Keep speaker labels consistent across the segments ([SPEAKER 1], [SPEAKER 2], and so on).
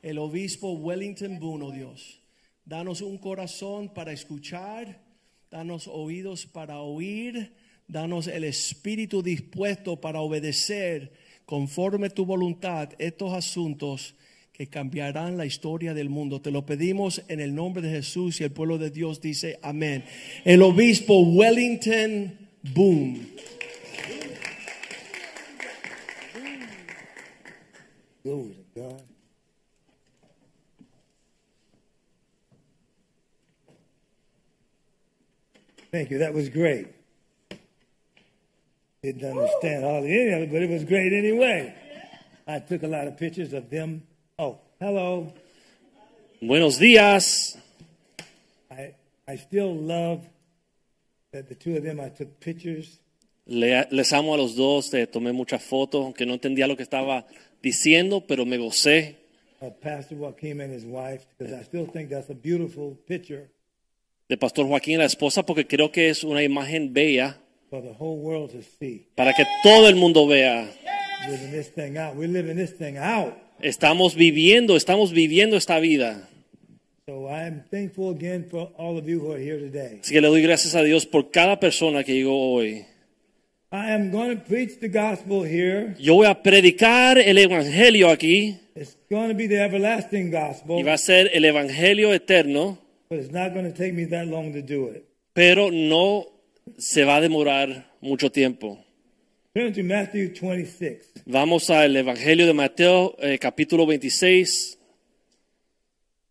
[SPEAKER 1] el obispo Wellington Boone, oh Dios. Danos un corazón para escuchar, danos oídos para oír, danos el espíritu dispuesto para obedecer conforme tu voluntad estos asuntos que cambiarán la historia del mundo. Te lo pedimos en el nombre de Jesús y el pueblo de Dios dice amén. El obispo Wellington Boone.
[SPEAKER 2] Glory to God. Thank you. That was great. Didn't understand all the any of it, but it was great anyway. I took a lot of pictures of them. Oh, hello.
[SPEAKER 3] Buenos días.
[SPEAKER 2] I I still love that the two of them I took pictures.
[SPEAKER 3] Le- les amo a los dos. Te tomé muchas fotos, aunque no entendía lo que estaba diciendo, pero me gocé.
[SPEAKER 2] of Pastor Joaquim and his wife because I still think that's a beautiful picture
[SPEAKER 3] De Pastor Joaquín y la esposa, porque creo que es una imagen bella
[SPEAKER 2] for the whole world to see.
[SPEAKER 3] para que todo el mundo vea.
[SPEAKER 2] Living this thing out. We're living this thing out.
[SPEAKER 3] Estamos viviendo, estamos viviendo esta vida.
[SPEAKER 2] So I'm thankful again for all of you who are here today.
[SPEAKER 3] Así que le doy gracias a Dios por cada persona que llegó hoy.
[SPEAKER 2] I am going to preach the gospel here.
[SPEAKER 3] Yo voy a predicar el evangelio aquí
[SPEAKER 2] It's going to be the everlasting gospel,
[SPEAKER 3] y va a ser el evangelio eterno,
[SPEAKER 2] but it's not going to take me that long to do it.
[SPEAKER 3] pero no se va a demorar mucho tiempo.
[SPEAKER 2] Turn to Matthew 26.
[SPEAKER 3] Vamos al Evangelio de Mateo, eh, capítulo 26.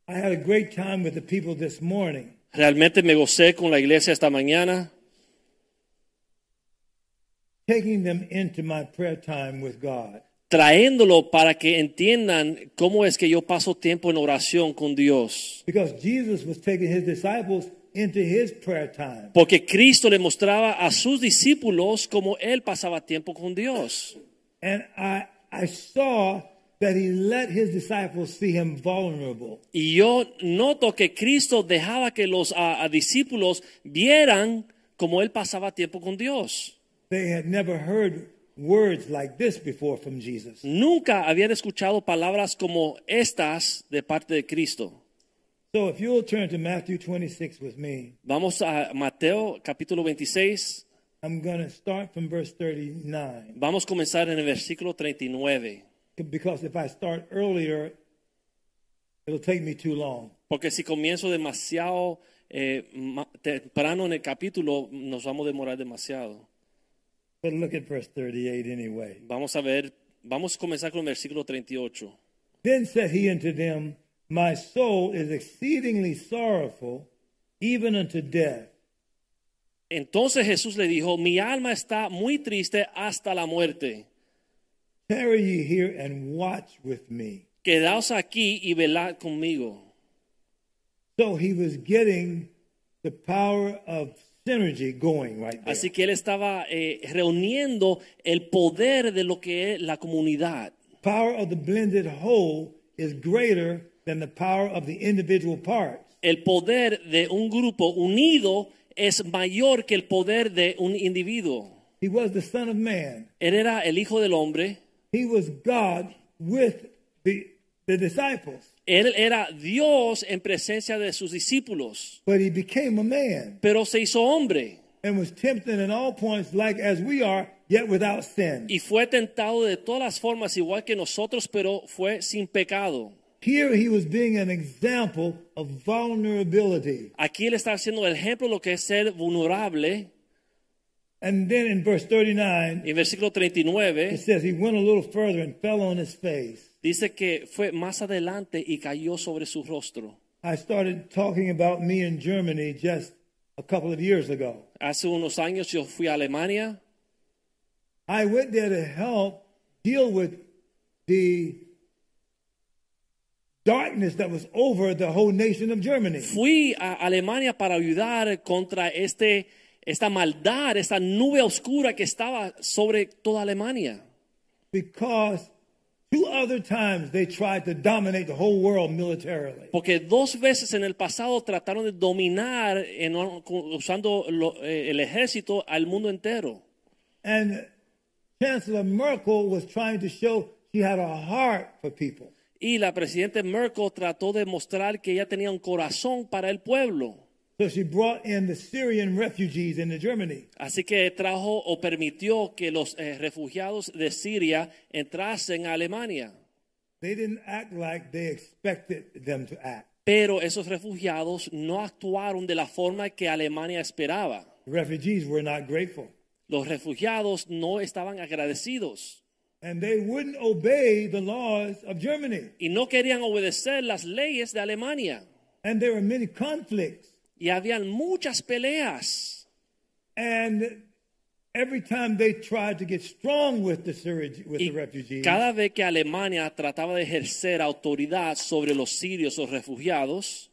[SPEAKER 2] I had a great time with the people this morning.
[SPEAKER 3] Realmente me gocé con la iglesia esta mañana,
[SPEAKER 2] Taking them into my prayer time with God.
[SPEAKER 3] traéndolo para que entiendan cómo es que yo paso tiempo en oración con Dios.
[SPEAKER 2] Because Jesus was taking his disciples into his prayer time.
[SPEAKER 3] Porque Cristo le mostraba a sus discípulos cómo él pasaba tiempo con Dios.
[SPEAKER 2] And I, I saw that he let his disciples see him vulnerable.
[SPEAKER 3] Y yo noto que Cristo dejaba que los ah, ah, discípulos vieran cómo él pasaba tiempo con Dios.
[SPEAKER 2] They had never heard words like this before from Jesus.
[SPEAKER 3] Nunca habían escuchado palabras como estas de parte de Cristo.
[SPEAKER 2] So if you'll turn to Matthew 26 with me,
[SPEAKER 3] Vamos a Mateo capítulo 26.
[SPEAKER 2] I'm going to start from verse 39.
[SPEAKER 3] Vamos a comenzar en el versículo 39.
[SPEAKER 2] Because if I start earlier, it'll take me too long.
[SPEAKER 3] Porque si comienzo demasiado eh, ma- temprano en el capítulo, nos vamos a demorar demasiado.
[SPEAKER 2] But look at verse 38 anyway.
[SPEAKER 3] Vamos a ver, vamos a comenzar con el versículo 38.
[SPEAKER 2] Then said he unto them, My soul is exceedingly sorrowful, even unto death.
[SPEAKER 3] Entonces Jesús le dijo, mi alma está muy triste hasta la muerte.
[SPEAKER 2] Tarry ye here and watch with me.
[SPEAKER 3] Quedaos aquí y velad conmigo.
[SPEAKER 2] So he was getting the power of synergy going right there.
[SPEAKER 3] Así que él estaba eh, reuniendo el poder de lo que es la comunidad.
[SPEAKER 2] power of the blended whole is greater than the power of the individual parts.
[SPEAKER 3] el poder de un grupo unido es mayor que el poder de un individuo.
[SPEAKER 2] He was the Son of Man.
[SPEAKER 3] Él era el Hijo del Hombre,
[SPEAKER 2] He was God with the, the disciples,
[SPEAKER 3] él era Dios en presencia de sus discípulos,
[SPEAKER 2] but he became a man
[SPEAKER 3] pero se hizo hombre
[SPEAKER 2] and was tempted in all points, like as we are, yet without sin.
[SPEAKER 3] y fue tentado de todas las formas igual que nosotros, pero fue sin pecado.
[SPEAKER 2] Here he was being an example of vulnerability.
[SPEAKER 3] Aquí él está haciendo el ejemplo de lo que es ser vulnerable.
[SPEAKER 2] And then in verse 39,
[SPEAKER 3] En versículo
[SPEAKER 2] it
[SPEAKER 3] 39
[SPEAKER 2] says he went a little further and fell on his face.
[SPEAKER 3] dice que fue más adelante y cayó sobre su rostro.
[SPEAKER 2] I started talking about me in Germany just a couple of years ago.
[SPEAKER 3] Hace unos años yo fui a Alemania
[SPEAKER 2] I went there to help deal with the darkness that was over the whole nation of Germany.
[SPEAKER 3] Fui a Alemania para ayudar contra este, esta maldad, esta nube oscura que estaba sobre toda Alemania.
[SPEAKER 2] Because two other times they tried to dominate the whole world militarily.
[SPEAKER 3] Porque dos veces en el pasado trataron de dominar en- usando lo- eh, el ejército al mundo entero.
[SPEAKER 2] And Chancellor Merkel was trying to show she had a heart for people.
[SPEAKER 3] Y la presidenta Merkel trató de mostrar que ella tenía un corazón para el pueblo.
[SPEAKER 2] So she brought in the Syrian refugees into Germany.
[SPEAKER 3] Así que trajo o permitió que los eh, refugiados de Siria entrasen a Alemania.
[SPEAKER 2] They didn't act like they expected them to act.
[SPEAKER 3] Pero esos refugiados no actuaron de la forma que Alemania esperaba.
[SPEAKER 2] The refugees were not grateful.
[SPEAKER 3] Los refugiados no estaban agradecidos
[SPEAKER 2] And they wouldn't obey the laws of Germany.
[SPEAKER 3] y no querían obedecer las leyes de Alemania.
[SPEAKER 2] And there were many conflicts.
[SPEAKER 3] Y habían muchas peleas.
[SPEAKER 2] And every time they tried to get strong with the Syri- with
[SPEAKER 3] Y
[SPEAKER 2] the refugees,
[SPEAKER 3] cada vez que Alemania trataba de ejercer autoridad sobre los sirios o refugiados,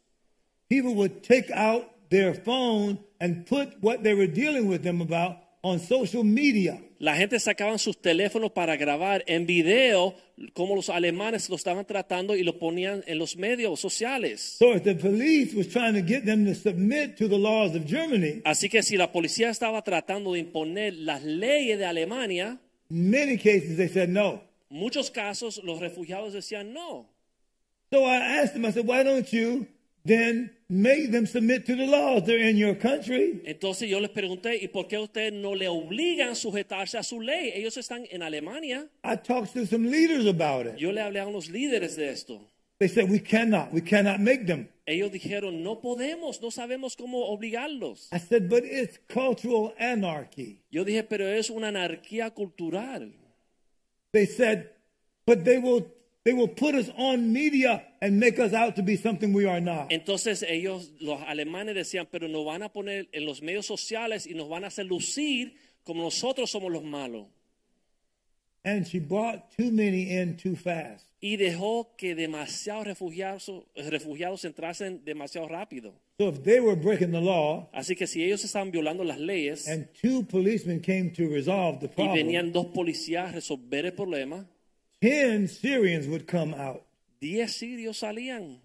[SPEAKER 2] people would take out their phone and put what they were dealing with them about on social media.
[SPEAKER 3] la gente sacaban sus teléfonos para grabar en video cómo los alemanes lo estaban tratando y lo ponían en los medios sociales.
[SPEAKER 2] So if the police was trying to get them to submit to the laws of Germany,
[SPEAKER 3] Así que si la policía estaba tratando de imponer las leyes de Alemania,
[SPEAKER 2] in many cases they said no.
[SPEAKER 3] muchos casos los refugiados decían no.
[SPEAKER 2] So I asked them, I said, why don't you then make them submit to the laws? They're in your country.
[SPEAKER 3] Entonces yo les pregunté, ¿y por qué ustedes no le obligan a sujetarse a su ley? Ellos están en Alemania.
[SPEAKER 2] I talked to some leaders about it.
[SPEAKER 3] Yo le hablé a unos líderes de esto.
[SPEAKER 2] They said, we cannot. We cannot make them.
[SPEAKER 3] Ellos dijeron, no podemos, no sabemos cómo obligarlos.
[SPEAKER 2] I said, but it's cultural anarchy.
[SPEAKER 3] Yo dije, pero es una anarquía cultural.
[SPEAKER 2] They said, but they will they will put us on media and make us out to be something we are not.
[SPEAKER 3] Entonces ellos, los alemanes decían, pero nos van a poner en los medios sociales y nos van a hacer lucir como nosotros somos los malos.
[SPEAKER 2] And she brought too many in too fast.
[SPEAKER 3] Y dejó que demasiados refugiados, refugiados entrasen demasiado rápido.
[SPEAKER 2] So if they were breaking the law
[SPEAKER 3] Así que si ellos estaban violando las leyes
[SPEAKER 2] and two policemen came to resolve the
[SPEAKER 3] y
[SPEAKER 2] problem,
[SPEAKER 3] venían dos policías a resolver el problema,
[SPEAKER 2] ten Syrians would come out
[SPEAKER 3] diez sirios salían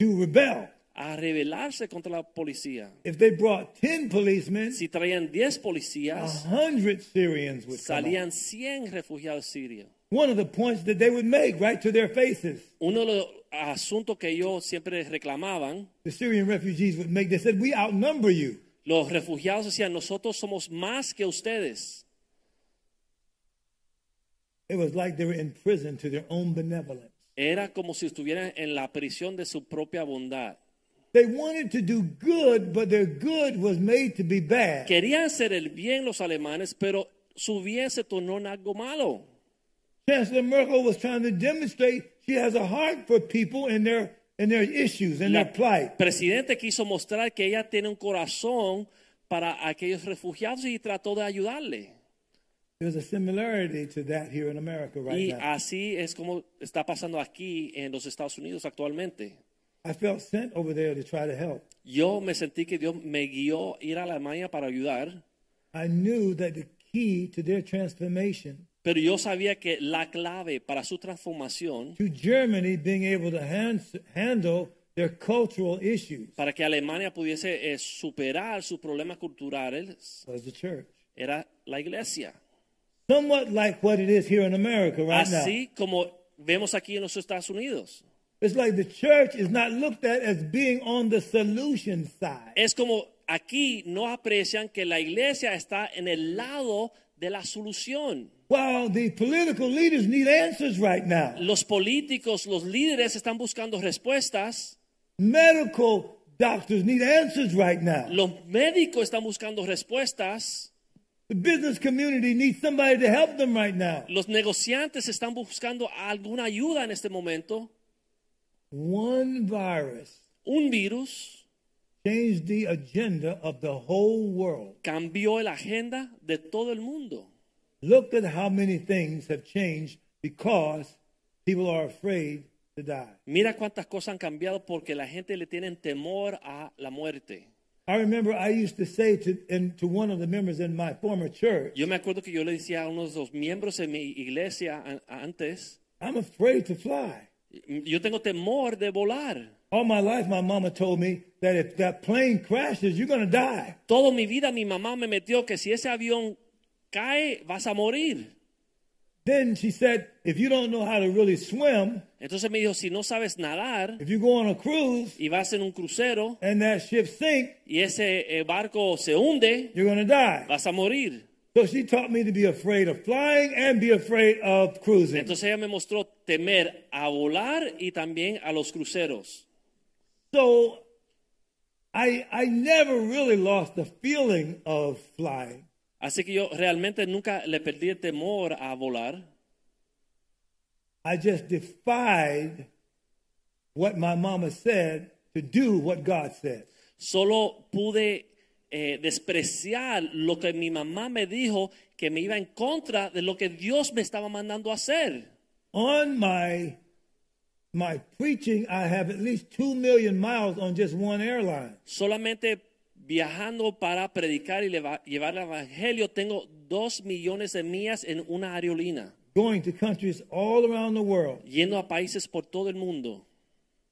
[SPEAKER 2] to rebel.
[SPEAKER 3] a rebelarse contra la policía.
[SPEAKER 2] If they brought ten policemen,
[SPEAKER 3] Si traían 10
[SPEAKER 2] a
[SPEAKER 3] policías,
[SPEAKER 2] hundred Syrians would come out.
[SPEAKER 3] salían 100 refugiados sirios.
[SPEAKER 2] One of the points that they would make right to their faces,
[SPEAKER 3] Uno de los asuntos que ellos siempre reclamaban,
[SPEAKER 2] the Syrian refugees would make, they said, we outnumber you.
[SPEAKER 3] los refugiados decían, nosotros somos más que ustedes.
[SPEAKER 2] It was like they were in prison to their own benevolence.
[SPEAKER 3] Era como si estuvieran en la prisión de su propia bondad.
[SPEAKER 2] They wanted to do good, but their good was made to be bad.
[SPEAKER 3] Querían hacer el bien los alemanes, pero su bien se tornó en algo malo.
[SPEAKER 2] Chancellor Merkel was trying to demonstrate she has a heart for people and their and their issues and their
[SPEAKER 3] La
[SPEAKER 2] plight.
[SPEAKER 3] presidente quiso mostrar que ella tiene un corazón para aquellos refugiados y trató de ayudarle.
[SPEAKER 2] There's a similarity to that here in America right
[SPEAKER 3] Y
[SPEAKER 2] now.
[SPEAKER 3] así es como está pasando aquí en los Estados Unidos actualmente.
[SPEAKER 2] I felt sent over there to try to help.
[SPEAKER 3] Yo me sentí que Dios me guió a ir a Alemania para ayudar,
[SPEAKER 2] I knew that the key to their transformation,
[SPEAKER 3] pero yo sabía que la clave para su transformación,
[SPEAKER 2] to Germany being able to hand, handle their cultural issues,
[SPEAKER 3] para que Alemania pudiese eh, superar sus problemas culturales,
[SPEAKER 2] was the church.
[SPEAKER 3] era la iglesia.
[SPEAKER 2] Somewhat like what it is here in America right now.
[SPEAKER 3] Así como vemos aquí en los Estados Unidos.
[SPEAKER 2] It's like the church is not looked at as being on the solution side.
[SPEAKER 3] Es como aquí no aprecian que la iglesia está en el lado de la solución.
[SPEAKER 2] While the political leaders need answers right now,
[SPEAKER 3] Los políticos, los líderes están buscando respuestas,
[SPEAKER 2] medical doctors need answers right now,
[SPEAKER 3] los médicos están buscando respuestas,
[SPEAKER 2] the business community needs somebody to help them right now.
[SPEAKER 3] los negociantes están buscando alguna ayuda en este momento.
[SPEAKER 2] One virus
[SPEAKER 3] Un virus
[SPEAKER 2] changed the agenda of the whole world.
[SPEAKER 3] cambió la agenda de todo el mundo.
[SPEAKER 2] Look at how many things have changed because people are afraid to die.
[SPEAKER 3] Mira cuántas cosas han cambiado porque la gente le tiene temor a la muerte.
[SPEAKER 2] I remember I used to say to, and to one of the members in my former church,
[SPEAKER 3] Yo me acuerdo que yo le decía a uno de los miembros de mi iglesia an- antes,
[SPEAKER 2] I'm afraid to fly.
[SPEAKER 3] yo tengo temor de volar.
[SPEAKER 2] All my life, my mama told me that if that plane crashes, you're going to die.
[SPEAKER 3] Toda mi vida mi mamá me metió que si ese avión cae vas a morir.
[SPEAKER 2] Then she said, if you don't know how to really swim,
[SPEAKER 3] Entonces me dijo, si no sabes nadar
[SPEAKER 2] if you go on a cruise
[SPEAKER 3] y vas en un crucero
[SPEAKER 2] and that ship sinks,
[SPEAKER 3] y ese eh, barco se hunde,
[SPEAKER 2] you're going to die.
[SPEAKER 3] vas a morir.
[SPEAKER 2] So she taught me to be afraid of flying and be afraid of cruising.
[SPEAKER 3] Entonces ella me mostró temer a volar y también a los cruceros.
[SPEAKER 2] So I I never really lost the feeling of flying,
[SPEAKER 3] Así que yo realmente nunca le perdí el temor a volar.
[SPEAKER 2] I just defied what my mama said to do what God said.
[SPEAKER 3] Solo pude eh, despreciar lo que mi mamá me dijo que me iba en contra de lo que Dios me estaba mandando a hacer.
[SPEAKER 2] On my my preaching, I have at least two million miles on just one airline.
[SPEAKER 3] Solamente viajando para predicar y leva- llevar el evangelio tengo dos millones de millas en una aerolínea,
[SPEAKER 2] Going to countries all around the world.
[SPEAKER 3] yendo a países por todo el mundo.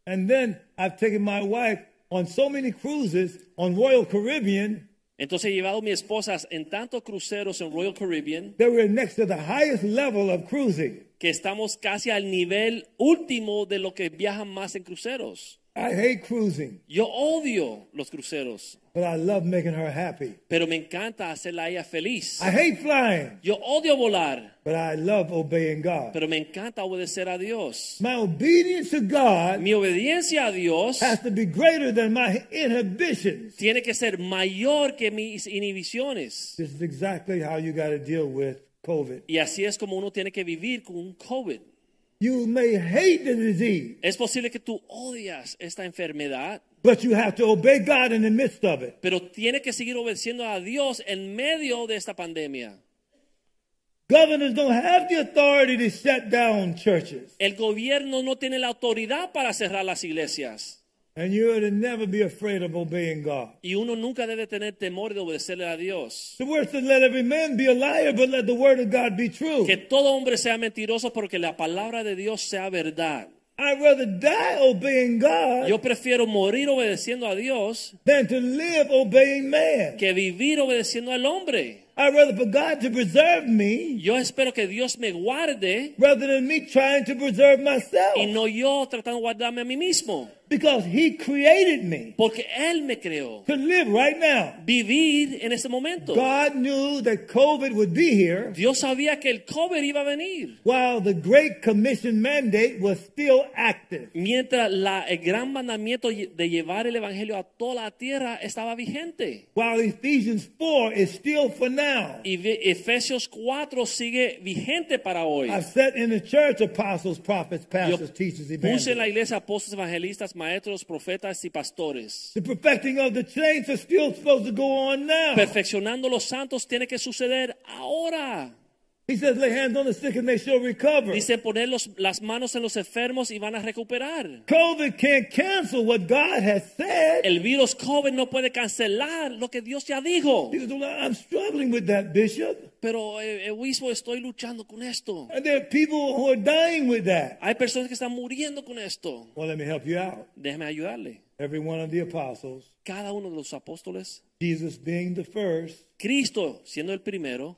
[SPEAKER 2] And then I've taken my wife on so many cruises on Royal Caribbean
[SPEAKER 3] Entonces he llevado a mi esposa en tantos cruceros en Royal Caribbean
[SPEAKER 2] that we're next to the highest level of cruising.
[SPEAKER 3] que estamos casi al nivel último de lo que viajan más en cruceros.
[SPEAKER 2] I hate cruising.
[SPEAKER 3] Yo odio los cruceros,
[SPEAKER 2] but I love making her happy.
[SPEAKER 3] pero me encanta hacerla a ella feliz.
[SPEAKER 2] I hate flying,
[SPEAKER 3] Yo odio volar,
[SPEAKER 2] but I love obeying God.
[SPEAKER 3] pero me encanta obedecer a Dios.
[SPEAKER 2] My obedience to God
[SPEAKER 3] Mi obediencia a Dios
[SPEAKER 2] has to be greater than my inhibitions.
[SPEAKER 3] tiene que ser mayor que mis inhibiciones.
[SPEAKER 2] This is exactly how you got to deal with COVID.
[SPEAKER 3] Y así es como uno tiene que vivir con un COVID.
[SPEAKER 2] You may hate the disease,
[SPEAKER 3] Es posible que tú odias esta enfermedad,
[SPEAKER 2] but you have to obey God in the midst of it.
[SPEAKER 3] pero tiene que seguir obedeciendo a Dios en medio de esta pandemia.
[SPEAKER 2] Governors don't have the authority to shut down churches,
[SPEAKER 3] El gobierno no tiene la autoridad para cerrar las iglesias.
[SPEAKER 2] and you are to never be afraid of obeying God.
[SPEAKER 3] Y uno nunca debe tener temor de obedecerle a Dios.
[SPEAKER 2] The word says, "Let every man be a liar, but let the word of God be true."
[SPEAKER 3] Que todo hombre sea mentiroso porque la palabra de Dios sea verdad.
[SPEAKER 2] I'd rather die obeying God
[SPEAKER 3] Yo prefiero morir obedeciendo a Dios
[SPEAKER 2] than to live obeying man.
[SPEAKER 3] que vivir obedeciendo al hombre.
[SPEAKER 2] I'd rather for God to preserve me
[SPEAKER 3] Yo espero que Dios me guarde
[SPEAKER 2] rather than me trying to preserve myself
[SPEAKER 3] y no yo tratando de guardarme a mí mismo.
[SPEAKER 2] because He created me
[SPEAKER 3] Porque Él me creó.
[SPEAKER 2] to live right now.
[SPEAKER 3] Vivir en este momento.
[SPEAKER 2] God knew that COVID would be here
[SPEAKER 3] Dios sabía que el COVID iba a venir.
[SPEAKER 2] while the Great Commission mandate was still active.
[SPEAKER 3] Mientras la- el gran mandamiento de llevar el Evangelio a toda la tierra estaba vigente.
[SPEAKER 2] While Ephesians 4 is still for now.
[SPEAKER 3] Y ve- Efesios 4 sigue vigente para hoy.
[SPEAKER 2] I've set in the church apostles, prophets,
[SPEAKER 3] Yo
[SPEAKER 2] pastors, teachers,
[SPEAKER 3] puse en la
[SPEAKER 2] evangelists.
[SPEAKER 3] iglesia apóstoles, evangelistas, maestros, profetas y pastores.
[SPEAKER 2] The perfecting of the saints is still supposed to go on now.
[SPEAKER 3] Perfeccionando los santos tiene que suceder ahora.
[SPEAKER 2] He says, lay hands on the sick and they shall recover.
[SPEAKER 3] Dice poner los- las manos en los enfermos y van a recuperar.
[SPEAKER 2] COVID can't cancel what God has said.
[SPEAKER 3] El virus COVID no puede cancelar lo que Dios ya dijo.
[SPEAKER 2] He goes, "Well, I'm struggling with that, Bishop.
[SPEAKER 3] Pero, eh, eh, obispo, estoy luchando con esto.
[SPEAKER 2] And there are people who are dying with that.
[SPEAKER 3] Hay personas que están muriendo con esto.
[SPEAKER 2] Well, let me help you out.
[SPEAKER 3] Déjeme ayudarle.
[SPEAKER 2] Every one of the apostles,
[SPEAKER 3] Cada uno de los apóstoles,
[SPEAKER 2] Jesus being the first,
[SPEAKER 3] Cristo siendo el primero,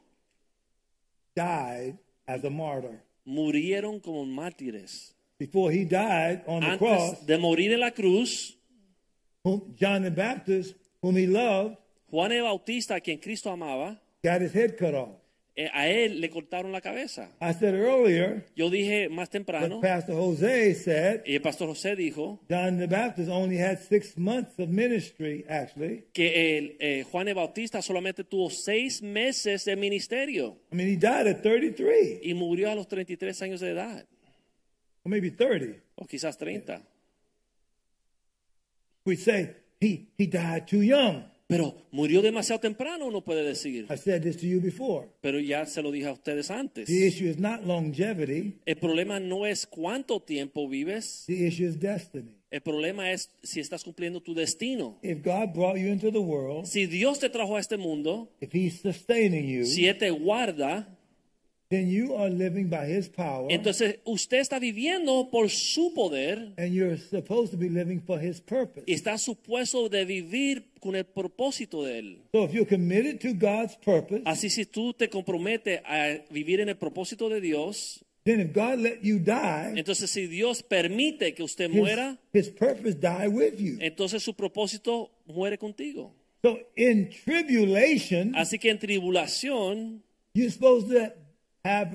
[SPEAKER 2] died as a martyr.
[SPEAKER 3] murieron como mártires.
[SPEAKER 2] Before he died on the cross,
[SPEAKER 3] Antes de morir en la cruz,
[SPEAKER 2] whom- John the Baptist, whom he loved,
[SPEAKER 3] Juan el Bautista, a quien Cristo amaba,
[SPEAKER 2] got his head cut off.
[SPEAKER 3] eh, a él le cortaron la cabeza.
[SPEAKER 2] I said earlier
[SPEAKER 3] Yo dije más
[SPEAKER 2] that
[SPEAKER 3] temprano,
[SPEAKER 2] Pastor Jose said
[SPEAKER 3] y el pastor José dijo,
[SPEAKER 2] John the Baptist only had six months of ministry, actually.
[SPEAKER 3] que el, eh, Juan el Bautista solamente tuvo seis meses de ministerio
[SPEAKER 2] I mean, he died at 33.
[SPEAKER 3] y murió a los 33 años de edad,
[SPEAKER 2] or maybe 30.
[SPEAKER 3] o quizás 30.
[SPEAKER 2] We say he, he died too young.
[SPEAKER 3] Pero murió demasiado temprano, uno puede decir.
[SPEAKER 2] I said this to you before.
[SPEAKER 3] Pero ya se lo dije a ustedes antes.
[SPEAKER 2] The issue is not longevity,
[SPEAKER 3] El problema no es cuánto tiempo vives.
[SPEAKER 2] the issue is destiny.
[SPEAKER 3] El problema es si estás cumpliendo tu destino.
[SPEAKER 2] If God brought you into the world,
[SPEAKER 3] Si Dios te trajo a este mundo,
[SPEAKER 2] if He's sustaining you,
[SPEAKER 3] si Él te guarda,
[SPEAKER 2] then you are living by His power,
[SPEAKER 3] entonces usted está viviendo por su poder
[SPEAKER 2] and you're supposed to be living for His purpose.
[SPEAKER 3] y está supuesto de vivir con el propósito de Él.
[SPEAKER 2] So if you're committed to God's purpose,
[SPEAKER 3] Así si tú te comprometes a vivir en el propósito de Dios,
[SPEAKER 2] then if God let you die,
[SPEAKER 3] entonces si Dios permite que usted
[SPEAKER 2] His,
[SPEAKER 3] muera,
[SPEAKER 2] his purpose die with you.
[SPEAKER 3] entonces su propósito muere contigo.
[SPEAKER 2] So in tribulation,
[SPEAKER 3] Así que en tribulación,
[SPEAKER 2] you're supposed to have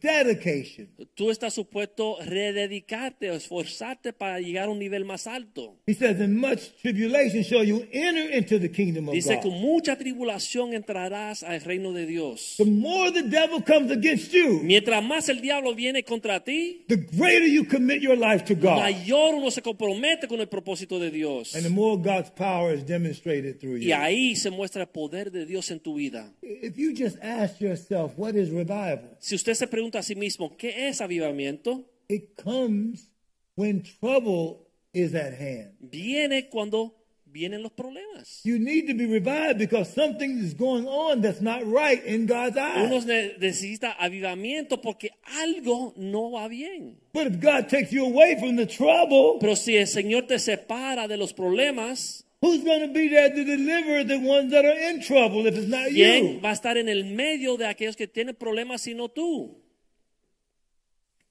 [SPEAKER 2] rededication.
[SPEAKER 3] tú estás supuesto rededicarte o esforzarte para llegar a un nivel más alto.
[SPEAKER 2] He says, in much tribulation shall you enter into the kingdom of
[SPEAKER 3] Dice, con
[SPEAKER 2] Oh, God.
[SPEAKER 3] mucha tribulación entrarás al reino de Dios.
[SPEAKER 2] The more the devil comes against you,
[SPEAKER 3] Mientras más el diablo viene contra ti,
[SPEAKER 2] the greater you commit your life to God.
[SPEAKER 3] mayor uno se compromete con el propósito de Dios.
[SPEAKER 2] And the more God's power is demonstrated through
[SPEAKER 3] Y
[SPEAKER 2] you.
[SPEAKER 3] ahí se muestra el poder de Dios en tu vida.
[SPEAKER 2] If you just ask yourself, what is revival?
[SPEAKER 3] Si usted se pregunta a sí mismo, ¿qué es avivamiento?
[SPEAKER 2] It comes when trouble is at hand.
[SPEAKER 3] Viene cuando vienen los problemas.
[SPEAKER 2] You need to be revived because something is going on that's not right in God's
[SPEAKER 3] Uno
[SPEAKER 2] eyes.
[SPEAKER 3] ne- necesita avivamiento porque algo no va bien.
[SPEAKER 2] But if God takes you away from the trouble,
[SPEAKER 3] Pero si el Señor te separa de los problemas,
[SPEAKER 2] who's going to be there to deliver the ones that are in trouble if it's not
[SPEAKER 3] ¿quién
[SPEAKER 2] you?
[SPEAKER 3] va a estar en el medio de aquellos que tienen problemas sino tú?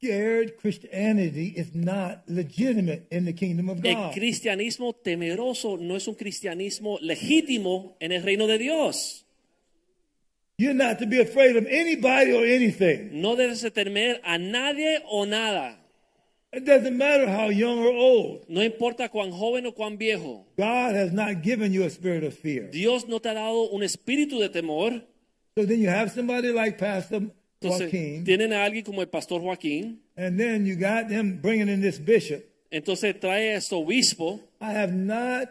[SPEAKER 2] Scared Christianity is not legitimate in the kingdom of
[SPEAKER 3] El
[SPEAKER 2] God.
[SPEAKER 3] cristianismo temeroso no es un cristianismo legítimo en el reino de Dios.
[SPEAKER 2] You're not to be afraid of anybody or anything.
[SPEAKER 3] No debes de temer a nadie o nada.
[SPEAKER 2] It doesn't matter how young or old.
[SPEAKER 3] No importa cuán joven o cuán viejo.
[SPEAKER 2] God has not given you a spirit of fear.
[SPEAKER 3] Dios no te ha dado un espíritu de temor.
[SPEAKER 2] So then you have somebody like Pastor
[SPEAKER 3] Entonces,
[SPEAKER 2] Joaquin,
[SPEAKER 3] tienen a alguien como el pastor Joaquín.
[SPEAKER 2] and then you got him bringing in this bishop.
[SPEAKER 3] Entonces trae a su obispo.
[SPEAKER 2] I have not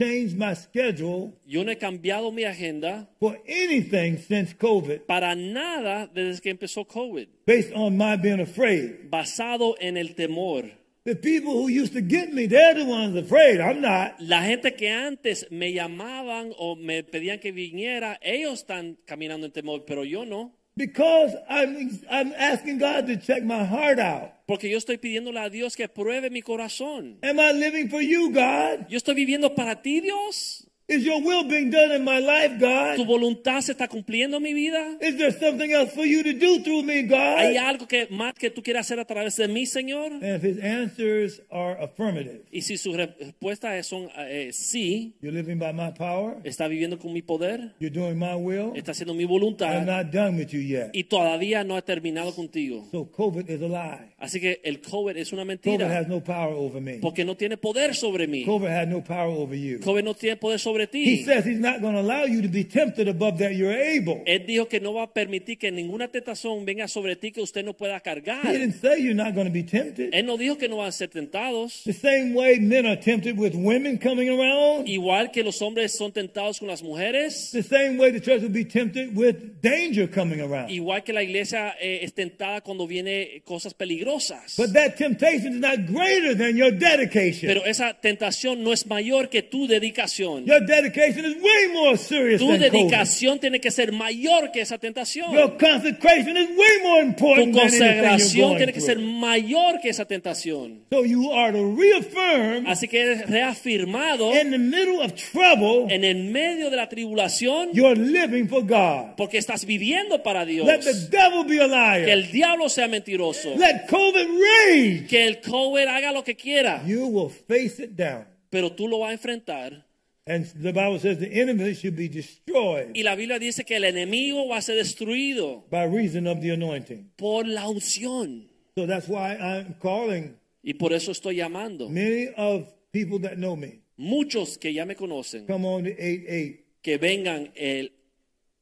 [SPEAKER 2] changed my schedule
[SPEAKER 3] Yo no he cambiado mi agenda
[SPEAKER 2] for anything since COVID
[SPEAKER 3] para nada desde que empezó COVID,
[SPEAKER 2] based on my being afraid.
[SPEAKER 3] basado en el temor.
[SPEAKER 2] The people who used to get me, they're the ones afraid. I'm not.
[SPEAKER 3] La gente que antes me llamaban o me pedían que viniera, ellos están caminando en temor, pero yo no.
[SPEAKER 2] Because I'm, I'm asking God to check my heart out.
[SPEAKER 3] Porque yo estoy pidiéndole a Dios que pruebe mi corazón.
[SPEAKER 2] Am I living for you, God?
[SPEAKER 3] Yo estoy viviendo para ti, Dios.
[SPEAKER 2] Is your will being done in my life,
[SPEAKER 3] Tu
[SPEAKER 2] God?
[SPEAKER 3] voluntad se está cumpliendo en mi vida.
[SPEAKER 2] Is there something else for you to do through me,
[SPEAKER 3] ¿Hay
[SPEAKER 2] God?
[SPEAKER 3] algo que más que tú quieras hacer a través de mí, Señor?
[SPEAKER 2] And if his answers are affirmative,
[SPEAKER 3] Y si su re- respuesta es son, eh, sí,
[SPEAKER 2] you're living by my power,
[SPEAKER 3] está viviendo con mi poder,
[SPEAKER 2] you're doing my will,
[SPEAKER 3] está haciendo mi
[SPEAKER 2] I'm
[SPEAKER 3] voluntad
[SPEAKER 2] not done with you yet.
[SPEAKER 3] y todavía no ha terminado contigo.
[SPEAKER 2] So COVID is a lie.
[SPEAKER 3] Así que el COVID es una
[SPEAKER 2] COVID
[SPEAKER 3] mentira
[SPEAKER 2] has no power over me.
[SPEAKER 3] porque no tiene poder sobre mí.
[SPEAKER 2] COVID had no power over you.
[SPEAKER 3] COVID no tiene poder sobre
[SPEAKER 2] He
[SPEAKER 3] ti.
[SPEAKER 2] says he's not going to allow you to be tempted above that you're able. He
[SPEAKER 3] Él dijo que no va a permitir que ninguna tentación venga sobre ti que usted no pueda cargar.
[SPEAKER 2] didn't say you're not going to be tempted.
[SPEAKER 3] Él no dijo que no van a ser tentados.
[SPEAKER 2] The same way men are tempted with women coming around,
[SPEAKER 3] Igual que los hombres son tentados con las mujeres.
[SPEAKER 2] the same way the church will be tempted with danger coming around.
[SPEAKER 3] Igual que la iglesia eh, es tentada cuando viene cosas peligrosas.
[SPEAKER 2] But that temptation is not greater than your dedication.
[SPEAKER 3] Pero esa tentación no es mayor que tu dedicación.
[SPEAKER 2] Your dedication is way more serious
[SPEAKER 3] Tu
[SPEAKER 2] than COVID.
[SPEAKER 3] dedicación tiene que ser mayor que esa tentación.
[SPEAKER 2] Your consecration is way more
[SPEAKER 3] Tu
[SPEAKER 2] important than anything
[SPEAKER 3] consagración
[SPEAKER 2] you're
[SPEAKER 3] tiene
[SPEAKER 2] going
[SPEAKER 3] que ser
[SPEAKER 2] through.
[SPEAKER 3] mayor que esa tentación.
[SPEAKER 2] So you are to reaffirm
[SPEAKER 3] Así que eres reafirmado
[SPEAKER 2] in the middle of trouble,
[SPEAKER 3] en el medio de la tribulación
[SPEAKER 2] you're living for God.
[SPEAKER 3] porque estás viviendo para Dios.
[SPEAKER 2] Let the devil be a
[SPEAKER 3] Que
[SPEAKER 2] liar.
[SPEAKER 3] el diablo sea mentiroso.
[SPEAKER 2] Let COVID rage.
[SPEAKER 3] Que el COVID haga lo que quiera,
[SPEAKER 2] You will face it down.
[SPEAKER 3] pero tú lo vas a enfrentar.
[SPEAKER 2] And the Bible says the enemy should be destroyed
[SPEAKER 3] Y la Biblia dice que el enemigo va a ser destruido
[SPEAKER 2] by reason of the anointing.
[SPEAKER 3] por la unción.
[SPEAKER 2] So that's why I'm calling
[SPEAKER 3] Y por eso estoy llamando.
[SPEAKER 2] many of people that know me.
[SPEAKER 3] Muchos que ya me conocen,
[SPEAKER 2] Come on to 8 8
[SPEAKER 3] que vengan el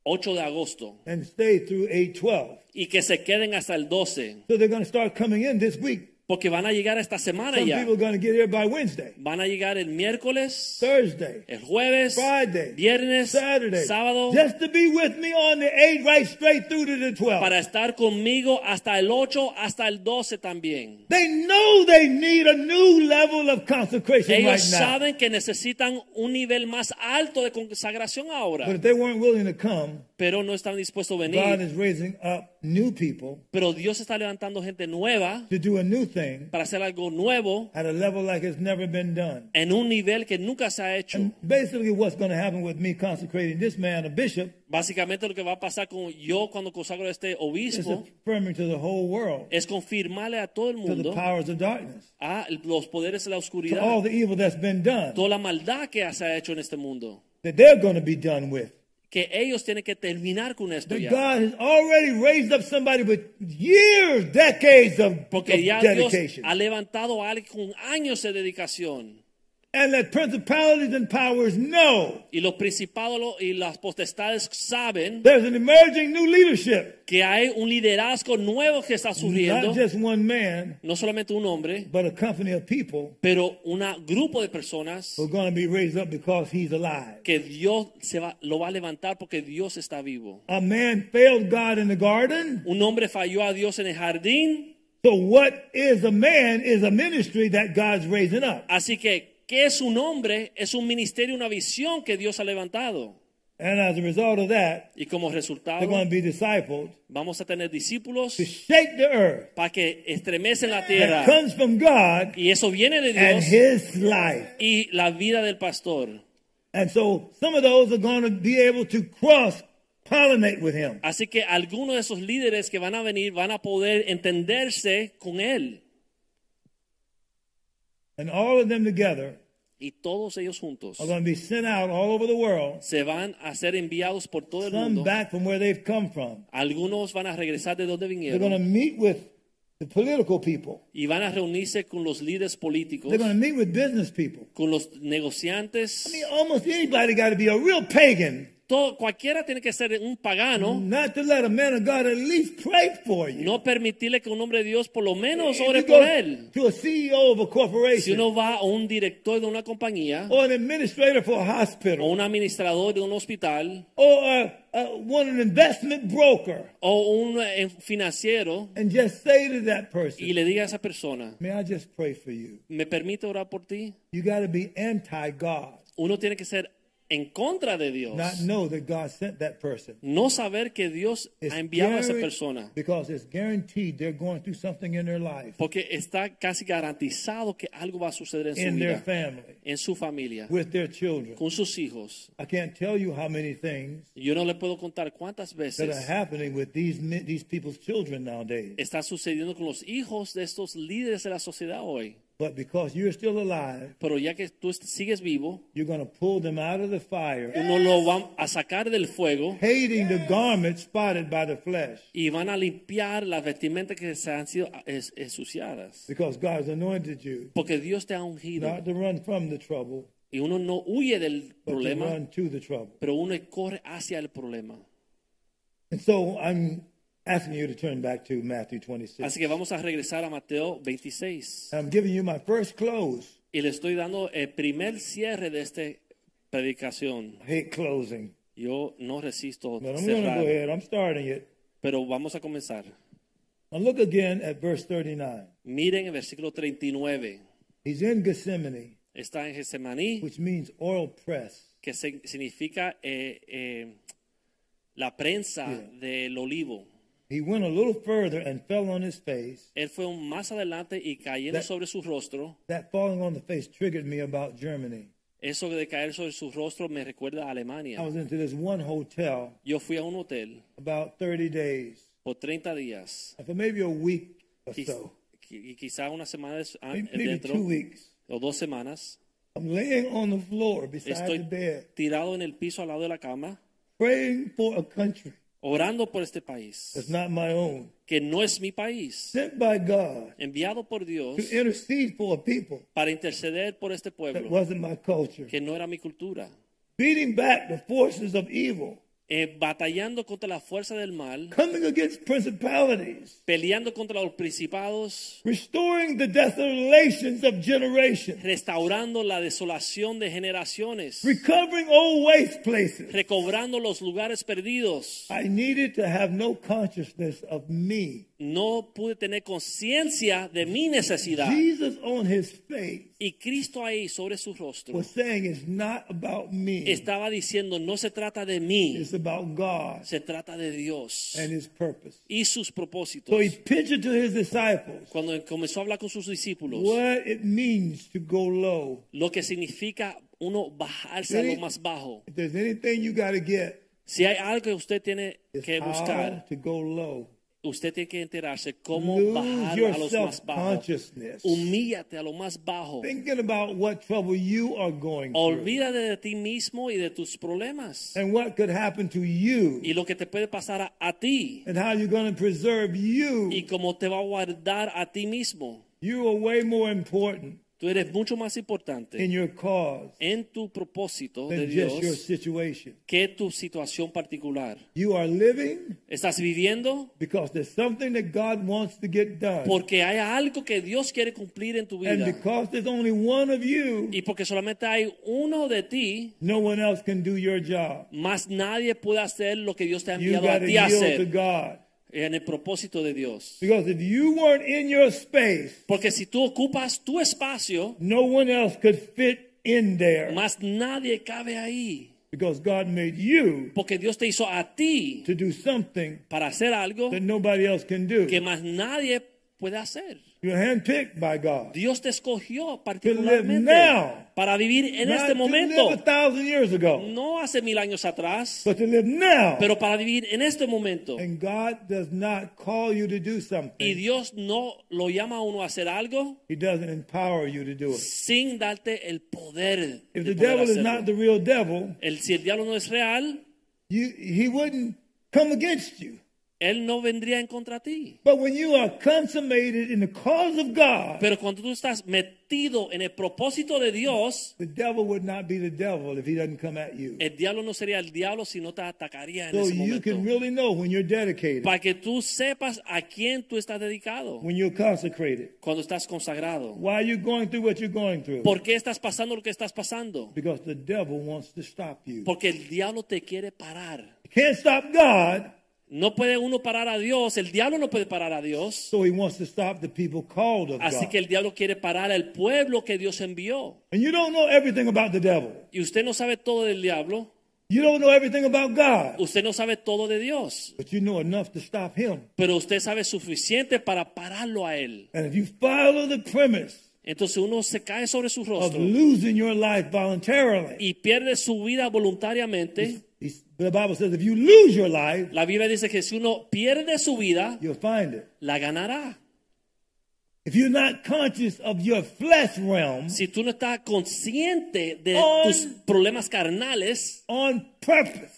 [SPEAKER 3] 8 de agosto
[SPEAKER 2] and stay through 8 12.
[SPEAKER 3] y que se queden hasta el 12.
[SPEAKER 2] So they're going to start coming in this week.
[SPEAKER 3] Porque van a llegar esta semana
[SPEAKER 2] Some
[SPEAKER 3] ya.
[SPEAKER 2] people are going to get here by Wednesday,
[SPEAKER 3] Van a llegar el miércoles,
[SPEAKER 2] Thursday,
[SPEAKER 3] el jueves,
[SPEAKER 2] Friday,
[SPEAKER 3] viernes,
[SPEAKER 2] Saturday,
[SPEAKER 3] sábado,
[SPEAKER 2] just to be with me on the 8 right straight through to the 12.
[SPEAKER 3] para estar conmigo hasta el 8, hasta el 12 también.
[SPEAKER 2] They know they need a new level of consecration
[SPEAKER 3] Ellos
[SPEAKER 2] right now.
[SPEAKER 3] saben que necesitan un nivel más alto de consagración ahora,
[SPEAKER 2] But if they weren't willing to come,
[SPEAKER 3] pero no están dispuestos a
[SPEAKER 2] God
[SPEAKER 3] venir.
[SPEAKER 2] is raising up new people
[SPEAKER 3] Pero Dios está levantando gente nueva
[SPEAKER 2] to do a new thing
[SPEAKER 3] para hacer algo nuevo
[SPEAKER 2] at a level like it's never been done.
[SPEAKER 3] en un nivel que nunca se ha hecho.
[SPEAKER 2] Basically, what's going to happen with me consecrating this man a bishop
[SPEAKER 3] Básicamente lo que va a pasar con yo cuando consagro a este
[SPEAKER 2] is
[SPEAKER 3] obispo
[SPEAKER 2] affirming to the whole world,
[SPEAKER 3] es confirmarle a todo el
[SPEAKER 2] to the
[SPEAKER 3] mundo
[SPEAKER 2] powers of darkness,
[SPEAKER 3] a el- los poderes de la
[SPEAKER 2] to all
[SPEAKER 3] oscuridad,
[SPEAKER 2] the evil that's been done,
[SPEAKER 3] toda la maldad que se ha hecho en este mundo,
[SPEAKER 2] that they're going to be done with.
[SPEAKER 3] que ellos tienen que terminar con esto
[SPEAKER 2] That
[SPEAKER 3] ya.
[SPEAKER 2] God has already raised up somebody with years, decades of, of
[SPEAKER 3] Porque ya Dios
[SPEAKER 2] dedication.
[SPEAKER 3] ha levantado a alguien con años de dedicación.
[SPEAKER 2] and let principalities and powers know
[SPEAKER 3] Y los principados lo- y las potestades saben
[SPEAKER 2] there's an emerging new leadership.
[SPEAKER 3] que hay un liderazgo nuevo que está surgiendo,
[SPEAKER 2] Not just one man,
[SPEAKER 3] no solamente un hombre,
[SPEAKER 2] but a company of people
[SPEAKER 3] pero un grupo de personas
[SPEAKER 2] who are going to be raised up because he's alive.
[SPEAKER 3] que Dios se va- lo va a levantar porque Dios está vivo.
[SPEAKER 2] A man failed God in the garden.
[SPEAKER 3] Un hombre falló a Dios en el jardín,
[SPEAKER 2] So, what is a man is a ministry that God's raising up.
[SPEAKER 3] así que ¿qué es un hombre? Es un ministerio, una visión que Dios ha levantado.
[SPEAKER 2] And as a result of that,
[SPEAKER 3] Y como resultado
[SPEAKER 2] they're going to be discipled
[SPEAKER 3] vamos a tener discípulos
[SPEAKER 2] to shake the earth
[SPEAKER 3] para que estremecen la
[SPEAKER 2] that
[SPEAKER 3] tierra.
[SPEAKER 2] comes from God
[SPEAKER 3] Y eso viene de
[SPEAKER 2] and
[SPEAKER 3] Dios
[SPEAKER 2] his life.
[SPEAKER 3] y la vida del pastor.
[SPEAKER 2] And so, some of those are going to be able to cross pollinate with him.
[SPEAKER 3] Así que algunos de esos líderes que van a venir van a poder entenderse con él.
[SPEAKER 2] And all of them together
[SPEAKER 3] Y todos ellos juntos
[SPEAKER 2] are going to be sent out all over the world,
[SPEAKER 3] se van a ser enviados por todo el
[SPEAKER 2] some
[SPEAKER 3] mundo.
[SPEAKER 2] back from where they've come from.
[SPEAKER 3] Algunos van a regresar de donde
[SPEAKER 2] They're going to
[SPEAKER 3] vinieron
[SPEAKER 2] meet with the political people.
[SPEAKER 3] y van a reunirse con los líderes políticos,
[SPEAKER 2] They're going to meet with business people.
[SPEAKER 3] con los negociantes.
[SPEAKER 2] I mean, almost anybody got to be a real pagan
[SPEAKER 3] Todo, cualquiera tiene que ser un pagano.
[SPEAKER 2] not to let a man of God at least pray for you.
[SPEAKER 3] No permitirle que un hombre de Dios por lo menos
[SPEAKER 2] If
[SPEAKER 3] ore
[SPEAKER 2] you
[SPEAKER 3] por
[SPEAKER 2] go
[SPEAKER 3] él.
[SPEAKER 2] to a CEO of a
[SPEAKER 3] Si
[SPEAKER 2] corporation
[SPEAKER 3] uno va a un director de una compañía
[SPEAKER 2] or an administrator for a
[SPEAKER 3] o
[SPEAKER 2] hospital
[SPEAKER 3] un administrador de un hospital
[SPEAKER 2] or a, a, one an investment broker
[SPEAKER 3] o un eh, financiero
[SPEAKER 2] and just say to that
[SPEAKER 3] y
[SPEAKER 2] person,
[SPEAKER 3] le diga a esa persona,
[SPEAKER 2] may I just pray for you?
[SPEAKER 3] ¿me permite orar por ti?
[SPEAKER 2] You got to be anti-God,
[SPEAKER 3] Uno tiene que ser en contra de Dios.
[SPEAKER 2] not know that God sent that person.
[SPEAKER 3] No saber que Dios
[SPEAKER 2] It's
[SPEAKER 3] ha enviado a esa
[SPEAKER 2] guaran-
[SPEAKER 3] persona.
[SPEAKER 2] Because it's guaranteed they're going through something in their life,
[SPEAKER 3] Porque está casi garantizado que algo va a suceder en su
[SPEAKER 2] in their
[SPEAKER 3] vida,
[SPEAKER 2] family,
[SPEAKER 3] en su familia,
[SPEAKER 2] with their children.
[SPEAKER 3] con sus hijos.
[SPEAKER 2] I can't tell you how many things
[SPEAKER 3] Yo no le puedo contar cuántas
[SPEAKER 2] that are
[SPEAKER 3] veces
[SPEAKER 2] happening with these men- these people's children nowadays.
[SPEAKER 3] está sucediendo con los hijos de estos líderes de la sociedad hoy.
[SPEAKER 2] But because you're still alive,
[SPEAKER 3] Pero ya que tú est- sigues vivo,
[SPEAKER 2] you're going to pull them out of the fire,
[SPEAKER 3] uno lo va a sacar del fuego
[SPEAKER 2] hating the garment spotted by the flesh,
[SPEAKER 3] y van a limpiar las vestimentas que se han sido eh, es- ensuciadas.
[SPEAKER 2] because God's anointed you
[SPEAKER 3] Porque Dios te ha ungido
[SPEAKER 2] not to run from the trouble,
[SPEAKER 3] y uno no huye del
[SPEAKER 2] but to
[SPEAKER 3] problema,
[SPEAKER 2] run to the trouble.
[SPEAKER 3] pero uno corre hacia el problema.
[SPEAKER 2] And so I'm asking you to turn back to Matthew 26.
[SPEAKER 3] Así que vamos a regresar a Mateo 26.
[SPEAKER 2] I'm giving you my first close.
[SPEAKER 3] Y le estoy dando el primer cierre de esta predicación.
[SPEAKER 2] I hate closing,
[SPEAKER 3] Yo no resisto
[SPEAKER 2] but I'm going to go
[SPEAKER 3] cerrar,
[SPEAKER 2] ahead. I'm starting it.
[SPEAKER 3] pero vamos a comenzar.
[SPEAKER 2] Now look again at verse 39.
[SPEAKER 3] Miren el versículo 39.
[SPEAKER 2] He's in Gethsemane,
[SPEAKER 3] Está en Getsemaní,
[SPEAKER 2] which means oil press.
[SPEAKER 3] que se- significa eh, eh, la prensa del olivo.
[SPEAKER 2] He went a little further and fell on his face.
[SPEAKER 3] Él fue un más adelante y cayendo
[SPEAKER 2] That-
[SPEAKER 3] sobre su rostro.
[SPEAKER 2] That falling on the face triggered me about Germany.
[SPEAKER 3] Eso de caer sobre su rostro me recuerda a
[SPEAKER 2] I
[SPEAKER 3] Alemania.
[SPEAKER 2] was into this one hotel
[SPEAKER 3] Yo fui a un hotel
[SPEAKER 2] about 30 days,
[SPEAKER 3] por 30 días
[SPEAKER 2] for maybe a week or
[SPEAKER 3] Quiz-
[SPEAKER 2] so,
[SPEAKER 3] qui- y quizá una semana des- an-
[SPEAKER 2] maybe, maybe
[SPEAKER 3] Ah, dentro
[SPEAKER 2] two weeks.
[SPEAKER 3] o dos semanas.
[SPEAKER 2] I'm laying on the floor beside the
[SPEAKER 3] Estoy
[SPEAKER 2] bed,
[SPEAKER 3] tirado en el piso al lado de la cama,
[SPEAKER 2] praying for a country
[SPEAKER 3] orando por este país,
[SPEAKER 2] that's not my own,
[SPEAKER 3] que no es mi país,
[SPEAKER 2] sent by God
[SPEAKER 3] enviado por Dios
[SPEAKER 2] to intercede for a people
[SPEAKER 3] para interceder por este
[SPEAKER 2] that
[SPEAKER 3] pueblo,
[SPEAKER 2] wasn't my culture,
[SPEAKER 3] que no era mi cultura,
[SPEAKER 2] beating back the forces of evil
[SPEAKER 3] eh, batallando contra la fuerza del mal,
[SPEAKER 2] coming against principalities,
[SPEAKER 3] peleando contra los principados,
[SPEAKER 2] restoring the desolations of generations,
[SPEAKER 3] restaurando la desolación de generaciones,
[SPEAKER 2] recovering old waste places.
[SPEAKER 3] recobrando los lugares perdidos.
[SPEAKER 2] I needed to have no consciousness of me.
[SPEAKER 3] No pude tener conciencia de mi necesidad.
[SPEAKER 2] Jesus on his face
[SPEAKER 3] Y Cristo ahí sobre su rostro
[SPEAKER 2] was saying it's not about me.
[SPEAKER 3] estaba diciendo, no se trata de mí,
[SPEAKER 2] It's about God
[SPEAKER 3] se trata de Dios
[SPEAKER 2] and his purpose.
[SPEAKER 3] y sus
[SPEAKER 2] So
[SPEAKER 3] propósitos.
[SPEAKER 2] he pictured to his disciples
[SPEAKER 3] Cuando comenzó a hablar con sus discípulos,
[SPEAKER 2] what it means to go low.
[SPEAKER 3] lo que significa uno bajarse a lo más bajo.
[SPEAKER 2] If there's anything you got to get,
[SPEAKER 3] Si hay algo que usted tiene
[SPEAKER 2] it's
[SPEAKER 3] que
[SPEAKER 2] how
[SPEAKER 3] buscar,
[SPEAKER 2] to go low.
[SPEAKER 3] usted tiene que enterarse cómo
[SPEAKER 2] Lose
[SPEAKER 3] bajar
[SPEAKER 2] your
[SPEAKER 3] a los más bajos.
[SPEAKER 2] self-consciousness.
[SPEAKER 3] Humíllate a lo más bajo.
[SPEAKER 2] Thinking about what trouble you are going through
[SPEAKER 3] Olvídate de ti mismo y de tus problemas
[SPEAKER 2] and what could happen to
[SPEAKER 3] y
[SPEAKER 2] you
[SPEAKER 3] lo que te puede pasar a, a ti
[SPEAKER 2] and how you're going to preserve
[SPEAKER 3] y
[SPEAKER 2] you.
[SPEAKER 3] cómo te va a guardar a ti mismo.
[SPEAKER 2] You are way more important
[SPEAKER 3] Tú eres mucho más
[SPEAKER 2] in
[SPEAKER 3] importante
[SPEAKER 2] your cause
[SPEAKER 3] en tu propósito de
[SPEAKER 2] than just your
[SPEAKER 3] Dios
[SPEAKER 2] situation.
[SPEAKER 3] que tu situación particular.
[SPEAKER 2] You are living
[SPEAKER 3] Estás viviendo
[SPEAKER 2] because there's something that God wants to get done.
[SPEAKER 3] porque hay algo que Dios quiere cumplir en tu
[SPEAKER 2] And
[SPEAKER 3] vida.
[SPEAKER 2] because there's only one of you,
[SPEAKER 3] Y porque solamente hay uno de ti,
[SPEAKER 2] no one else can do your job.
[SPEAKER 3] más nadie puede hacer lo que Dios te ha
[SPEAKER 2] You
[SPEAKER 3] enviado
[SPEAKER 2] got
[SPEAKER 3] a
[SPEAKER 2] to
[SPEAKER 3] ti a
[SPEAKER 2] yield to
[SPEAKER 3] hacer
[SPEAKER 2] God.
[SPEAKER 3] en el propósito de Dios.
[SPEAKER 2] Because if you weren't in your space,
[SPEAKER 3] Porque si tú ocupas tu espacio,
[SPEAKER 2] no one else could fit in there.
[SPEAKER 3] más nadie cabe ahí.
[SPEAKER 2] Because God made you
[SPEAKER 3] Porque Dios te hizo a ti
[SPEAKER 2] to do something
[SPEAKER 3] para hacer algo
[SPEAKER 2] that nobody else can do.
[SPEAKER 3] que más nadie puede hacer.
[SPEAKER 2] You're handpicked by God.
[SPEAKER 3] Dios te escogió
[SPEAKER 2] To
[SPEAKER 3] particularmente
[SPEAKER 2] live now.
[SPEAKER 3] para vivir en
[SPEAKER 2] Not to live
[SPEAKER 3] este
[SPEAKER 2] a
[SPEAKER 3] momento,
[SPEAKER 2] thousand years ago,
[SPEAKER 3] no hace mil años atrás,
[SPEAKER 2] but to live now.
[SPEAKER 3] pero para vivir en este momento.
[SPEAKER 2] And God does not call you to do
[SPEAKER 3] Y
[SPEAKER 2] something.
[SPEAKER 3] Dios no lo llama a uno a hacer algo
[SPEAKER 2] He doesn't empower you to do it.
[SPEAKER 3] sin darte el poder.
[SPEAKER 2] If the
[SPEAKER 3] de poder
[SPEAKER 2] devil is
[SPEAKER 3] hacerlo.
[SPEAKER 2] not the real devil,
[SPEAKER 3] el, si el diablo no es real,
[SPEAKER 2] you, he wouldn't come against you.
[SPEAKER 3] él no vendría en contra de ti.
[SPEAKER 2] But when you are consummated in the cause of God,
[SPEAKER 3] Pero cuando tú estás metido en el propósito de Dios,
[SPEAKER 2] the devil would not be the devil if he doesn't come at you.
[SPEAKER 3] el diablo no sería el diablo si no te atacaría en
[SPEAKER 2] So
[SPEAKER 3] ese
[SPEAKER 2] you
[SPEAKER 3] momento.
[SPEAKER 2] can really know when you're dedicated,
[SPEAKER 3] Para que tú sepas a quién tú estás dedicado
[SPEAKER 2] when you're consecrated.
[SPEAKER 3] cuando estás consagrado.
[SPEAKER 2] Why are you going through what you're going through?
[SPEAKER 3] ¿Por qué estás pasando lo que estás pasando?
[SPEAKER 2] Because the devil wants to stop you.
[SPEAKER 3] Porque el diablo te quiere parar.
[SPEAKER 2] You can't stop God,
[SPEAKER 3] No puede uno parar a Dios, el diablo no puede parar a Dios.
[SPEAKER 2] so he wants to stop the people called of
[SPEAKER 3] Así
[SPEAKER 2] God.
[SPEAKER 3] que el diablo quiere parar al pueblo que Dios envió.
[SPEAKER 2] And you don't know everything about the devil.
[SPEAKER 3] Y usted no sabe todo del diablo,
[SPEAKER 2] You don't know everything about God,
[SPEAKER 3] usted no sabe todo de Dios,
[SPEAKER 2] but you know enough to stop him.
[SPEAKER 3] pero usted sabe suficiente para pararlo a él.
[SPEAKER 2] And if you follow the premise
[SPEAKER 3] Entonces uno se cae sobre su
[SPEAKER 2] of
[SPEAKER 3] rostro
[SPEAKER 2] losing your life voluntarily,
[SPEAKER 3] y pierde su vida voluntariamente.
[SPEAKER 2] he's- the Bible says if you lose your life,
[SPEAKER 3] La Biblia dice que si uno pierde su vida,
[SPEAKER 2] you'll find it.
[SPEAKER 3] la ganará.
[SPEAKER 2] If you're not conscious of your flesh realm
[SPEAKER 3] Si tú no estás consciente de
[SPEAKER 2] On-
[SPEAKER 3] tus problemas carnales
[SPEAKER 2] on purpose,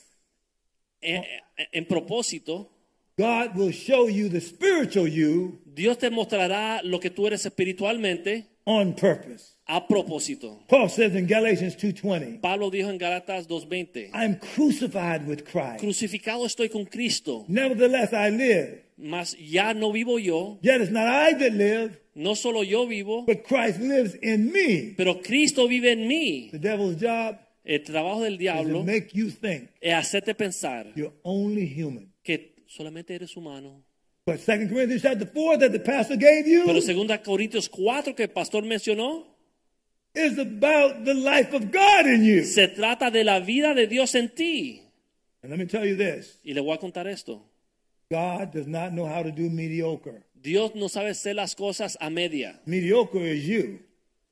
[SPEAKER 3] eh, eh, en propósito,
[SPEAKER 2] God will show you the spiritual you
[SPEAKER 3] Dios te mostrará lo que tú eres espiritualmente
[SPEAKER 2] on purpose.
[SPEAKER 3] a propósito.
[SPEAKER 2] Paul says in Galatians 2:20,
[SPEAKER 3] Pablo dijo en Galatas 2:20.
[SPEAKER 2] I am crucified with Christ.
[SPEAKER 3] Crucificado estoy con Cristo,
[SPEAKER 2] Nevertheless I live.
[SPEAKER 3] mas ya no vivo yo,
[SPEAKER 2] Yet it's not I that live,
[SPEAKER 3] no solo yo vivo,
[SPEAKER 2] but Christ lives in me.
[SPEAKER 3] pero Cristo vive en mí.
[SPEAKER 2] The devil's job
[SPEAKER 3] El trabajo del
[SPEAKER 2] is to
[SPEAKER 3] diablo
[SPEAKER 2] make you think
[SPEAKER 3] es hacerte pensar
[SPEAKER 2] you're only human.
[SPEAKER 3] que solamente eres humano.
[SPEAKER 2] But 2 Corinthians chapter 4 that the pastor gave
[SPEAKER 3] Pero
[SPEAKER 2] you
[SPEAKER 3] 2 Corintios 4 que el pastor mencionó,
[SPEAKER 2] is about the life of God in you.
[SPEAKER 3] se trata de la vida de Dios en ti.
[SPEAKER 2] And let me tell you this,
[SPEAKER 3] Y le voy a contar esto.
[SPEAKER 2] God does not know how to do mediocre.
[SPEAKER 3] Dios no sabe hacer las cosas a media.
[SPEAKER 2] Mediocre is you.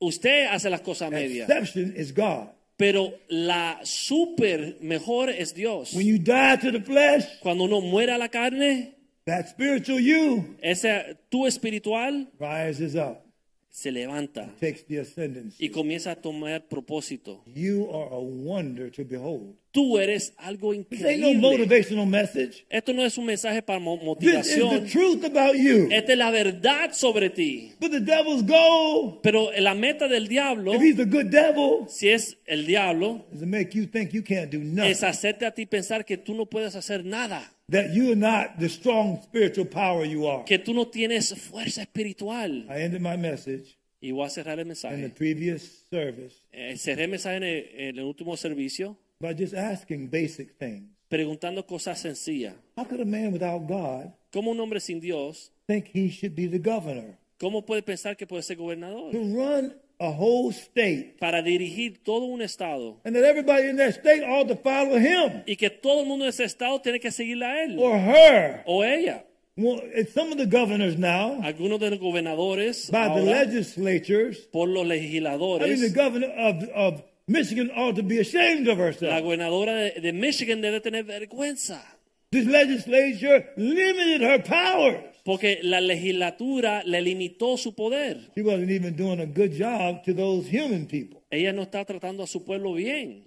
[SPEAKER 3] Usted hace las cosas a media,
[SPEAKER 2] Exception is God.
[SPEAKER 3] pero la super mejor es Dios.
[SPEAKER 2] When you die to the flesh,
[SPEAKER 3] Cuando uno muere a la carne,
[SPEAKER 2] that spiritual you
[SPEAKER 3] Ese tú espiritual
[SPEAKER 2] rises up,
[SPEAKER 3] se levanta
[SPEAKER 2] takes the ascendance.
[SPEAKER 3] y comienza a tomar propósito.
[SPEAKER 2] You are a wonder to behold.
[SPEAKER 3] Tú eres algo
[SPEAKER 2] This ain't no
[SPEAKER 3] increíble.
[SPEAKER 2] motivational message.
[SPEAKER 3] Esto no es un mensaje para mo-
[SPEAKER 2] This is
[SPEAKER 3] motivación.
[SPEAKER 2] the truth about you.
[SPEAKER 3] Esta es la verdad sobre ti.
[SPEAKER 2] But the devil's goal,
[SPEAKER 3] Pero la meta del diablo,
[SPEAKER 2] if he's a good devil,
[SPEAKER 3] si es el diablo,
[SPEAKER 2] is to make you think you can't do
[SPEAKER 3] es
[SPEAKER 2] nothing.
[SPEAKER 3] hacerte a ti pensar que tú no puedes hacer nada,
[SPEAKER 2] That you are not the strong spiritual power you are.
[SPEAKER 3] que tú no tienes fuerza espiritual.
[SPEAKER 2] I ended my message
[SPEAKER 3] Y voy a cerrar el
[SPEAKER 2] in the
[SPEAKER 3] mensaje.
[SPEAKER 2] previous service
[SPEAKER 3] Eh, cerré el mensaje en el, en el último servicio
[SPEAKER 2] by just asking basic things.
[SPEAKER 3] preguntando cosas sencillas.
[SPEAKER 2] How could a man without God
[SPEAKER 3] ¿Cómo un hombre sin Dios,
[SPEAKER 2] think he should be the governor?
[SPEAKER 3] cómo puede pensar que puede ser gobernador?
[SPEAKER 2] To run a whole state
[SPEAKER 3] Para dirigir todo un estado
[SPEAKER 2] and that everybody in that state ought to follow him
[SPEAKER 3] y que todo el mundo de ese estado tiene que seguirle a él
[SPEAKER 2] or her.
[SPEAKER 3] o ella.
[SPEAKER 2] Well, it's some of the governors now,
[SPEAKER 3] Algunos de los gobernadores
[SPEAKER 2] by the
[SPEAKER 3] ahora,
[SPEAKER 2] legislatures,
[SPEAKER 3] por los
[SPEAKER 2] I mean, the
[SPEAKER 3] legisladores
[SPEAKER 2] governor of, of Michigan ought to be ashamed of
[SPEAKER 3] La
[SPEAKER 2] herself.
[SPEAKER 3] gobernadora de, de Michigan debe tener vergüenza.
[SPEAKER 2] This legislature limited her powers.
[SPEAKER 3] Porque la legislatura le limitó su poder.
[SPEAKER 2] She wasn't even doing a good job to those human people.
[SPEAKER 3] Ella no está tratando a su pueblo bien.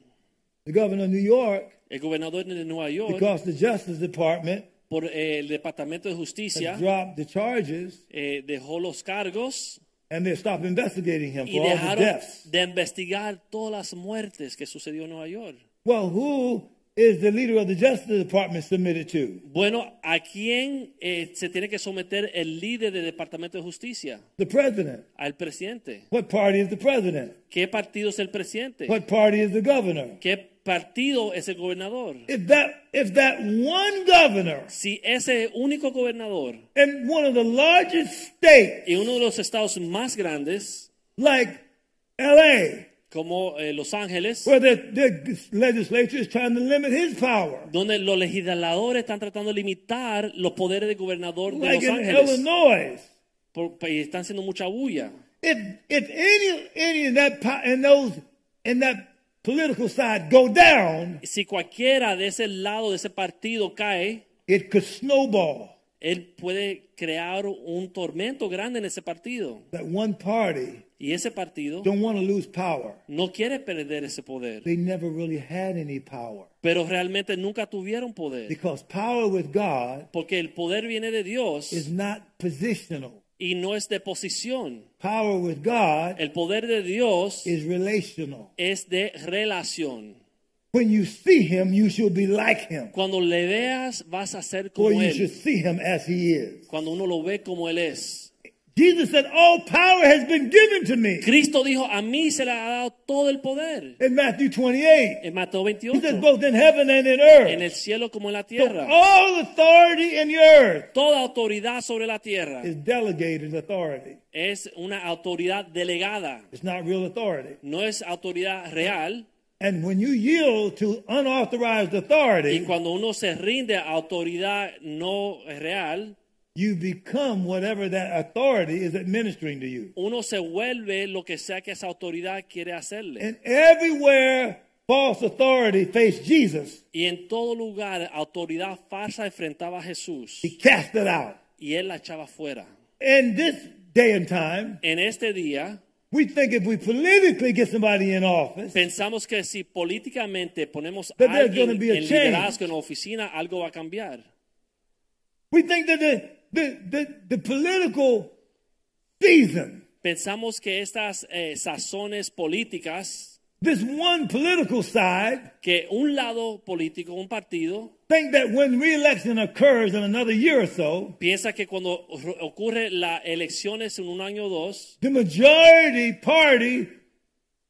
[SPEAKER 2] The governor of New York,
[SPEAKER 3] El gobernador de Nueva York,
[SPEAKER 2] because the Justice Department
[SPEAKER 3] por eh, el Departamento de Justicia,
[SPEAKER 2] has dropped the charges
[SPEAKER 3] eh, dejó los cargos
[SPEAKER 2] and they stopped investigating him
[SPEAKER 3] y
[SPEAKER 2] for all the
[SPEAKER 3] dejaron
[SPEAKER 2] deaths.
[SPEAKER 3] de investigar todas las muertes que sucedió en Nueva York.
[SPEAKER 2] Well, who is the leader of the Justice Department submitted to?
[SPEAKER 3] Bueno, ¿a quién eh, se tiene que someter el líder del Departamento de Justicia?
[SPEAKER 2] The president.
[SPEAKER 3] Al presidente.
[SPEAKER 2] What party is the president?
[SPEAKER 3] ¿Qué partido es el presidente?
[SPEAKER 2] What party is the governor?
[SPEAKER 3] ¿Qué partido es el gobernador?
[SPEAKER 2] If that if that one governor
[SPEAKER 3] si ese único gobernador
[SPEAKER 2] in one of the largest states
[SPEAKER 3] y uno de los estados más grandes,
[SPEAKER 2] like LA,
[SPEAKER 3] como eh, Los Ángeles,
[SPEAKER 2] where the, the legislature is trying to limit his power,
[SPEAKER 3] donde los legisladores están tratando de limitar los poderes del gobernador de
[SPEAKER 2] like
[SPEAKER 3] Los
[SPEAKER 2] in
[SPEAKER 3] Ángeles,
[SPEAKER 2] Illinois.
[SPEAKER 3] por- y están haciendo mucha bulla.
[SPEAKER 2] If if any any in that po- in those in that political side go down,
[SPEAKER 3] Si cualquiera de ese lado, de ese partido cae,
[SPEAKER 2] it could snowball.
[SPEAKER 3] él puede crear un tormento grande en ese partido.
[SPEAKER 2] That one party
[SPEAKER 3] Y ese partido
[SPEAKER 2] don't want to lose power.
[SPEAKER 3] no quiere perder ese poder,
[SPEAKER 2] They never really had any power
[SPEAKER 3] pero realmente nunca tuvieron poder,
[SPEAKER 2] because power with God
[SPEAKER 3] porque el poder viene de Dios
[SPEAKER 2] is not positional.
[SPEAKER 3] y no es de posición.
[SPEAKER 2] Power with God
[SPEAKER 3] El poder de Dios
[SPEAKER 2] is relational.
[SPEAKER 3] es de relación.
[SPEAKER 2] When you see him, you shall be like him,
[SPEAKER 3] Cuando le veas, vas a ser
[SPEAKER 2] or
[SPEAKER 3] como
[SPEAKER 2] you should
[SPEAKER 3] Él.
[SPEAKER 2] see him as he is.
[SPEAKER 3] Cuando uno lo ve como Él es.
[SPEAKER 2] Jesus said, All power has been given to me
[SPEAKER 3] Cristo dijo, a mí se le ha dado todo el poder.
[SPEAKER 2] in Matthew 28.
[SPEAKER 3] En Mateo
[SPEAKER 2] He said,
[SPEAKER 3] 28.
[SPEAKER 2] Both in heaven and in
[SPEAKER 3] En
[SPEAKER 2] earth.
[SPEAKER 3] el cielo como en la
[SPEAKER 2] So
[SPEAKER 3] tierra.
[SPEAKER 2] all authority in the earth
[SPEAKER 3] Toda autoridad sobre la tierra
[SPEAKER 2] is delegated authority,
[SPEAKER 3] es una autoridad delegada.
[SPEAKER 2] it's not real authority.
[SPEAKER 3] No es autoridad real.
[SPEAKER 2] And when you yield to unauthorized
[SPEAKER 3] Y
[SPEAKER 2] authority,
[SPEAKER 3] cuando uno se rinde a autoridad no real,
[SPEAKER 2] you become whatever that authority is administering to you.
[SPEAKER 3] uno se vuelve lo que sea que esa autoridad quiere hacerle.
[SPEAKER 2] And everywhere false authority faced Jesus,
[SPEAKER 3] Y en todo lugar, autoridad falsa enfrentaba a Jesús
[SPEAKER 2] he cast it out.
[SPEAKER 3] y él la echaba fuera.
[SPEAKER 2] In this day and time,
[SPEAKER 3] En este día,
[SPEAKER 2] we think if we politically get somebody in office,
[SPEAKER 3] pensamos que si políticamente ponemos a
[SPEAKER 2] That there's
[SPEAKER 3] alguien en
[SPEAKER 2] gonna be a
[SPEAKER 3] liderazgo en la oficina, algo va a cambiar.
[SPEAKER 2] we think that the, the, the, the political season,
[SPEAKER 3] Pensamos que estas eh, sazones políticas,
[SPEAKER 2] this one political side,
[SPEAKER 3] que un lado político, un partido,
[SPEAKER 2] think that when reelection occurs in another year or so,
[SPEAKER 3] piensa que cuando ro- ocurre las elecciones en un año o dos,
[SPEAKER 2] the majority party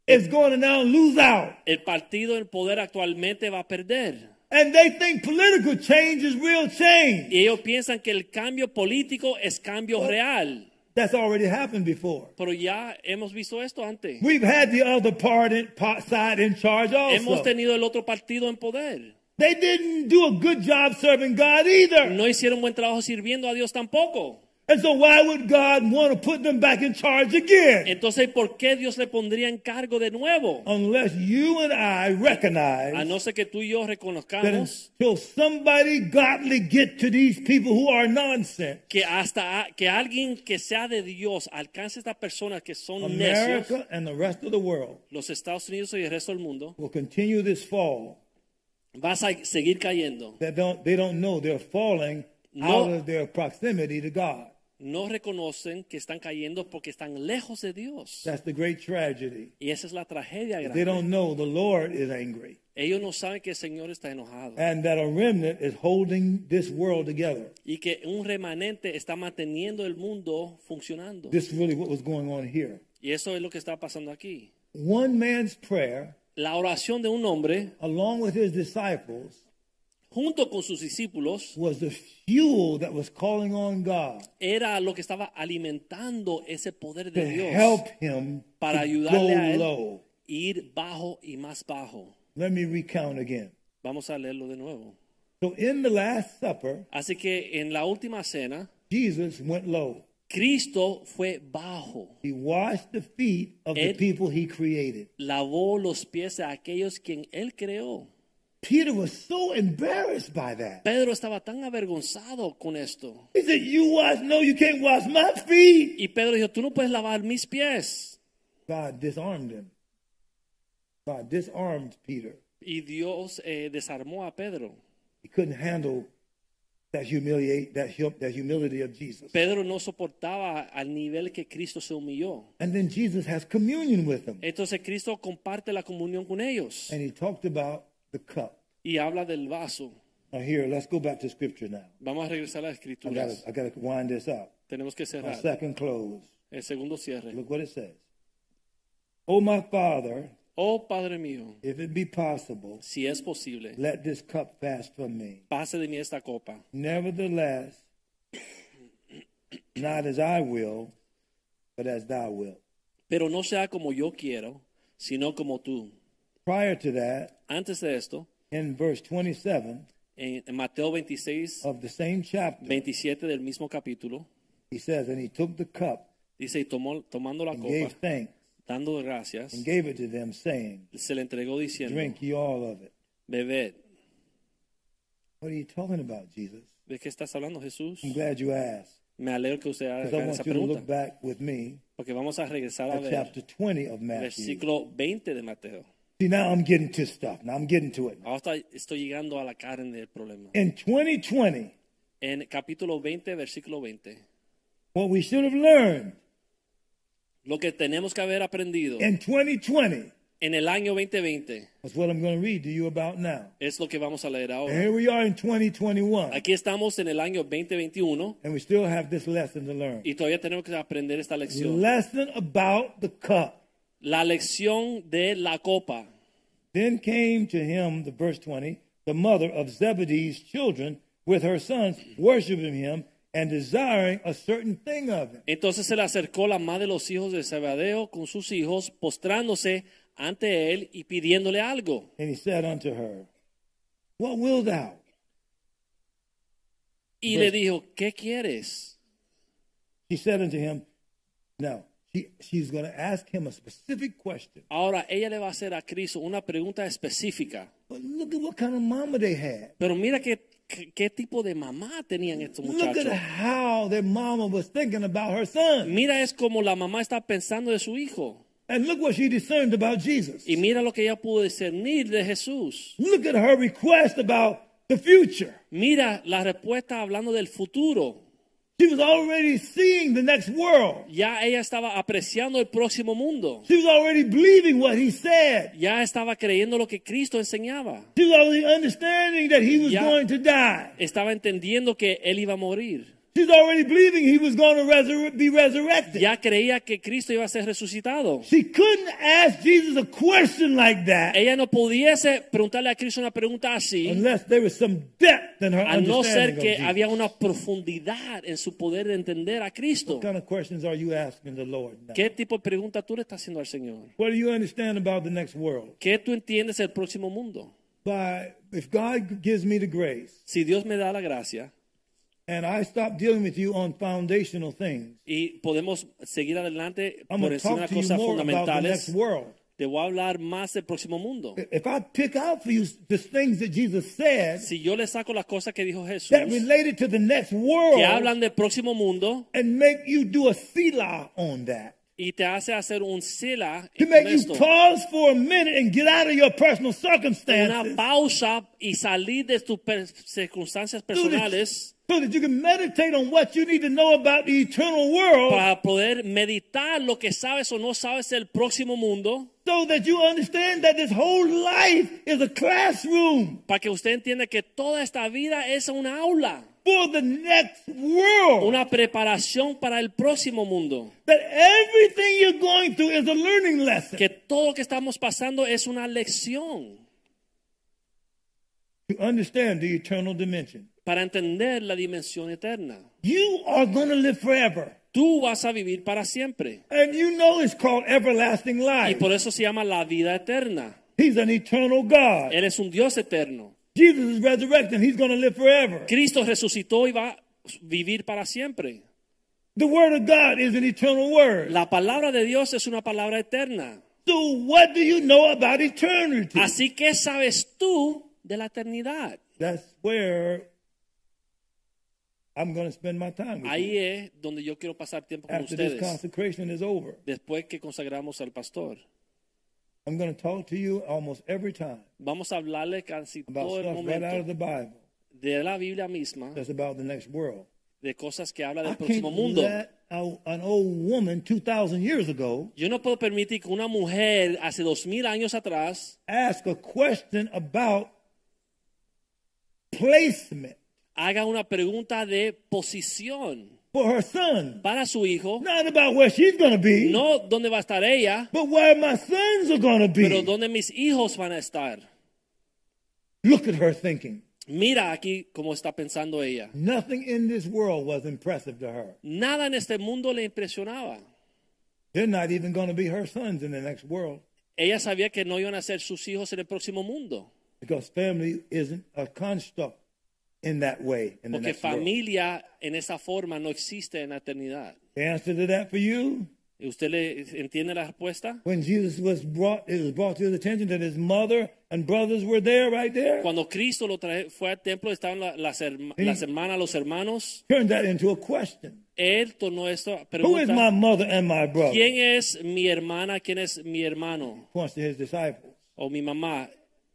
[SPEAKER 2] is going to now lose out.
[SPEAKER 3] el partido en poder actualmente va a perder.
[SPEAKER 2] And they think political change is real change.
[SPEAKER 3] Y ellos piensan que el cambio político es cambio real.
[SPEAKER 2] That's already happened before.
[SPEAKER 3] Pero ya hemos visto esto antes.
[SPEAKER 2] We've had the other party, part, side in charge
[SPEAKER 3] Hemos
[SPEAKER 2] also.
[SPEAKER 3] tenido el otro partido en poder.
[SPEAKER 2] They didn't do a good job serving God either.
[SPEAKER 3] No hicieron buen trabajo sirviendo a Dios tampoco.
[SPEAKER 2] And so why would God want to put them back in charge again?
[SPEAKER 3] Entonces, ¿por qué Dios le pondría en cargo de nuevo?
[SPEAKER 2] Unless you and I
[SPEAKER 3] A
[SPEAKER 2] recognize
[SPEAKER 3] no ser que tú y yo
[SPEAKER 2] that
[SPEAKER 3] reconozcamos
[SPEAKER 2] until somebody godly get to these people who are nonsense,
[SPEAKER 3] que hasta a- que alguien que sea de Dios alcance a estas personas que son necios,
[SPEAKER 2] America and the rest of the world
[SPEAKER 3] los Estados Unidos y el resto del mundo,
[SPEAKER 2] will continue this fall
[SPEAKER 3] vas a seguir cayendo.
[SPEAKER 2] that don't they don't know they're falling
[SPEAKER 3] No.
[SPEAKER 2] out of their proximity to God.
[SPEAKER 3] No reconocen que están cayendo porque están lejos de Dios.
[SPEAKER 2] That's the great tragedy.
[SPEAKER 3] Y esa es la tragedia
[SPEAKER 2] They
[SPEAKER 3] grande.
[SPEAKER 2] don't know the Lord is angry
[SPEAKER 3] Ellos no saben que el Señor está enojado
[SPEAKER 2] and that a remnant is holding this world together.
[SPEAKER 3] y que un remanente está manteniendo el mundo funcionando.
[SPEAKER 2] This is really what was going on here.
[SPEAKER 3] Y eso es lo que está pasando aquí.
[SPEAKER 2] One man's prayer,
[SPEAKER 3] La oración de un hombre
[SPEAKER 2] along with his disciples,
[SPEAKER 3] junto con sus discípulos
[SPEAKER 2] was the fuel that was calling on God
[SPEAKER 3] era lo que estaba alimentando ese poder
[SPEAKER 2] to
[SPEAKER 3] de Dios
[SPEAKER 2] help him
[SPEAKER 3] para
[SPEAKER 2] to
[SPEAKER 3] ayudarle
[SPEAKER 2] go
[SPEAKER 3] a él.
[SPEAKER 2] low.
[SPEAKER 3] ir bajo y más bajo.
[SPEAKER 2] Let me recount again.
[SPEAKER 3] Vamos a leerlo de nuevo.
[SPEAKER 2] So in the Last Supper,
[SPEAKER 3] Así que en la última cena,
[SPEAKER 2] Jesus went low.
[SPEAKER 3] Cristo fue bajo,
[SPEAKER 2] He washed the feet of the
[SPEAKER 3] Él-
[SPEAKER 2] people he created.
[SPEAKER 3] lavó los pies a aquellos quien él creó.
[SPEAKER 2] Peter was so embarrassed by that.
[SPEAKER 3] Pedro estaba tan avergonzado con esto.
[SPEAKER 2] He said, You wash? No, you can't wash my feet.
[SPEAKER 3] Y Pedro dijo, tú no puedes lavar mis pies.
[SPEAKER 2] God disarmed him. God disarmed Peter.
[SPEAKER 3] Y Dios eh, desarmó a Pedro.
[SPEAKER 2] He couldn't handle that humiliate that, hum- that humility of Jesus.
[SPEAKER 3] Pedro no soportaba al nivel que Cristo se humilló.
[SPEAKER 2] And then Jesus has communion with him.
[SPEAKER 3] Entonces Cristo comparte la comunión con ellos
[SPEAKER 2] And he talked about the cup.
[SPEAKER 3] y habla del vaso.
[SPEAKER 2] Now here, let's go back to scripture now.
[SPEAKER 3] Vamos a regresar a
[SPEAKER 2] I
[SPEAKER 3] las
[SPEAKER 2] gotta
[SPEAKER 3] escrituras.
[SPEAKER 2] I gotta wind this up.
[SPEAKER 3] Tenemos que
[SPEAKER 2] My
[SPEAKER 3] cerrar.
[SPEAKER 2] second close.
[SPEAKER 3] El segundo cierre.
[SPEAKER 2] Look what it says. Oh my father,
[SPEAKER 3] Oh Padre mío,
[SPEAKER 2] if it be possible,
[SPEAKER 3] si es posible,
[SPEAKER 2] let this cup pass from me.
[SPEAKER 3] pase de mí esta copa.
[SPEAKER 2] Nevertheless, not as I will, but as thou wilt.
[SPEAKER 3] Pero no sea como yo quiero, sino como tú.
[SPEAKER 2] Prior to that,
[SPEAKER 3] Antes de esto,
[SPEAKER 2] in verse 27
[SPEAKER 3] en, en Mateo 26,
[SPEAKER 2] of the same chapter,
[SPEAKER 3] 27 del mismo capítulo,
[SPEAKER 2] he says, And he took the cup
[SPEAKER 3] dice, y tomó, tomando la
[SPEAKER 2] and gave
[SPEAKER 3] copa,
[SPEAKER 2] thanks
[SPEAKER 3] dando gracias,
[SPEAKER 2] and gave it to them, saying,
[SPEAKER 3] se le entregó diciendo,
[SPEAKER 2] Drink ye all of it.
[SPEAKER 3] bebed.
[SPEAKER 2] What are you talking about, Jesus?
[SPEAKER 3] ¿De qué estás hablando, Jesús?
[SPEAKER 2] I'm glad you asked.
[SPEAKER 3] Me alegro que usted
[SPEAKER 2] Because I
[SPEAKER 3] haga esa
[SPEAKER 2] want you to look
[SPEAKER 3] pregunta,
[SPEAKER 2] back with me
[SPEAKER 3] porque vamos a regresar a
[SPEAKER 2] at
[SPEAKER 3] ver
[SPEAKER 2] chapter 20 of Matthew.
[SPEAKER 3] versículo 20 de Mateo.
[SPEAKER 2] See, now I'm getting to stuff. Now I'm getting to it.
[SPEAKER 3] Ahora está- estoy llegando a la carne del problema.
[SPEAKER 2] In 2020,
[SPEAKER 3] En capítulo 20, versículo 20.
[SPEAKER 2] what we should have learned
[SPEAKER 3] Lo que tenemos que haber aprendido
[SPEAKER 2] in 2020
[SPEAKER 3] en el año 2020
[SPEAKER 2] That's what I'm going to read to you about now.
[SPEAKER 3] es lo que vamos a leer
[SPEAKER 2] And
[SPEAKER 3] ahora.
[SPEAKER 2] here we are in 2021,
[SPEAKER 3] Aquí estamos en el año 2021
[SPEAKER 2] and we still have this lesson to learn.
[SPEAKER 3] y todavía tenemos que aprender esta
[SPEAKER 2] The
[SPEAKER 3] lección.
[SPEAKER 2] lesson about the cup.
[SPEAKER 3] La lección de la copa.
[SPEAKER 2] Then came to him, the verse 20, the mother of Zebedee's children with her sons, worshiping him and desiring a certain thing of him.
[SPEAKER 3] Entonces se le acercó la madre de los hijos de Zebedeo con sus hijos, postrándose ante él y pidiéndole algo.
[SPEAKER 2] And he said unto her, What wilt thou?
[SPEAKER 3] Y le dijo, ¿qué quieres?
[SPEAKER 2] She said unto him, No. She, she's going to ask him a specific question.
[SPEAKER 3] Ahora ella le va a hacer a Cristo una pregunta específica.
[SPEAKER 2] But look at what kind of mama they had.
[SPEAKER 3] Pero mira qué, qué- qué tipo de mamá tenían estos
[SPEAKER 2] Look at
[SPEAKER 3] muchachos.
[SPEAKER 2] how their mama was thinking about her son.
[SPEAKER 3] Mira es como la mamá está pensando de su hijo.
[SPEAKER 2] And look what she discerned about Jesus.
[SPEAKER 3] Y mira lo que ella pudo discernir de Jesús.
[SPEAKER 2] Look at her request about the future.
[SPEAKER 3] Mira la respuesta hablando del futuro.
[SPEAKER 2] She was already seeing the next world.
[SPEAKER 3] Ya ella estaba apreciando el próximo mundo.
[SPEAKER 2] She was already believing what he said.
[SPEAKER 3] Ya estaba creyendo lo que Cristo enseñaba.
[SPEAKER 2] She was already understanding that he was
[SPEAKER 3] Yeah.
[SPEAKER 2] going to die.
[SPEAKER 3] Estaba entendiendo que él iba a morir.
[SPEAKER 2] She was already believing he was going to resur- be resurrected.
[SPEAKER 3] Ya creía que Cristo iba a ser resucitado.
[SPEAKER 2] She couldn't ask Jesus a question like that
[SPEAKER 3] Ella no pudiese preguntarle a Cristo una pregunta así,
[SPEAKER 2] unless there was some depth in her
[SPEAKER 3] a no ser
[SPEAKER 2] understanding
[SPEAKER 3] que
[SPEAKER 2] of Jesus.
[SPEAKER 3] había una profundidad en su poder de entender a Cristo.
[SPEAKER 2] What kind of questions are you asking the Lord now?
[SPEAKER 3] ¿Qué tipo de pregunta tú le estás haciendo al Señor?
[SPEAKER 2] What do you understand about the next world?
[SPEAKER 3] ¿Qué tú entiendes del próximo mundo?
[SPEAKER 2] By if God gives me the grace
[SPEAKER 3] Si Dios me da la gracia
[SPEAKER 2] and I stop dealing with you on foundational things,
[SPEAKER 3] y podemos seguir adelante
[SPEAKER 2] I'm
[SPEAKER 3] por
[SPEAKER 2] going to talk
[SPEAKER 3] encima de las
[SPEAKER 2] to you
[SPEAKER 3] cosas
[SPEAKER 2] more about the next Eh,
[SPEAKER 3] fundamentales,
[SPEAKER 2] world.
[SPEAKER 3] te voy a hablar más del próximo mundo.
[SPEAKER 2] If I pick out for you the things that Jesus said
[SPEAKER 3] Si yo le saco las cosas que dijo Jesús,
[SPEAKER 2] that related to the next
[SPEAKER 3] que
[SPEAKER 2] world
[SPEAKER 3] hablan del próximo mundo
[SPEAKER 2] and make you do a Selah on that,
[SPEAKER 3] y te hace hacer un sila
[SPEAKER 2] to
[SPEAKER 3] con
[SPEAKER 2] make you
[SPEAKER 3] esto,
[SPEAKER 2] pause for a minute and get out of your personal
[SPEAKER 3] una
[SPEAKER 2] circumstances
[SPEAKER 3] pausa y salir de tus per- circunstancias
[SPEAKER 2] so that,
[SPEAKER 3] personales
[SPEAKER 2] so that you can meditate on what you need to know about the eternal world
[SPEAKER 3] para poder meditar lo que sabes o no sabes del próximo mundo,
[SPEAKER 2] so that you understand that this whole life is a classroom
[SPEAKER 3] para que usted entienda que toda esta vida es una aula,
[SPEAKER 2] for the next world.
[SPEAKER 3] una preparación para el próximo mundo,
[SPEAKER 2] that everything you're going through is a learning lesson.
[SPEAKER 3] que todo lo que estamos pasando es una lección
[SPEAKER 2] to understand the eternal dimension.
[SPEAKER 3] para entender la dimensión eterna.
[SPEAKER 2] You are going to live forever.
[SPEAKER 3] Tú vas a vivir para siempre.
[SPEAKER 2] And you know it's called everlasting
[SPEAKER 3] Y
[SPEAKER 2] life.
[SPEAKER 3] por eso se llama la vida eterna.
[SPEAKER 2] He's an eternal God.
[SPEAKER 3] Él es un Dios eterno.
[SPEAKER 2] Jesus is resurrected. and He's going to live forever.
[SPEAKER 3] Cristo resucitó y va a vivir para siempre.
[SPEAKER 2] The Word of God is an eternal Word.
[SPEAKER 3] La palabra de Dios es una palabra eterna.
[SPEAKER 2] So, what do you know about eternity?
[SPEAKER 3] Así que sabes tú de la eternidad.
[SPEAKER 2] That's where I'm going to spend my time with you
[SPEAKER 3] Ahí es donde yo quiero pasar tiempo con
[SPEAKER 2] after this
[SPEAKER 3] ustedes.
[SPEAKER 2] consecration is over.
[SPEAKER 3] Después que consagramos al pastor,
[SPEAKER 2] I'm going to talk to you almost every time
[SPEAKER 3] vamos a hablarle casi
[SPEAKER 2] about
[SPEAKER 3] todo el
[SPEAKER 2] stuff right out of
[SPEAKER 3] momento
[SPEAKER 2] the Bible
[SPEAKER 3] de la Biblia misma,
[SPEAKER 2] that's about the next world.
[SPEAKER 3] de cosas que habla
[SPEAKER 2] I
[SPEAKER 3] del
[SPEAKER 2] can't
[SPEAKER 3] próximo mundo.
[SPEAKER 2] let a- an old woman 2,000 years ago
[SPEAKER 3] Yo no puedo permitir que una mujer hace dos mil años atrás
[SPEAKER 2] ask a question about placement
[SPEAKER 3] haga una pregunta de posición
[SPEAKER 2] for her son.
[SPEAKER 3] para su hijo,
[SPEAKER 2] Not about where she's going to be,
[SPEAKER 3] no dónde va a estar ella,
[SPEAKER 2] but where my sons are going to
[SPEAKER 3] pero
[SPEAKER 2] be.
[SPEAKER 3] dónde mis hijos van a estar.
[SPEAKER 2] Look at her thinking.
[SPEAKER 3] Mira aquí cómo está pensando ella.
[SPEAKER 2] Nothing in this world was impressive to her.
[SPEAKER 3] Nada en este mundo le impresionaba.
[SPEAKER 2] They're not even going to be her sons in the next world
[SPEAKER 3] Ella sabía que no iban a ser sus hijos en el próximo mundo,
[SPEAKER 2] because family isn't a construct in that way in the
[SPEAKER 3] porque
[SPEAKER 2] next world.
[SPEAKER 3] familia en esa forma no existe en la eternidad.
[SPEAKER 2] The answer to that for you
[SPEAKER 3] ¿Y ¿Usted le entiende la respuesta?
[SPEAKER 2] When Jesus was brought, it was brought to his attention that his mother and brothers were there, right there.
[SPEAKER 3] Cuando Cristo lo trae, fue al templo, estaban la- las, herma-
[SPEAKER 2] Sí.
[SPEAKER 3] las hermanas, los hermanos.
[SPEAKER 2] Turned that into a question.
[SPEAKER 3] Él tornó esto
[SPEAKER 2] Who is my
[SPEAKER 3] pregunta.
[SPEAKER 2] mother and my brother?
[SPEAKER 3] ¿Quién es mi hermana? ¿Quién es mi hermano?
[SPEAKER 2] Points to his disciples.
[SPEAKER 3] o mi mamá,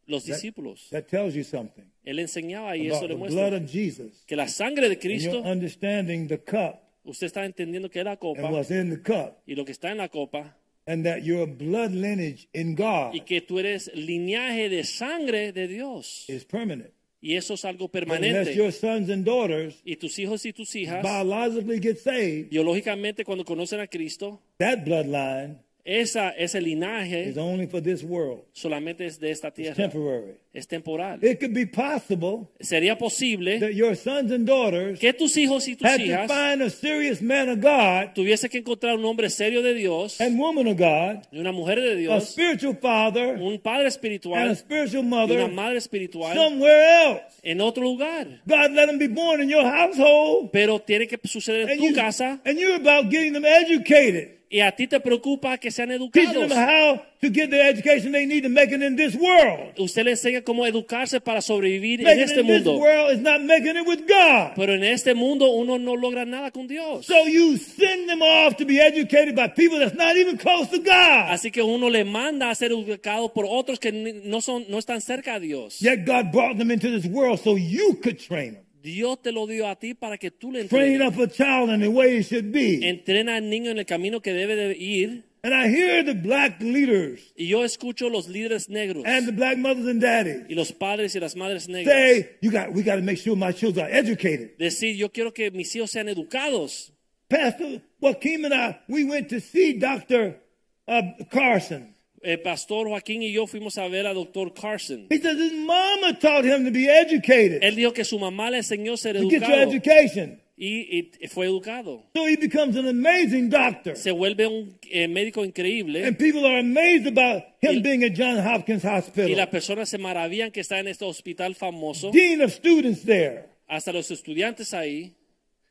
[SPEAKER 3] los
[SPEAKER 2] That-
[SPEAKER 3] discípulos.
[SPEAKER 2] That tells you something
[SPEAKER 3] Él enseñaba y eso
[SPEAKER 2] about
[SPEAKER 3] le
[SPEAKER 2] the blood
[SPEAKER 3] muestra
[SPEAKER 2] of Jesus.
[SPEAKER 3] que la sangre de
[SPEAKER 2] And
[SPEAKER 3] Cristo,
[SPEAKER 2] you're understanding the cup
[SPEAKER 3] usted está entendiendo que es la
[SPEAKER 2] and
[SPEAKER 3] copa
[SPEAKER 2] what's in the cup,
[SPEAKER 3] y lo que está en la copa
[SPEAKER 2] and that your blood lineage in God
[SPEAKER 3] y que tú eres linaje de sangre de Dios
[SPEAKER 2] is permanent.
[SPEAKER 3] y eso es algo
[SPEAKER 2] Unless your
[SPEAKER 3] permanente.
[SPEAKER 2] sons and daughters
[SPEAKER 3] Y tus hijos y tus hijas,
[SPEAKER 2] biologically get saved,
[SPEAKER 3] biológicamente cuando conocen a Cristo,
[SPEAKER 2] that bloodline
[SPEAKER 3] esa, ese linaje
[SPEAKER 2] is only for this world.
[SPEAKER 3] solamente es de esta
[SPEAKER 2] It's
[SPEAKER 3] tierra,
[SPEAKER 2] temporary.
[SPEAKER 3] es temporal.
[SPEAKER 2] It could be possible
[SPEAKER 3] Sería posible
[SPEAKER 2] that your sons and daughters
[SPEAKER 3] que tus hijos y tus
[SPEAKER 2] had to
[SPEAKER 3] hijas
[SPEAKER 2] find a serious man of God
[SPEAKER 3] tuviese que encontrar un hombre serio de Dios
[SPEAKER 2] and woman of God,
[SPEAKER 3] y una mujer de
[SPEAKER 2] a
[SPEAKER 3] Dios
[SPEAKER 2] spiritual father
[SPEAKER 3] un padre
[SPEAKER 2] and a
[SPEAKER 3] espiritual
[SPEAKER 2] spiritual
[SPEAKER 3] y una
[SPEAKER 2] mother
[SPEAKER 3] madre espiritual
[SPEAKER 2] somewhere else.
[SPEAKER 3] en otro lugar.
[SPEAKER 2] God let them be born in your household
[SPEAKER 3] Pero tiene que suceder en
[SPEAKER 2] and,
[SPEAKER 3] tu
[SPEAKER 2] you,
[SPEAKER 3] casa
[SPEAKER 2] and you're about getting them educated,
[SPEAKER 3] y a ti te preocupa que sean
[SPEAKER 2] teaching them
[SPEAKER 3] educados.
[SPEAKER 2] how to get the education they need to make it in this world.
[SPEAKER 3] Usted le enseña cómo educarse para sobrevivir en
[SPEAKER 2] Making it
[SPEAKER 3] este
[SPEAKER 2] in this
[SPEAKER 3] mundo.
[SPEAKER 2] world is not making it with God.
[SPEAKER 3] Pero en este mundo uno no logra nada con Dios.
[SPEAKER 2] So you send them off to be educated by people that's not even close to God.
[SPEAKER 3] Así que uno le manda a ser educado por otros que ni- no, son, no están cerca a Dios.
[SPEAKER 2] Yet God brought them into this world so you could train them.
[SPEAKER 3] Dios te lo dio a ti para que tú le
[SPEAKER 2] Train
[SPEAKER 3] entrenes.
[SPEAKER 2] up a child in the way he should be.
[SPEAKER 3] Entrena al niño en el camino que debe de ir.
[SPEAKER 2] And I hear the black leaders
[SPEAKER 3] Y yo escucho los líderes negros
[SPEAKER 2] and the black mothers and daddies
[SPEAKER 3] y los padres y las madres negras.
[SPEAKER 2] say, "You got, we got to make sure my children are educated."
[SPEAKER 3] decir, yo quiero que mis hijos sean educados.
[SPEAKER 2] Pastor Joaquim and I, we went to see Doctor uh, Carson.
[SPEAKER 3] El pastor Joaquín y yo fuimos a ver a doctor Carson.
[SPEAKER 2] He says his mama taught him to be educated,
[SPEAKER 3] Él dijo que su mamá le enseñó a ser
[SPEAKER 2] to get your
[SPEAKER 3] educado
[SPEAKER 2] education,
[SPEAKER 3] y, y fue educado.
[SPEAKER 2] so he becomes an amazing doctor.
[SPEAKER 3] Se vuelve un eh, médico increíble
[SPEAKER 2] And people are amazed about him
[SPEAKER 3] Y-
[SPEAKER 2] being at Johns Hopkins
[SPEAKER 3] y
[SPEAKER 2] Hospital,
[SPEAKER 3] las personas se maravillan que está en este hospital famoso,
[SPEAKER 2] dean of students there,
[SPEAKER 3] hasta los estudiantes ahí,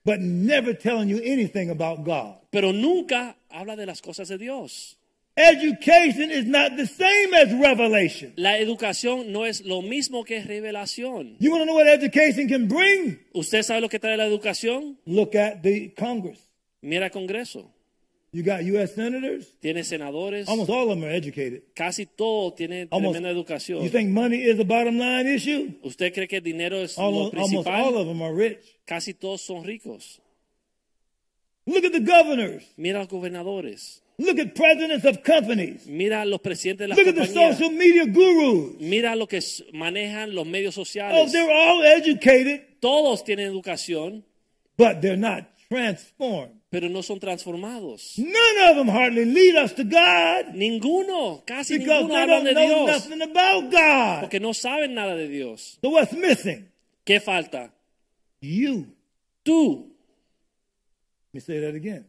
[SPEAKER 2] but never telling you anything about God.
[SPEAKER 3] pero nunca habla de las cosas de Dios.
[SPEAKER 2] Education is not the same as revelation.
[SPEAKER 3] La educación no es lo mismo que revelación.
[SPEAKER 2] You want to know what education can bring?
[SPEAKER 3] ¿Usted sabe lo que trae la educación?
[SPEAKER 2] Look at the Congress.
[SPEAKER 3] Mira el Congreso.
[SPEAKER 2] You got U.S. senators.
[SPEAKER 3] Tiene senadores.
[SPEAKER 2] Almost all of them are educated.
[SPEAKER 3] Casi todo tiene
[SPEAKER 2] Almost.
[SPEAKER 3] tremenda educación.
[SPEAKER 2] You think money is the bottom line issue?
[SPEAKER 3] ¿Usted cree que el dinero es lo
[SPEAKER 2] Almost, almost
[SPEAKER 3] principal?
[SPEAKER 2] all of them are rich.
[SPEAKER 3] Casi todos son ricos.
[SPEAKER 2] Look at the governors.
[SPEAKER 3] Mira a los gobernadores.
[SPEAKER 2] Look at presidents of companies.
[SPEAKER 3] Mira a los presidentes de las
[SPEAKER 2] Look at the
[SPEAKER 3] compañías.
[SPEAKER 2] social media gurus.
[SPEAKER 3] Mira lo que s- manejan los medios
[SPEAKER 2] Oh,
[SPEAKER 3] sociales.
[SPEAKER 2] they're all educated,
[SPEAKER 3] todos tienen educación,
[SPEAKER 2] but they're not transformed.
[SPEAKER 3] pero no son transformados.
[SPEAKER 2] None of them hardly lead us to God
[SPEAKER 3] Ninguno, casi
[SPEAKER 2] because
[SPEAKER 3] ninguno
[SPEAKER 2] they
[SPEAKER 3] habla
[SPEAKER 2] don't
[SPEAKER 3] de
[SPEAKER 2] know
[SPEAKER 3] Dios.
[SPEAKER 2] nothing about God.
[SPEAKER 3] Porque no saben nada de Dios.
[SPEAKER 2] So what's missing?
[SPEAKER 3] ¿Qué falta?
[SPEAKER 2] You.
[SPEAKER 3] Tú.
[SPEAKER 2] Let me say that again.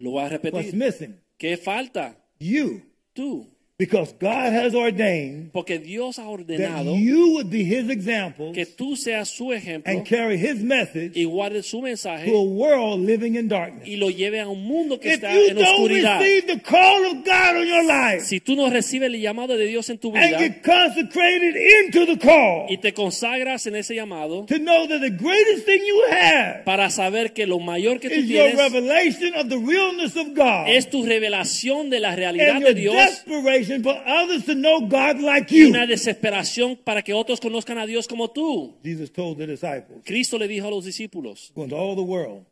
[SPEAKER 3] Lo voy a
[SPEAKER 2] What's
[SPEAKER 3] repetir.
[SPEAKER 2] missing?
[SPEAKER 3] ¿Qué falta?
[SPEAKER 2] You.
[SPEAKER 3] Tú.
[SPEAKER 2] Because God has ordained
[SPEAKER 3] Porque Dios ha
[SPEAKER 2] that
[SPEAKER 3] ordenado
[SPEAKER 2] you would be his example
[SPEAKER 3] que tú seas su ejemplo
[SPEAKER 2] and carry his message
[SPEAKER 3] y guardes su mensaje
[SPEAKER 2] to a world living in darkness.
[SPEAKER 3] y lo lleve a un mundo que
[SPEAKER 2] If
[SPEAKER 3] está
[SPEAKER 2] you
[SPEAKER 3] en
[SPEAKER 2] don't
[SPEAKER 3] oscuridad.
[SPEAKER 2] receive the call of God on your life
[SPEAKER 3] Si tú no recibes el llamado de Dios en tu
[SPEAKER 2] and
[SPEAKER 3] vida
[SPEAKER 2] get consecrated into the call
[SPEAKER 3] y te consagras en ese llamado
[SPEAKER 2] to know that the greatest thing you have
[SPEAKER 3] para saber que lo mayor que tú
[SPEAKER 2] is your
[SPEAKER 3] tienes
[SPEAKER 2] revelation of the realness of God
[SPEAKER 3] es tu revelación de la realidad
[SPEAKER 2] and
[SPEAKER 3] de
[SPEAKER 2] your
[SPEAKER 3] Dios
[SPEAKER 2] desperation for others to know God like
[SPEAKER 3] y una
[SPEAKER 2] you.
[SPEAKER 3] desesperación para que otros conozcan a Dios como tú.
[SPEAKER 2] Jesus told the disciples,
[SPEAKER 3] Cristo le dijo a los discípulos,
[SPEAKER 2] go into all the world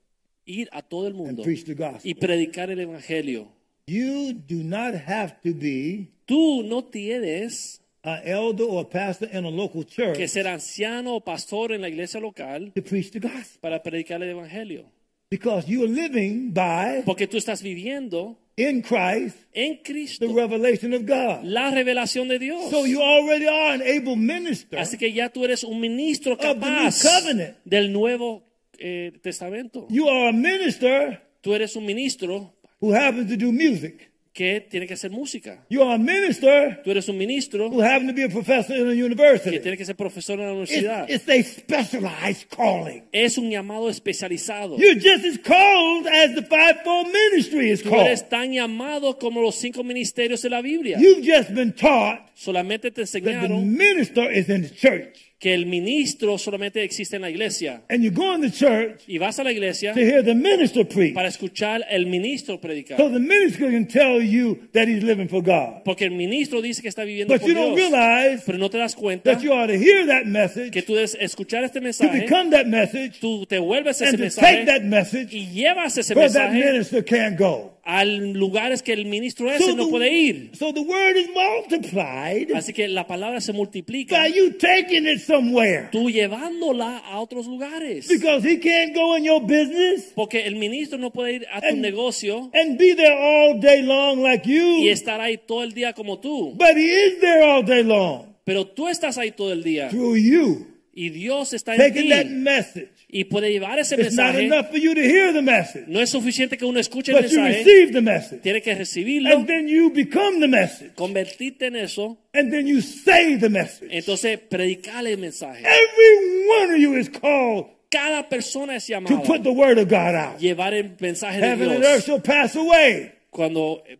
[SPEAKER 3] ir a todo el
[SPEAKER 2] and
[SPEAKER 3] mundo
[SPEAKER 2] preach the gospel.
[SPEAKER 3] y predicar el Evangelio.
[SPEAKER 2] You do not have to be
[SPEAKER 3] Tú no tienes
[SPEAKER 2] an elder or a pastor in a local
[SPEAKER 3] que
[SPEAKER 2] church
[SPEAKER 3] ser anciano o pastor en la iglesia local
[SPEAKER 2] to preach the gospel
[SPEAKER 3] para predicar el Evangelio.
[SPEAKER 2] because you are living by,
[SPEAKER 3] Porque tú estás viviendo
[SPEAKER 2] in Christ,
[SPEAKER 3] en
[SPEAKER 2] the
[SPEAKER 3] Cristo
[SPEAKER 2] revelation of God.
[SPEAKER 3] la revelación de Dios.
[SPEAKER 2] So you already are an able minister
[SPEAKER 3] Así que ya tú eres un ministro
[SPEAKER 2] Of the new
[SPEAKER 3] capaz
[SPEAKER 2] covenant.
[SPEAKER 3] del Nuevo eh, Testamento.
[SPEAKER 2] You are a minister
[SPEAKER 3] Tú eres un ministro
[SPEAKER 2] who happens to do music.
[SPEAKER 3] que tiene que hacer música.
[SPEAKER 2] You are a minister
[SPEAKER 3] Tú eres un ministro
[SPEAKER 2] who happens to be a professor in a
[SPEAKER 3] que
[SPEAKER 2] university.
[SPEAKER 3] tiene que ser profesor en la universidad.
[SPEAKER 2] It's, it's a specialized calling.
[SPEAKER 3] es un llamado especializado.
[SPEAKER 2] You're just as called as the fivefold ministry is
[SPEAKER 3] Tú
[SPEAKER 2] called.
[SPEAKER 3] eres tan llamado como los cinco ministerios de la Biblia.
[SPEAKER 2] You've just been taught
[SPEAKER 3] solamente te
[SPEAKER 2] that the
[SPEAKER 3] enseñaron
[SPEAKER 2] minister is in the church.
[SPEAKER 3] que el ministro solamente existe en la iglesia.
[SPEAKER 2] And you go in the church
[SPEAKER 3] Y vas a la iglesia
[SPEAKER 2] to hear the minister preach.
[SPEAKER 3] para escuchar el ministro predicar.
[SPEAKER 2] So the minister can tell you that he's living for God.
[SPEAKER 3] Porque el ministro dice que está viviendo
[SPEAKER 2] But
[SPEAKER 3] por
[SPEAKER 2] you don't
[SPEAKER 3] Dios.
[SPEAKER 2] realize
[SPEAKER 3] Pero no te das cuenta
[SPEAKER 2] that you ought to hear that message,
[SPEAKER 3] que tú debes escuchar este
[SPEAKER 2] to
[SPEAKER 3] mensaje,
[SPEAKER 2] become that message,
[SPEAKER 3] tú te vuelves ese
[SPEAKER 2] and to take that
[SPEAKER 3] mensaje
[SPEAKER 2] message
[SPEAKER 3] y llevas ese
[SPEAKER 2] where that
[SPEAKER 3] mensaje
[SPEAKER 2] minister can't go.
[SPEAKER 3] a lugares que el ministro ese no puede ir.
[SPEAKER 2] so the word is multiplied
[SPEAKER 3] Así que la palabra se multiplica.
[SPEAKER 2] by you taking it somewhere.
[SPEAKER 3] tú llevándola a otros lugares.
[SPEAKER 2] Because he can't go in your business
[SPEAKER 3] Porque el ministro no puede ir a tu
[SPEAKER 2] And-
[SPEAKER 3] negocio
[SPEAKER 2] and be there all day long like
[SPEAKER 3] y
[SPEAKER 2] you.
[SPEAKER 3] estar ahí todo el día como tú.
[SPEAKER 2] But he is there all day long
[SPEAKER 3] Pero tú estás ahí todo el día
[SPEAKER 2] through you.
[SPEAKER 3] y Dios está en
[SPEAKER 2] Taking
[SPEAKER 3] ti
[SPEAKER 2] that message.
[SPEAKER 3] y puede llevar ese
[SPEAKER 2] It's not
[SPEAKER 3] mensaje.
[SPEAKER 2] enough for you to hear the message,
[SPEAKER 3] No es suficiente que uno escuche el
[SPEAKER 2] but you
[SPEAKER 3] mensaje,
[SPEAKER 2] receive the message.
[SPEAKER 3] tiene que recibirlo,
[SPEAKER 2] And then you become the message.
[SPEAKER 3] convertirte en eso,
[SPEAKER 2] And then you say the message.
[SPEAKER 3] entonces predicar el mensaje.
[SPEAKER 2] Every one of you is called
[SPEAKER 3] Cada persona es
[SPEAKER 2] to
[SPEAKER 3] llamada
[SPEAKER 2] put the word of God out.
[SPEAKER 3] llevar el mensaje de
[SPEAKER 2] Heaven and earth
[SPEAKER 3] Dios.
[SPEAKER 2] shall pass away.
[SPEAKER 3] Cuando eh,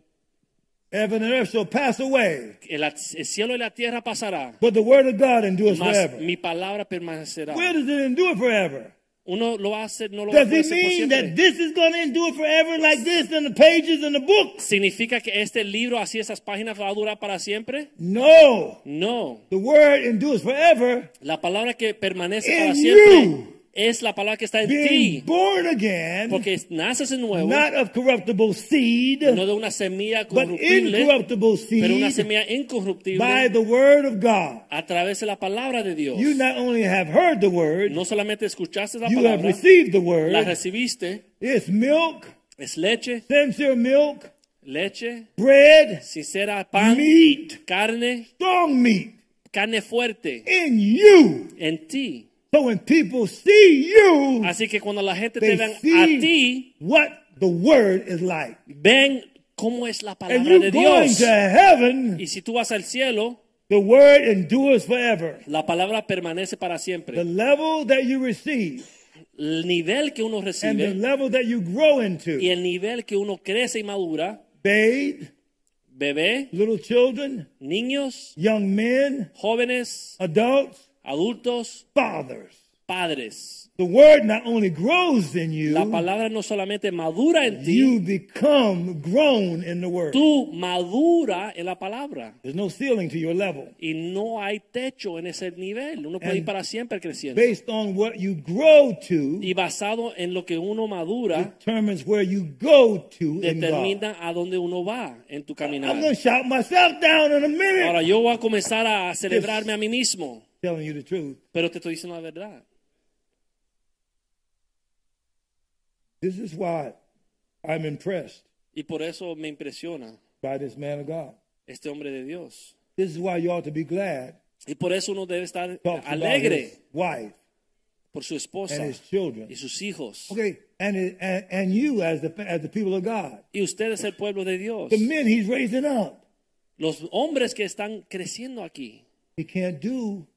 [SPEAKER 2] Heaven and earth shall pass away.
[SPEAKER 3] el, el cielo y la tierra pasará,
[SPEAKER 2] But the word of God endures
[SPEAKER 3] mas
[SPEAKER 2] forever.
[SPEAKER 3] mi palabra permanecerá.
[SPEAKER 2] Where does it endure forever?
[SPEAKER 3] Uno lo va a hacer, no lo va a
[SPEAKER 2] Does
[SPEAKER 3] hacer
[SPEAKER 2] it
[SPEAKER 3] por
[SPEAKER 2] mean
[SPEAKER 3] siempre.
[SPEAKER 2] that this is going to endure forever like this in the pages in the book?
[SPEAKER 3] ¿Significa que este libro, así esas páginas, va a durar para siempre?
[SPEAKER 2] No.
[SPEAKER 3] No.
[SPEAKER 2] The word endures forever.
[SPEAKER 3] La palabra que permanece
[SPEAKER 2] In
[SPEAKER 3] para siempre
[SPEAKER 2] you.
[SPEAKER 3] es la palabra que está en
[SPEAKER 2] Being
[SPEAKER 3] ti.
[SPEAKER 2] born again,
[SPEAKER 3] Porque naces de nuevo,
[SPEAKER 2] not of corruptible seed,
[SPEAKER 3] no de una semilla
[SPEAKER 2] but
[SPEAKER 3] corruptible,
[SPEAKER 2] incorruptible
[SPEAKER 3] pero una
[SPEAKER 2] seed
[SPEAKER 3] semilla incorruptible
[SPEAKER 2] by the word of God.
[SPEAKER 3] a través de la palabra de Dios.
[SPEAKER 2] You not only have heard the word,
[SPEAKER 3] No solamente escuchaste la
[SPEAKER 2] you have
[SPEAKER 3] palabra,
[SPEAKER 2] received the
[SPEAKER 3] la
[SPEAKER 2] word.
[SPEAKER 3] recibiste,
[SPEAKER 2] It's milk,
[SPEAKER 3] es leche,
[SPEAKER 2] sincere milk,
[SPEAKER 3] leche,
[SPEAKER 2] bread,
[SPEAKER 3] sincera, pan,
[SPEAKER 2] meat,
[SPEAKER 3] carne,
[SPEAKER 2] strong meat
[SPEAKER 3] carne fuerte
[SPEAKER 2] in you.
[SPEAKER 3] en ti.
[SPEAKER 2] So when people see you,
[SPEAKER 3] Así que cuando la gente te
[SPEAKER 2] they
[SPEAKER 3] vean a ti,
[SPEAKER 2] see what the word is like.
[SPEAKER 3] Ven cómo es la
[SPEAKER 2] And
[SPEAKER 3] palabra
[SPEAKER 2] you're
[SPEAKER 3] de
[SPEAKER 2] going
[SPEAKER 3] Dios.
[SPEAKER 2] to heaven,
[SPEAKER 3] Y si tú vas al cielo,
[SPEAKER 2] the word endures forever.
[SPEAKER 3] la palabra permanece para
[SPEAKER 2] The
[SPEAKER 3] siempre.
[SPEAKER 2] level that you receive
[SPEAKER 3] El nivel que uno
[SPEAKER 2] and the
[SPEAKER 3] recibe
[SPEAKER 2] level that you grow
[SPEAKER 3] y
[SPEAKER 2] into,
[SPEAKER 3] el nivel que uno crece y madura,
[SPEAKER 2] bathed,
[SPEAKER 3] bebé,
[SPEAKER 2] little children,
[SPEAKER 3] niños,
[SPEAKER 2] young men,
[SPEAKER 3] jóvenes,
[SPEAKER 2] adults,
[SPEAKER 3] adultos,
[SPEAKER 2] fathers,
[SPEAKER 3] Padres,
[SPEAKER 2] The word not only grows in
[SPEAKER 3] la
[SPEAKER 2] you,
[SPEAKER 3] palabra no solamente madura en ti,
[SPEAKER 2] you become grown in the word.
[SPEAKER 3] tú madura en la palabra.
[SPEAKER 2] There's no ceiling to your level.
[SPEAKER 3] Y no hay techo en ese nivel. Uno puede
[SPEAKER 2] And
[SPEAKER 3] ir para siempre creciendo.
[SPEAKER 2] Based on what you grow to
[SPEAKER 3] Y basado en lo que uno madura,
[SPEAKER 2] determines where you go to in God.
[SPEAKER 3] determina a dónde uno va en tu
[SPEAKER 2] I'm going
[SPEAKER 3] caminar.
[SPEAKER 2] to shout myself down in a
[SPEAKER 3] Ahora
[SPEAKER 2] minute.
[SPEAKER 3] yo voy a comenzar a celebrarme a mí mismo,
[SPEAKER 2] Telling you the truth.
[SPEAKER 3] pero te estoy diciendo la verdad.
[SPEAKER 2] This is why I'm impressed
[SPEAKER 3] Y por eso me impresiona
[SPEAKER 2] by this man of God.
[SPEAKER 3] este hombre de Dios.
[SPEAKER 2] This is why you ought to be glad.
[SPEAKER 3] Y por eso uno debe estar
[SPEAKER 2] Talks about his
[SPEAKER 3] alegre
[SPEAKER 2] wife
[SPEAKER 3] por su esposa
[SPEAKER 2] and his children.
[SPEAKER 3] y sus hijos.
[SPEAKER 2] Okay, and, and and you as the as the people of God,
[SPEAKER 3] Y usted es el pueblo de Dios.
[SPEAKER 2] the men he's raising up,
[SPEAKER 3] Los hombres que están creciendo aquí,
[SPEAKER 2] he can't do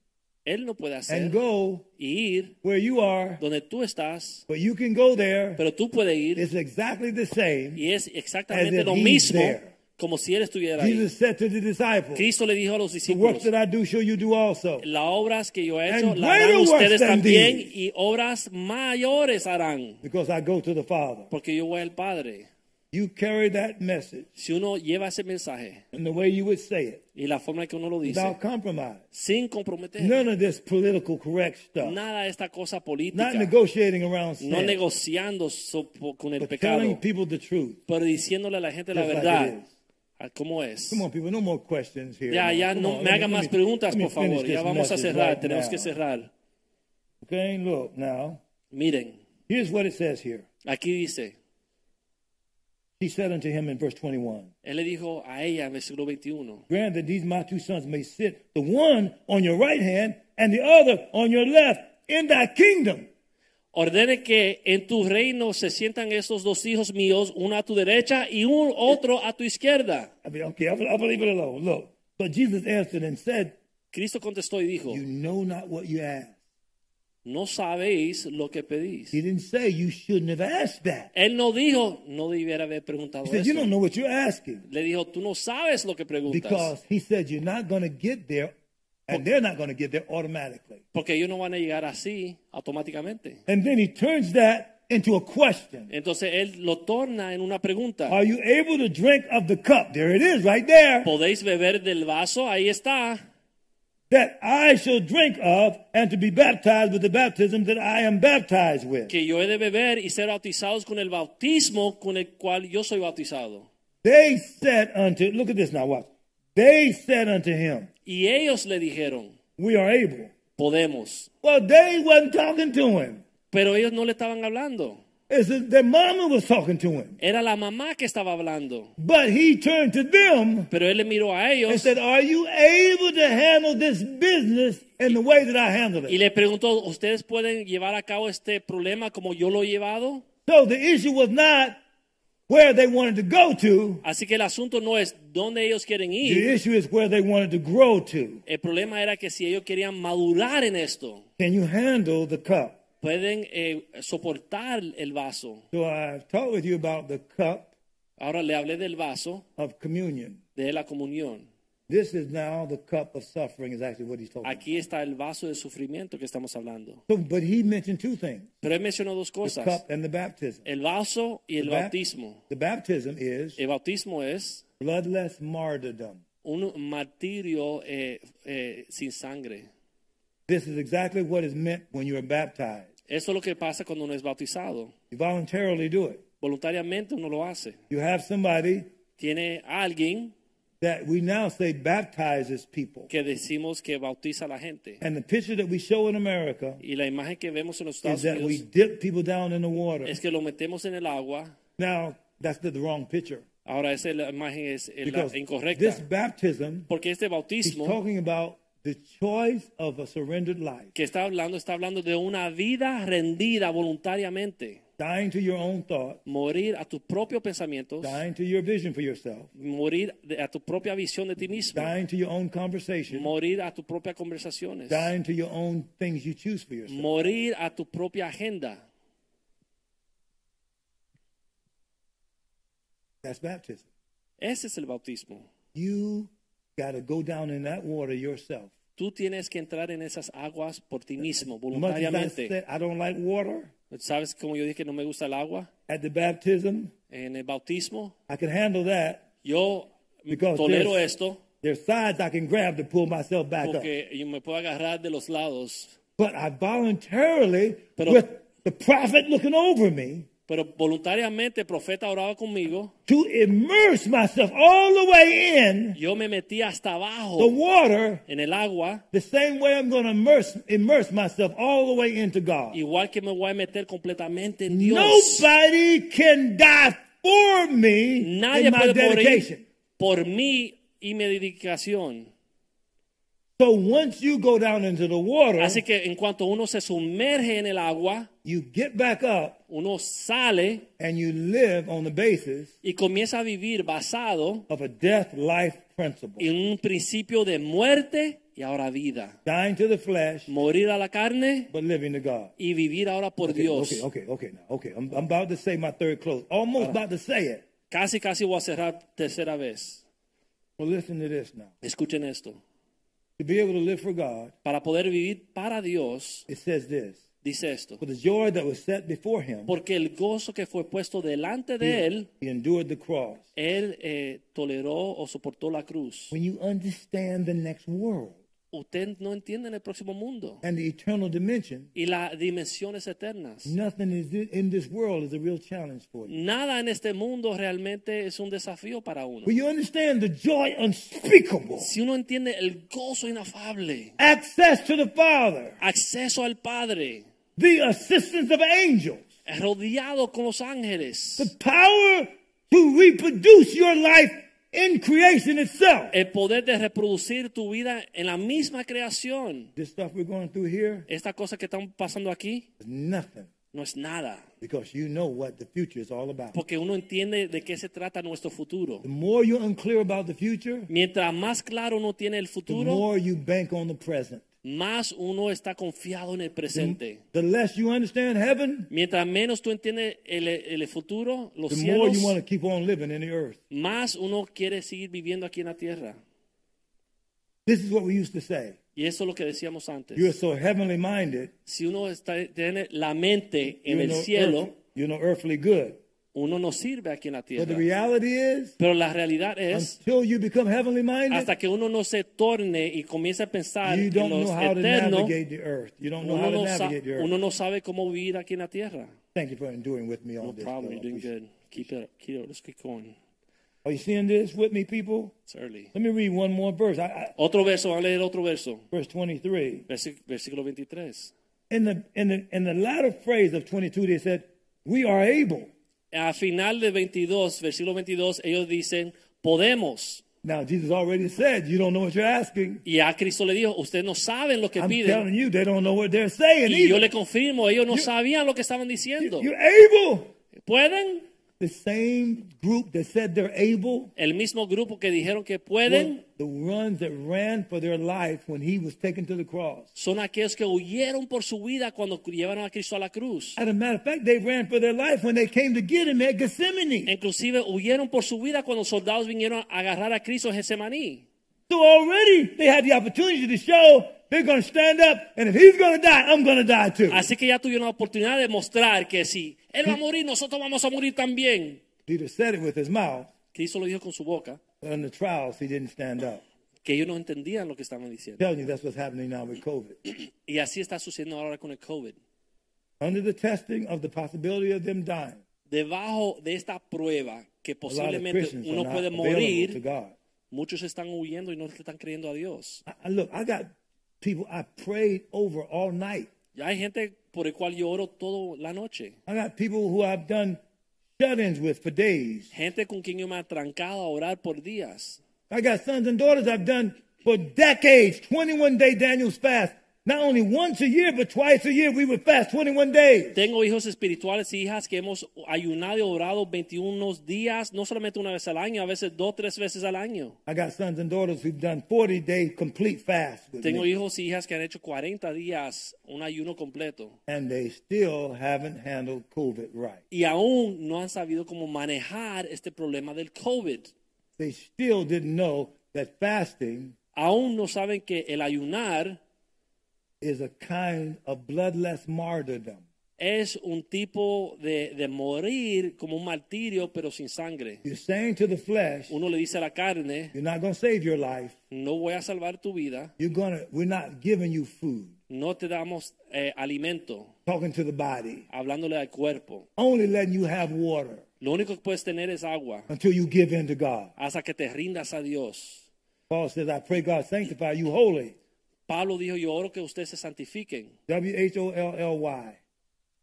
[SPEAKER 3] él no puede hacer
[SPEAKER 2] and go
[SPEAKER 3] y ir
[SPEAKER 2] where you are,
[SPEAKER 3] donde tú estás,
[SPEAKER 2] but you can go there.
[SPEAKER 3] pero tú puedes ir
[SPEAKER 2] It's exactly the same.
[SPEAKER 3] y es
[SPEAKER 2] As
[SPEAKER 3] exactamente
[SPEAKER 2] if
[SPEAKER 3] lo
[SPEAKER 2] he's
[SPEAKER 3] mismo
[SPEAKER 2] there.
[SPEAKER 3] como si él estuviera ahí.
[SPEAKER 2] Jesus said to the disciples,
[SPEAKER 3] Cristo le dijo a los
[SPEAKER 2] "The works
[SPEAKER 3] discípulos,
[SPEAKER 2] that I do, shall you do also."
[SPEAKER 3] las obras que yo he hecho
[SPEAKER 2] And
[SPEAKER 3] las harán
[SPEAKER 2] greater works
[SPEAKER 3] ustedes
[SPEAKER 2] than
[SPEAKER 3] también
[SPEAKER 2] these.
[SPEAKER 3] y obras mayores harán,
[SPEAKER 2] Because I go to the Father.
[SPEAKER 3] porque yo voy al Padre.
[SPEAKER 2] You carry that message
[SPEAKER 3] Si uno lleva ese mensaje
[SPEAKER 2] in the way you would say it,
[SPEAKER 3] y la forma en que uno lo dice,
[SPEAKER 2] without compromise.
[SPEAKER 3] sin comprometer
[SPEAKER 2] None of this political correct stuff.
[SPEAKER 3] nada de esta cosa política,
[SPEAKER 2] Not negotiating around sin.
[SPEAKER 3] no negociando so- po- con el
[SPEAKER 2] but
[SPEAKER 3] pecado,
[SPEAKER 2] telling people the truth.
[SPEAKER 3] pero diciéndole a la gente la
[SPEAKER 2] Just like
[SPEAKER 3] verdad,
[SPEAKER 2] it is.
[SPEAKER 3] a cómo es.
[SPEAKER 2] Come on, people, no more questions here.
[SPEAKER 3] Ya,
[SPEAKER 2] now.
[SPEAKER 3] ya,
[SPEAKER 2] Come
[SPEAKER 3] no
[SPEAKER 2] on,
[SPEAKER 3] me
[SPEAKER 2] let me-
[SPEAKER 3] hagan
[SPEAKER 2] let
[SPEAKER 3] más
[SPEAKER 2] me-
[SPEAKER 3] preguntas,
[SPEAKER 2] let me
[SPEAKER 3] por
[SPEAKER 2] finish
[SPEAKER 3] favor.
[SPEAKER 2] this
[SPEAKER 3] Ya vamos a
[SPEAKER 2] message
[SPEAKER 3] cerrar,
[SPEAKER 2] right
[SPEAKER 3] tenemos que
[SPEAKER 2] now.
[SPEAKER 3] cerrar.
[SPEAKER 2] Okay, look now.
[SPEAKER 3] Miren,
[SPEAKER 2] Here's what it says here.
[SPEAKER 3] aquí dice,
[SPEAKER 2] He said unto him in verse 21,
[SPEAKER 3] él le dijo a ella en versículo 21,
[SPEAKER 2] Grant that these my two sons may sit, the one on your right hand and the other on your left, in thy kingdom.
[SPEAKER 3] ordene que en tu reino se sientan esos dos hijos míos, uno a tu derecha y un otro a tu izquierda.
[SPEAKER 2] I mean, okay, I'll, I'll leave it alone. Look. But Jesus answered and said,
[SPEAKER 3] Cristo contestó y dijo,
[SPEAKER 2] You know not what you ask.
[SPEAKER 3] no sabéis lo que pedís.
[SPEAKER 2] He didn't say you shouldn't have asked that.
[SPEAKER 3] Él no dijo, no debiera haber preguntado
[SPEAKER 2] He said, You
[SPEAKER 3] eso.
[SPEAKER 2] don't know what you're asking.
[SPEAKER 3] Le dijo, tú no sabes lo que preguntas.
[SPEAKER 2] Because he said you're not going to get there, and they're not going to get there automatically.
[SPEAKER 3] porque ellos no van a llegar así automáticamente.
[SPEAKER 2] And then he turns that into a question.
[SPEAKER 3] Entonces él lo torna en una pregunta.
[SPEAKER 2] Are you able to drink of the cup? There it is, right there.
[SPEAKER 3] ¿Podéis beber del vaso? Ahí está.
[SPEAKER 2] That I shall drink of, and to be baptized with the baptism that I am baptized with.
[SPEAKER 3] Que yo he de beber y ser bautizados con el bautismo con el cual yo soy bautizado.
[SPEAKER 2] They said unto, look at this now, watch. They said unto him,
[SPEAKER 3] Y ellos le dijeron,
[SPEAKER 2] We are able.
[SPEAKER 3] podemos.
[SPEAKER 2] Well, they wasn't talking to him.
[SPEAKER 3] Pero ellos no le estaban hablando.
[SPEAKER 2] It's that their mama was talking to him.
[SPEAKER 3] Era la mamá que estaba hablando.
[SPEAKER 2] But he turned to them
[SPEAKER 3] Pero él le miró a
[SPEAKER 2] They
[SPEAKER 3] ellos
[SPEAKER 2] said, Are you able to handle this business in the way that I handle
[SPEAKER 3] y
[SPEAKER 2] it?
[SPEAKER 3] le preguntó, ¿ustedes pueden llevar a cabo este problema como yo lo he llevado?
[SPEAKER 2] So the issue was not where they wanted to go to,
[SPEAKER 3] Así que el asunto no es dónde ellos quieren
[SPEAKER 2] the
[SPEAKER 3] ir.
[SPEAKER 2] issue is where they wanted to grow to.
[SPEAKER 3] El problema era que si ellos querían madurar en esto,
[SPEAKER 2] Can you handle the cup?
[SPEAKER 3] pueden eh, soportar el vaso.
[SPEAKER 2] So I've talked with you about the cup
[SPEAKER 3] Ahora le hablé del vaso
[SPEAKER 2] of communion.
[SPEAKER 3] de la comunión.
[SPEAKER 2] This is now the cup of suffering, is actually what he's talking about.
[SPEAKER 3] Aquí está el vaso de sufrimiento que estamos hablando.
[SPEAKER 2] So, but he mentioned two things
[SPEAKER 3] Pero él mencionó dos
[SPEAKER 2] the
[SPEAKER 3] cosas,
[SPEAKER 2] cup and the baptism.
[SPEAKER 3] el vaso y el
[SPEAKER 2] The bap-
[SPEAKER 3] bautismo.
[SPEAKER 2] The baptism is
[SPEAKER 3] El bautismo es
[SPEAKER 2] bloodless martyrdom.
[SPEAKER 3] un martirio eh, eh, sin sangre.
[SPEAKER 2] This is exactly what is meant when you are baptized.
[SPEAKER 3] Eso es lo que pasa cuando uno es bautizado.
[SPEAKER 2] You voluntarily do it.
[SPEAKER 3] Voluntariamente uno lo hace.
[SPEAKER 2] You have somebody
[SPEAKER 3] Tiene a alguien
[SPEAKER 2] that we now say baptizes people.
[SPEAKER 3] que decimos que bautiza a la gente.
[SPEAKER 2] And the picture that we show in America
[SPEAKER 3] Y la imagen que vemos en los
[SPEAKER 2] is
[SPEAKER 3] Estados
[SPEAKER 2] that we
[SPEAKER 3] Unidos
[SPEAKER 2] dip people down in the water.
[SPEAKER 3] es que lo metemos en el agua.
[SPEAKER 2] Now, that's the, the wrong picture.
[SPEAKER 3] Ahora esa es la imagen es eh, la
[SPEAKER 2] Because
[SPEAKER 3] incorrecta.
[SPEAKER 2] this baptism
[SPEAKER 3] Porque este
[SPEAKER 2] is
[SPEAKER 3] bautismo
[SPEAKER 2] talking about the choice of a surrendered life,
[SPEAKER 3] que está hablando, está hablando de una vida rendida voluntariamente.
[SPEAKER 2] dying to your own thought,
[SPEAKER 3] Morir a tus propios pensamientos,
[SPEAKER 2] dying to your vision for yourself,
[SPEAKER 3] morir de- a tu propia visión de ti mismo,
[SPEAKER 2] dying to your own conversation,
[SPEAKER 3] morir a tus propias conversaciones,
[SPEAKER 2] dying to your own things you choose for yourself.
[SPEAKER 3] morir a tu propia agenda. Mm.
[SPEAKER 2] That's baptism.
[SPEAKER 3] Ese es el bautismo.
[SPEAKER 2] You got to go down in that water yourself.
[SPEAKER 3] Tú tienes que entrar en esas aguas por ti mismo,
[SPEAKER 2] Much as I
[SPEAKER 3] voluntariamente.
[SPEAKER 2] said, I don't like water
[SPEAKER 3] ¿Sabes cómo yo dije que no me gusta el agua?
[SPEAKER 2] at the baptism.
[SPEAKER 3] En el bautismo,
[SPEAKER 2] I can handle that.
[SPEAKER 3] yo
[SPEAKER 2] Because
[SPEAKER 3] tolero
[SPEAKER 2] there's-
[SPEAKER 3] esto
[SPEAKER 2] There's sides I can grab to pull myself back up.
[SPEAKER 3] porque yo me puedo agarrar de los lados,
[SPEAKER 2] But I voluntarily,
[SPEAKER 3] Pero-
[SPEAKER 2] with the prophet looking over me,
[SPEAKER 3] pero voluntariamente el profeta oraba conmigo.
[SPEAKER 2] to immerse myself all the way in
[SPEAKER 3] Yo me metí hasta abajo
[SPEAKER 2] the water
[SPEAKER 3] en el agua,
[SPEAKER 2] the same way I'm going to immerse, immerse myself all the way into God.
[SPEAKER 3] igual que me voy a meter completamente en Dios.
[SPEAKER 2] Nobody can die for me
[SPEAKER 3] Nadie
[SPEAKER 2] in my
[SPEAKER 3] puede
[SPEAKER 2] dedication.
[SPEAKER 3] morir por mí y mi dedicación.
[SPEAKER 2] So once you go down into the water,
[SPEAKER 3] Así que en cuanto uno se sumerge en el agua,
[SPEAKER 2] you get back up
[SPEAKER 3] uno sale
[SPEAKER 2] and you live on the basis
[SPEAKER 3] y comienza a vivir basado
[SPEAKER 2] of a death life principle.
[SPEAKER 3] en un principio de muerte y ahora vida.
[SPEAKER 2] Dying to the flesh,
[SPEAKER 3] Morir a la carne
[SPEAKER 2] but living to God.
[SPEAKER 3] y vivir ahora por
[SPEAKER 2] Okay,
[SPEAKER 3] Dios.
[SPEAKER 2] okay, okay, okay, now, okay. I'm, I'm about to say my third close. Almost about to say it.
[SPEAKER 3] Casi, casi voy a cerrar tercera vez.
[SPEAKER 2] Well, listen to this now.
[SPEAKER 3] Escuchen esto.
[SPEAKER 2] To be able to live for God,
[SPEAKER 3] Para poder vivir para Dios,
[SPEAKER 2] it says this
[SPEAKER 3] dice esto.
[SPEAKER 2] For the joy that was set before him,
[SPEAKER 3] Porque el gozo que fue puesto delante
[SPEAKER 2] Mm.
[SPEAKER 3] de él,
[SPEAKER 2] he endured the cross.
[SPEAKER 3] él eh, toleró o soportó la cruz.
[SPEAKER 2] When you understand the next world
[SPEAKER 3] Usted no entiende en el próximo mundo
[SPEAKER 2] and the eternal dimension,
[SPEAKER 3] y las dimensiones eternas.
[SPEAKER 2] nothing is in this world is a real challenge for
[SPEAKER 3] Mm.
[SPEAKER 2] you.
[SPEAKER 3] Nada en este mundo realmente es un desafío para uno.
[SPEAKER 2] When you understand the joy unspeakable,
[SPEAKER 3] Si uno entiende el gozo inafable,
[SPEAKER 2] access to the Father,
[SPEAKER 3] acceso al Padre,
[SPEAKER 2] the assistance of angels,
[SPEAKER 3] rodeado con los ángeles,
[SPEAKER 2] the power to reproduce your life in creation itself.
[SPEAKER 3] el poder de reproducir tu vida en la misma creación.
[SPEAKER 2] This stuff we're going through here
[SPEAKER 3] Esta cosa que están pasando aquí
[SPEAKER 2] is nothing
[SPEAKER 3] no es nada,
[SPEAKER 2] because you know what the future is all about.
[SPEAKER 3] porque uno entiende de qué se trata nuestro futuro.
[SPEAKER 2] The more you're unclear about the future,
[SPEAKER 3] Mientras más claro uno tiene el
[SPEAKER 2] the
[SPEAKER 3] futuro,
[SPEAKER 2] more you bank on the present.
[SPEAKER 3] más uno está confiado en el presente.
[SPEAKER 2] The less you understand heaven,
[SPEAKER 3] Mientras menos tú entiendes el, el futuro, los
[SPEAKER 2] the more
[SPEAKER 3] cielos,
[SPEAKER 2] you want to keep on living in the earth.
[SPEAKER 3] más uno quiere seguir viviendo aquí en la tierra.
[SPEAKER 2] This is what we used to say.
[SPEAKER 3] Y eso es lo que decíamos antes.
[SPEAKER 2] You're so heavenly minded,
[SPEAKER 3] si uno está, tiene la mente en
[SPEAKER 2] you
[SPEAKER 3] el
[SPEAKER 2] know, uh,
[SPEAKER 3] cielo,
[SPEAKER 2] earth- you know earthly good.
[SPEAKER 3] uno no sirve aquí en la
[SPEAKER 2] But the
[SPEAKER 3] tierra.
[SPEAKER 2] reality is,
[SPEAKER 3] Pero la realidad es,
[SPEAKER 2] until you become heavenly minded,
[SPEAKER 3] hasta que uno no se torne y comience a pensar
[SPEAKER 2] you
[SPEAKER 3] en
[SPEAKER 2] don't know
[SPEAKER 3] los
[SPEAKER 2] how to
[SPEAKER 3] eternos,
[SPEAKER 2] navigate the earth. You don't know how to
[SPEAKER 3] uno no, sa-
[SPEAKER 2] navigate the earth.
[SPEAKER 3] uno no sabe cómo vivir aquí en la tierra.
[SPEAKER 2] Thank you for enduring with me on
[SPEAKER 3] No
[SPEAKER 2] this.
[SPEAKER 3] problem,
[SPEAKER 2] though.
[SPEAKER 3] you're doing good. Keep it up, keep it up. Let's keep going.
[SPEAKER 2] Are you seeing this with me, people?
[SPEAKER 3] It's early.
[SPEAKER 2] Let me read one more verse. I, I,
[SPEAKER 3] Otro verso, vamos a leer otro verso.
[SPEAKER 2] verse 23.
[SPEAKER 3] Versi- Versículo 23.
[SPEAKER 2] In the, in, the, in the latter phrase of 22, they said, We are able.
[SPEAKER 3] Al final de 22, versículo 22, ellos dicen, podemos.
[SPEAKER 2] Now, Jesus already said, You don't know what you're asking.
[SPEAKER 3] Y a Cristo le dijo, ustedes no saben lo que
[SPEAKER 2] I'm
[SPEAKER 3] piden.
[SPEAKER 2] telling you, they don't know what they're saying
[SPEAKER 3] Y yo
[SPEAKER 2] either.
[SPEAKER 3] le confirmo, ellos no sabían lo que estaban diciendo.
[SPEAKER 2] You're able.
[SPEAKER 3] ¿Pueden?
[SPEAKER 2] The same group that said they're able
[SPEAKER 3] El mismo grupo que dijeron que
[SPEAKER 2] were
[SPEAKER 3] pueden
[SPEAKER 2] the ones that ran for their life when he was taken to the cross.
[SPEAKER 3] son aquellos que huyeron por su vida cuando llevaron a Cristo a la cruz.
[SPEAKER 2] As a matter of fact, they ran for their life when they came to get him at Gethsemane.
[SPEAKER 3] Inclusive huyeron por su vida cuando los soldados vinieron a agarrar a Cristo en Getsemaní.
[SPEAKER 2] So already they had the opportunity to show they're going to stand up, and if he's going to die, I'm going to die too.
[SPEAKER 3] Así que ya tuvieron la oportunidad de mostrar que si Él va a morir, nosotros vamos a morir también.
[SPEAKER 2] Peter said it with his mouth,
[SPEAKER 3] Cristo lo dijo con su boca,
[SPEAKER 2] but in the trials, he didn't stand up.
[SPEAKER 3] que ellos no entendían lo que estaban diciendo.
[SPEAKER 2] telling you that's what's happening now with COVID.
[SPEAKER 3] Y así está sucediendo ahora con el COVID.
[SPEAKER 2] Under the testing of the possibility of them dying,
[SPEAKER 3] Debajo de esta prueba que
[SPEAKER 2] a lot of
[SPEAKER 3] posiblemente
[SPEAKER 2] Christians are
[SPEAKER 3] uno
[SPEAKER 2] not
[SPEAKER 3] puede
[SPEAKER 2] available to
[SPEAKER 3] morir,
[SPEAKER 2] God.
[SPEAKER 3] muchos están huyendo y no le están creyendo a Dios.
[SPEAKER 2] I, I- look, I got people I prayed over all night.
[SPEAKER 3] Ya hay gente por el cual yo oro toda la noche.
[SPEAKER 2] I got people who I've done shut-ins with for days.
[SPEAKER 3] Gente con quien yo me he trancado a orar por días.
[SPEAKER 2] I got sons and daughters I've done for decades, 21-day Daniel's fast. Not only once a year, but twice a year we would fast 21 days.
[SPEAKER 3] Tengo hijos espirituales y hijas que hemos ayunado y orado 21 días, no solamente una vez al año, a veces dos, tres veces al año.
[SPEAKER 2] I got sons and daughters who've done 40-day complete fast with
[SPEAKER 3] Tengo
[SPEAKER 2] me,
[SPEAKER 3] hijos y hijas que han hecho 40 días un ayuno completo
[SPEAKER 2] and they still haven't handled COVID right.
[SPEAKER 3] y aún no han sabido cómo manejar este problema del COVID.
[SPEAKER 2] They still didn't know that fasting
[SPEAKER 3] aún no saben que el ayunar
[SPEAKER 2] is a kind of bloodless martyrdom.
[SPEAKER 3] es un tipo de, de morir como un martirio, pero sin sangre.
[SPEAKER 2] You're saying to the flesh,
[SPEAKER 3] Uno le dice a la carne,
[SPEAKER 2] you're not going to save your life.
[SPEAKER 3] no voy a salvar tu vida,
[SPEAKER 2] You're going to we're not giving you food.
[SPEAKER 3] no te damos eh, alimento,
[SPEAKER 2] Talking to the body.
[SPEAKER 3] hablándole al cuerpo.
[SPEAKER 2] Only letting you have water
[SPEAKER 3] Lo único que puedes tener es agua,
[SPEAKER 2] until you give in to God.
[SPEAKER 3] hasta que te rindas a Dios.
[SPEAKER 2] Paul says, I pray God sanctify you holy.
[SPEAKER 3] Pablo dijo, yo oro que ustedes se santifiquen,
[SPEAKER 2] W H O L L Y.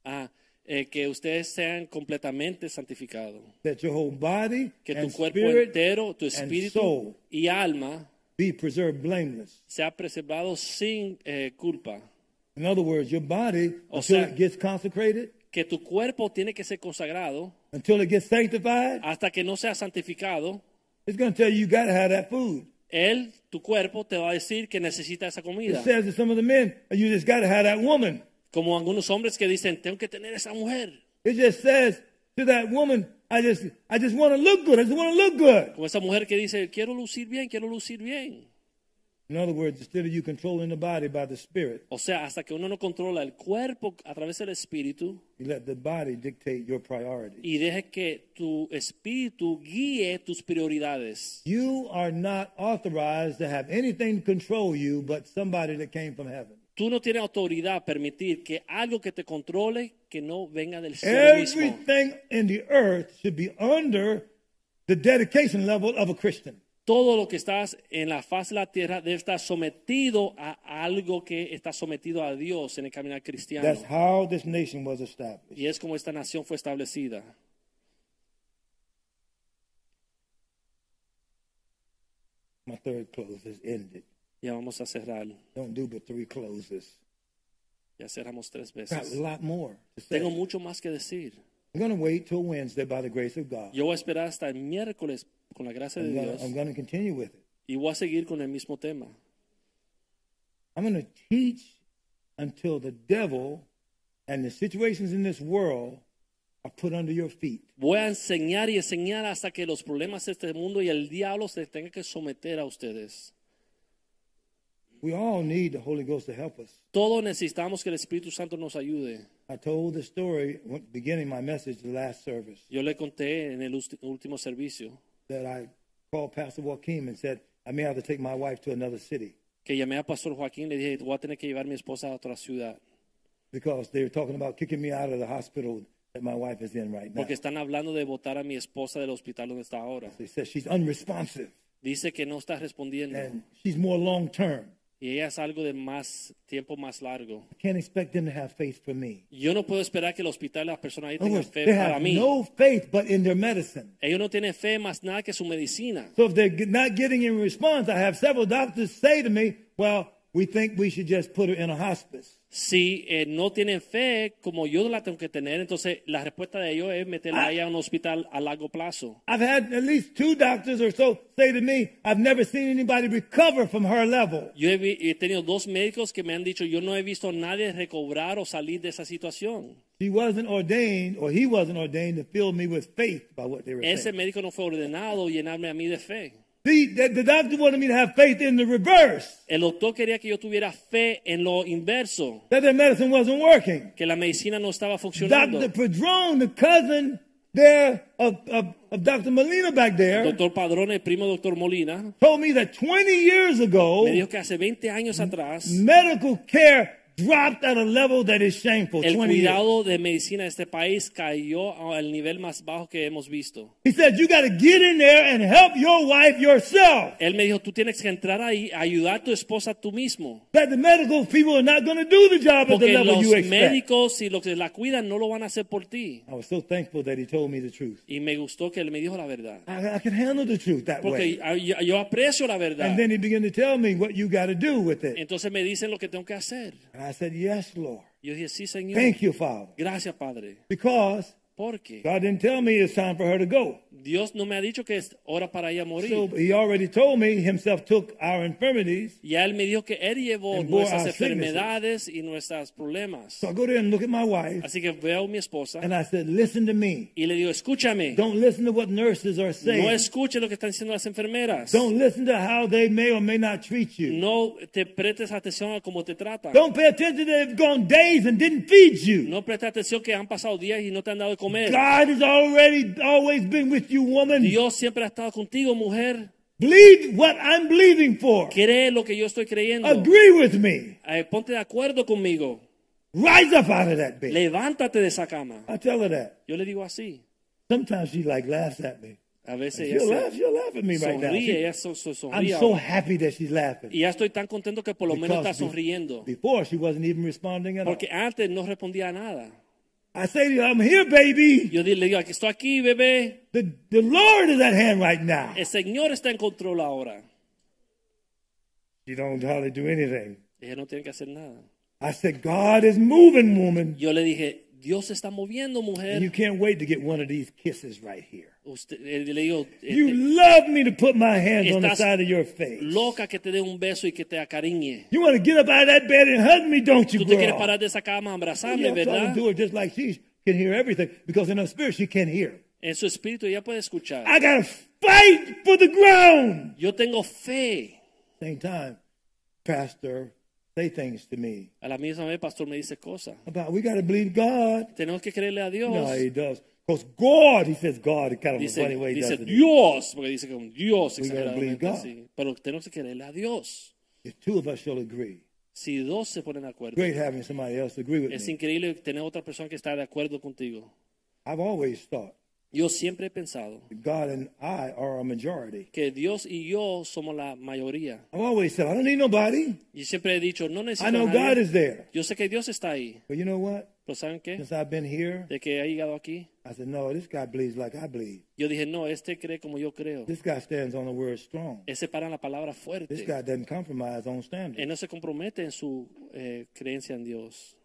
[SPEAKER 3] ah, eh, que ustedes sean completamente santificados,
[SPEAKER 2] That your whole body
[SPEAKER 3] que tu
[SPEAKER 2] and
[SPEAKER 3] cuerpo
[SPEAKER 2] spirit
[SPEAKER 3] entero, tu
[SPEAKER 2] and
[SPEAKER 3] espíritu
[SPEAKER 2] soul
[SPEAKER 3] y alma
[SPEAKER 2] be preserved blameless.
[SPEAKER 3] sea preservado sin eh, culpa.
[SPEAKER 2] In other words, your body,
[SPEAKER 3] O
[SPEAKER 2] until
[SPEAKER 3] sea-
[SPEAKER 2] it gets consecrated,
[SPEAKER 3] Que tu cuerpo tiene que ser consagrado
[SPEAKER 2] until it gets sanctified,
[SPEAKER 3] hasta que no sea santificado.
[SPEAKER 2] it's going to tell you you got to have that food.
[SPEAKER 3] Él, tu cuerpo, te va a decir que necesita esa comida.
[SPEAKER 2] It says to some of the men, you just got to have that woman.
[SPEAKER 3] Como algunos hombres que dicen, tengo que tener esa mujer.
[SPEAKER 2] It just says to that woman, I just, I just want to look good. I just want to look good.
[SPEAKER 3] Como esa mujer que dice, quiero lucir bien, quiero lucir bien.
[SPEAKER 2] In other words, instead of you controlling the body by the spirit,
[SPEAKER 3] O sea, hasta que uno no controla el cuerpo a través del espíritu
[SPEAKER 2] you let the body dictate your priority.
[SPEAKER 3] y deje que tu espíritu guíe tus prioridades.
[SPEAKER 2] You are not authorized to have anything to control you but somebody that came from heaven.
[SPEAKER 3] Tú no tienes autoridad a permitir que algo que te controle que no venga del cielo mismo.
[SPEAKER 2] Everything in the earth should be under the dedication level of a Christian.
[SPEAKER 3] Todo lo que estás en la faz de la tierra debe estar sometido a algo que está sometido a Dios en el caminar cristiano.
[SPEAKER 2] That's how this nation was established.
[SPEAKER 3] Y es como esta nación fue establecida.
[SPEAKER 2] My third close is ended.
[SPEAKER 3] Ya vamos a cerrar.
[SPEAKER 2] Don't do but three closes.
[SPEAKER 3] Ya cerramos tres
[SPEAKER 2] Got a
[SPEAKER 3] veces.
[SPEAKER 2] lot more. to say.
[SPEAKER 3] Tengo mucho más que decir.
[SPEAKER 2] I'm going to wait till Wednesday by the grace of God.
[SPEAKER 3] Yo voy a esperar hasta el miércoles con la gracia de
[SPEAKER 2] I'm going,
[SPEAKER 3] Dios
[SPEAKER 2] to, I'm going to continue with it.
[SPEAKER 3] y voy a seguir con el mismo tema.
[SPEAKER 2] I'm going to teach until the devil and the situations in this world are put under your feet.
[SPEAKER 3] Voy a enseñar y enseñar hasta que los problemas de este mundo y el diablo se tengan que someter a ustedes.
[SPEAKER 2] We all need the Holy Ghost to help us.
[SPEAKER 3] Todos necesitamos que el Espíritu Santo nos ayude.
[SPEAKER 2] I told the story when- beginning my message the last service
[SPEAKER 3] Yo le conté en el ulti- último servicio
[SPEAKER 2] that I called Pastor Joaquim and said, I may have to take my wife to another city
[SPEAKER 3] que llamé a Pastor Joaquín y le dije, voy a tener que llevar a mi esposa a otra ciudad.
[SPEAKER 2] because they were talking about kicking me out of the hospital that my wife is in right now.
[SPEAKER 3] Porque están hablando de votar a mi esposa del hospital donde está ahora.
[SPEAKER 2] They said she's unresponsive
[SPEAKER 3] Dice que no está respondiendo
[SPEAKER 2] and she's more long term.
[SPEAKER 3] y ella es algo de más tiempo más largo.
[SPEAKER 2] I can't expect them to have faith for me.
[SPEAKER 3] Yo no puedo esperar que el hospital las personas ahí
[SPEAKER 2] In other
[SPEAKER 3] tengan
[SPEAKER 2] words,
[SPEAKER 3] fe
[SPEAKER 2] they
[SPEAKER 3] para
[SPEAKER 2] have pues,
[SPEAKER 3] mí.
[SPEAKER 2] no faith but in their medicine.
[SPEAKER 3] Ellos no tienen fe más nada que su medicina.
[SPEAKER 2] So if they're g- not getting any response, I have several doctors say to me, well, we think we should just put her in a hospice.
[SPEAKER 3] Si eh, no tienen fe como yo la tengo que tener, entonces la respuesta de ellos es
[SPEAKER 2] Ah.
[SPEAKER 3] meterla ahí a un hospital a largo plazo.
[SPEAKER 2] I've had at least two doctors or so say to me, I've never seen anybody recover from her level.
[SPEAKER 3] Yo he, vi- he tenido dos médicos que me han dicho, yo no he visto a nadie recobrar o salir de esa situación.
[SPEAKER 2] She wasn't ordained, or he wasn't ordained to fill me with faith by what they were
[SPEAKER 3] Ese
[SPEAKER 2] saying.
[SPEAKER 3] médico no fue ordenado llenarme a mí de fe.
[SPEAKER 2] See, the, the doctor wanted me to have faith in the reverse,
[SPEAKER 3] El doctor quería que yo tuviera fe en lo inverso,
[SPEAKER 2] that their medicine wasn't working.
[SPEAKER 3] que la medicina no estaba funcionando.
[SPEAKER 2] Dr. Padron, the cousin there of, of, of Dr. Molina back there,
[SPEAKER 3] Doctor Padrón, el primo doctor Molina,
[SPEAKER 2] told me that 20 years
[SPEAKER 3] me
[SPEAKER 2] ago,
[SPEAKER 3] dijo que hace 20
[SPEAKER 2] Mm,
[SPEAKER 3] años atrás
[SPEAKER 2] medical care dropped at a level that is shameful.
[SPEAKER 3] el
[SPEAKER 2] 20 years.
[SPEAKER 3] cuidado de medicina de este país cayó al nivel más bajo que hemos visto.
[SPEAKER 2] He said, You got to get in there and help your wife yourself.
[SPEAKER 3] Él me dijo, tú tienes que entrar ahí, ayudar a tu esposa tú mismo.
[SPEAKER 2] that the medical people are not going to do the job at the
[SPEAKER 3] Porque
[SPEAKER 2] level
[SPEAKER 3] los
[SPEAKER 2] you expect.
[SPEAKER 3] médicos y los que la cuidan no lo van a hacer por ti.
[SPEAKER 2] I was so thankful that he told me the truth.
[SPEAKER 3] Y me gustó que él me dijo la verdad.
[SPEAKER 2] I, I can handle the truth that
[SPEAKER 3] Porque
[SPEAKER 2] way.
[SPEAKER 3] a- yo, yo aprecio la verdad.
[SPEAKER 2] And then he began to tell me what you got to do with it.
[SPEAKER 3] Entonces me dicen lo que tengo que hacer.
[SPEAKER 2] And I said, Yes, Lord.
[SPEAKER 3] Yo dije, sí, Señor.
[SPEAKER 2] Thank you, Father.
[SPEAKER 3] Gracias, Padre.
[SPEAKER 2] Because
[SPEAKER 3] Porque
[SPEAKER 2] God didn't tell me it's time for her to go.
[SPEAKER 3] Dios no me ha dicho que es hora para ella morir.
[SPEAKER 2] So he already told me himself took our infirmities.
[SPEAKER 3] ya él me dijo que él llevó
[SPEAKER 2] And bore
[SPEAKER 3] nuestras
[SPEAKER 2] our sicknesses.
[SPEAKER 3] enfermedades y nuestros problemas.
[SPEAKER 2] So I go there and look at my wife
[SPEAKER 3] Así que veo a mi esposa
[SPEAKER 2] and I said, listen to me.
[SPEAKER 3] y le digo, escúchame,
[SPEAKER 2] Don't listen to what nurses are
[SPEAKER 3] no
[SPEAKER 2] saying.
[SPEAKER 3] escuches lo que están diciendo las enfermeras.
[SPEAKER 2] Don't listen to how they may or may not treat you.
[SPEAKER 3] No te prestes atención a cómo te tratan.
[SPEAKER 2] Don't pay attention that they've gone days and didn't feed you.
[SPEAKER 3] No prestes atención que han pasado días y no te han dado de comer.
[SPEAKER 2] God has already always been with you, woman.
[SPEAKER 3] Dios siempre ha estado contigo, mujer.
[SPEAKER 2] Believe what I'm believing for.
[SPEAKER 3] Cree lo que yo estoy creyendo.
[SPEAKER 2] Agree with me.
[SPEAKER 3] Eh, ponte de acuerdo conmigo.
[SPEAKER 2] Rise up out of that bed.
[SPEAKER 3] Levántate de esa cama.
[SPEAKER 2] I tell her that.
[SPEAKER 3] Yo le digo así.
[SPEAKER 2] Sometimes she like laughs at me.
[SPEAKER 3] A veces
[SPEAKER 2] She'll
[SPEAKER 3] ella
[SPEAKER 2] laugh. She'll laugh at me
[SPEAKER 3] se
[SPEAKER 2] right now.
[SPEAKER 3] sonríe,
[SPEAKER 2] She-
[SPEAKER 3] ella so- so-
[SPEAKER 2] I'm
[SPEAKER 3] sonríe.
[SPEAKER 2] so
[SPEAKER 3] ahora.
[SPEAKER 2] happy that she's laughing.
[SPEAKER 3] Y ya estoy tan contento que por lo menos está
[SPEAKER 2] Because be-
[SPEAKER 3] sonriendo.
[SPEAKER 2] before she wasn't even responding at all.
[SPEAKER 3] Porque antes no respondía a nada.
[SPEAKER 2] I say to you, I'm here, baby.
[SPEAKER 3] Yo di- le digo, "Aquí estoy aquí, bebé.
[SPEAKER 2] The, the Lord is at hand right now.
[SPEAKER 3] El Señor está en control ahora.
[SPEAKER 2] She don't hardly do anything.
[SPEAKER 3] Ella no tiene que hacer nada.
[SPEAKER 2] I said, God is moving, woman.
[SPEAKER 3] Yo le dije, Dios se está moviendo,
[SPEAKER 2] And you
[SPEAKER 3] mujer.
[SPEAKER 2] can't wait to get one of these kisses right here.
[SPEAKER 3] Usted, eh, le digo, eh,
[SPEAKER 2] You love me to put my hands on the
[SPEAKER 3] Estás
[SPEAKER 2] side of your face.
[SPEAKER 3] loca que te dé un beso y que te acariñe.
[SPEAKER 2] You want to get up out of that bed and hug me, don't you,
[SPEAKER 3] Tú
[SPEAKER 2] girl?
[SPEAKER 3] te quieres parar de esa cama, abrazarme,
[SPEAKER 2] Yeah, I'm trying
[SPEAKER 3] ¿verdad?
[SPEAKER 2] to do it just like she can hear everything because in her spirit she can't hear.
[SPEAKER 3] En su espíritu ella puede escuchar.
[SPEAKER 2] I gotta fight for the ground.
[SPEAKER 3] Yo tengo fe.
[SPEAKER 2] Same time, pastor, say things to me
[SPEAKER 3] A la misma vez, el pastor me dice cosas.
[SPEAKER 2] about we gotta believe God.
[SPEAKER 3] Tenemos que creerle a Dios.
[SPEAKER 2] No, he does. Because God, he says God in kind of a
[SPEAKER 3] dice
[SPEAKER 2] funny way,
[SPEAKER 3] dice
[SPEAKER 2] doesn't he?
[SPEAKER 3] Dios, porque dice con Dios
[SPEAKER 2] We gotta
[SPEAKER 3] exageradamente
[SPEAKER 2] believe God.
[SPEAKER 3] así. Pero tenemos que creerle a Dios.
[SPEAKER 2] If two of us shall agree,
[SPEAKER 3] Si dos se ponen de acuerdo,
[SPEAKER 2] great having somebody else agree with
[SPEAKER 3] es
[SPEAKER 2] me.
[SPEAKER 3] increíble tener otra persona que está de acuerdo contigo.
[SPEAKER 2] I've always thought
[SPEAKER 3] Yo siempre he pensado
[SPEAKER 2] that God and I are a majority.
[SPEAKER 3] que Dios y yo somos la mayoría.
[SPEAKER 2] I've always said, I don't need nobody.
[SPEAKER 3] Y siempre he dicho, no
[SPEAKER 2] I
[SPEAKER 3] necesito a
[SPEAKER 2] know
[SPEAKER 3] nadie.
[SPEAKER 2] God is there.
[SPEAKER 3] Yo sé que Dios está ahí.
[SPEAKER 2] But you know what?
[SPEAKER 3] Pero ¿saben qué?
[SPEAKER 2] Since I've been here,
[SPEAKER 3] De que ha llegado aquí,
[SPEAKER 2] I said, no, this guy believes like I believe.
[SPEAKER 3] yo dije, no, este cree como yo creo.
[SPEAKER 2] This guy stands on the word strong.
[SPEAKER 3] Ese para en la palabra
[SPEAKER 2] This
[SPEAKER 3] fuerte.
[SPEAKER 2] guy doesn't compromise on
[SPEAKER 3] Él
[SPEAKER 2] standards.
[SPEAKER 3] no se compromete en su eh, creencia en Dios.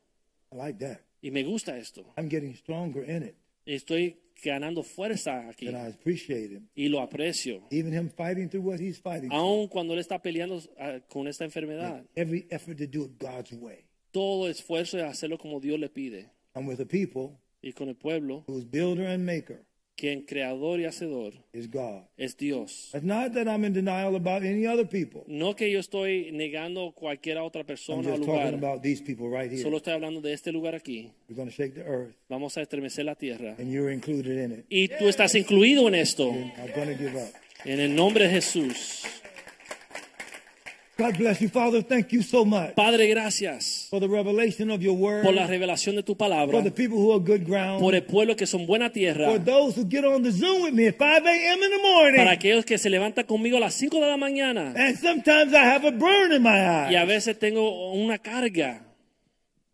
[SPEAKER 2] I like that.
[SPEAKER 3] Y me gusta esto.
[SPEAKER 2] I'm getting stronger in it,
[SPEAKER 3] Estoy ganando fuerza aquí
[SPEAKER 2] and I appreciate him.
[SPEAKER 3] y lo aprecio.
[SPEAKER 2] Even him fighting through what he's fighting. through.
[SPEAKER 3] Aun cuando él está peleando ah, con esta enfermedad,
[SPEAKER 2] Every effort to do it God's way.
[SPEAKER 3] todo esfuerzo de hacerlo como Dios le pide.
[SPEAKER 2] I'm with a people
[SPEAKER 3] Y con el pueblo,
[SPEAKER 2] whose builder and maker
[SPEAKER 3] quien creador y hacedor
[SPEAKER 2] is God.
[SPEAKER 3] es Dios.
[SPEAKER 2] It's not that I'm in denial about any other people.
[SPEAKER 3] No que yo estoy negando cualquier otra
[SPEAKER 2] I'm
[SPEAKER 3] persona o
[SPEAKER 2] just talking
[SPEAKER 3] lugar.
[SPEAKER 2] about these people right here.
[SPEAKER 3] Solo estoy hablando de este lugar aquí.
[SPEAKER 2] We're going to shake the earth,
[SPEAKER 3] Vamos a estremecer la tierra.
[SPEAKER 2] and you're included in it.
[SPEAKER 3] Y tú estás incluido en esto.
[SPEAKER 2] I'm going to give up.
[SPEAKER 3] En el nombre de Jesús.
[SPEAKER 2] God bless you, Father. Thank you so much
[SPEAKER 3] Padre, gracias
[SPEAKER 2] for the revelation of your word,
[SPEAKER 3] por la revelación de tu
[SPEAKER 2] for
[SPEAKER 3] palabra.
[SPEAKER 2] the people who are good ground,
[SPEAKER 3] Por el pueblo que son buena
[SPEAKER 2] for
[SPEAKER 3] tierra.
[SPEAKER 2] those who get on the Zoom with me at 5 a.m. in the morning.
[SPEAKER 3] Para aquellos que se levantan conmigo a las 5 de la mañana.
[SPEAKER 2] And sometimes I have a burn in my
[SPEAKER 3] Y a
[SPEAKER 2] eye.
[SPEAKER 3] veces tengo una carga.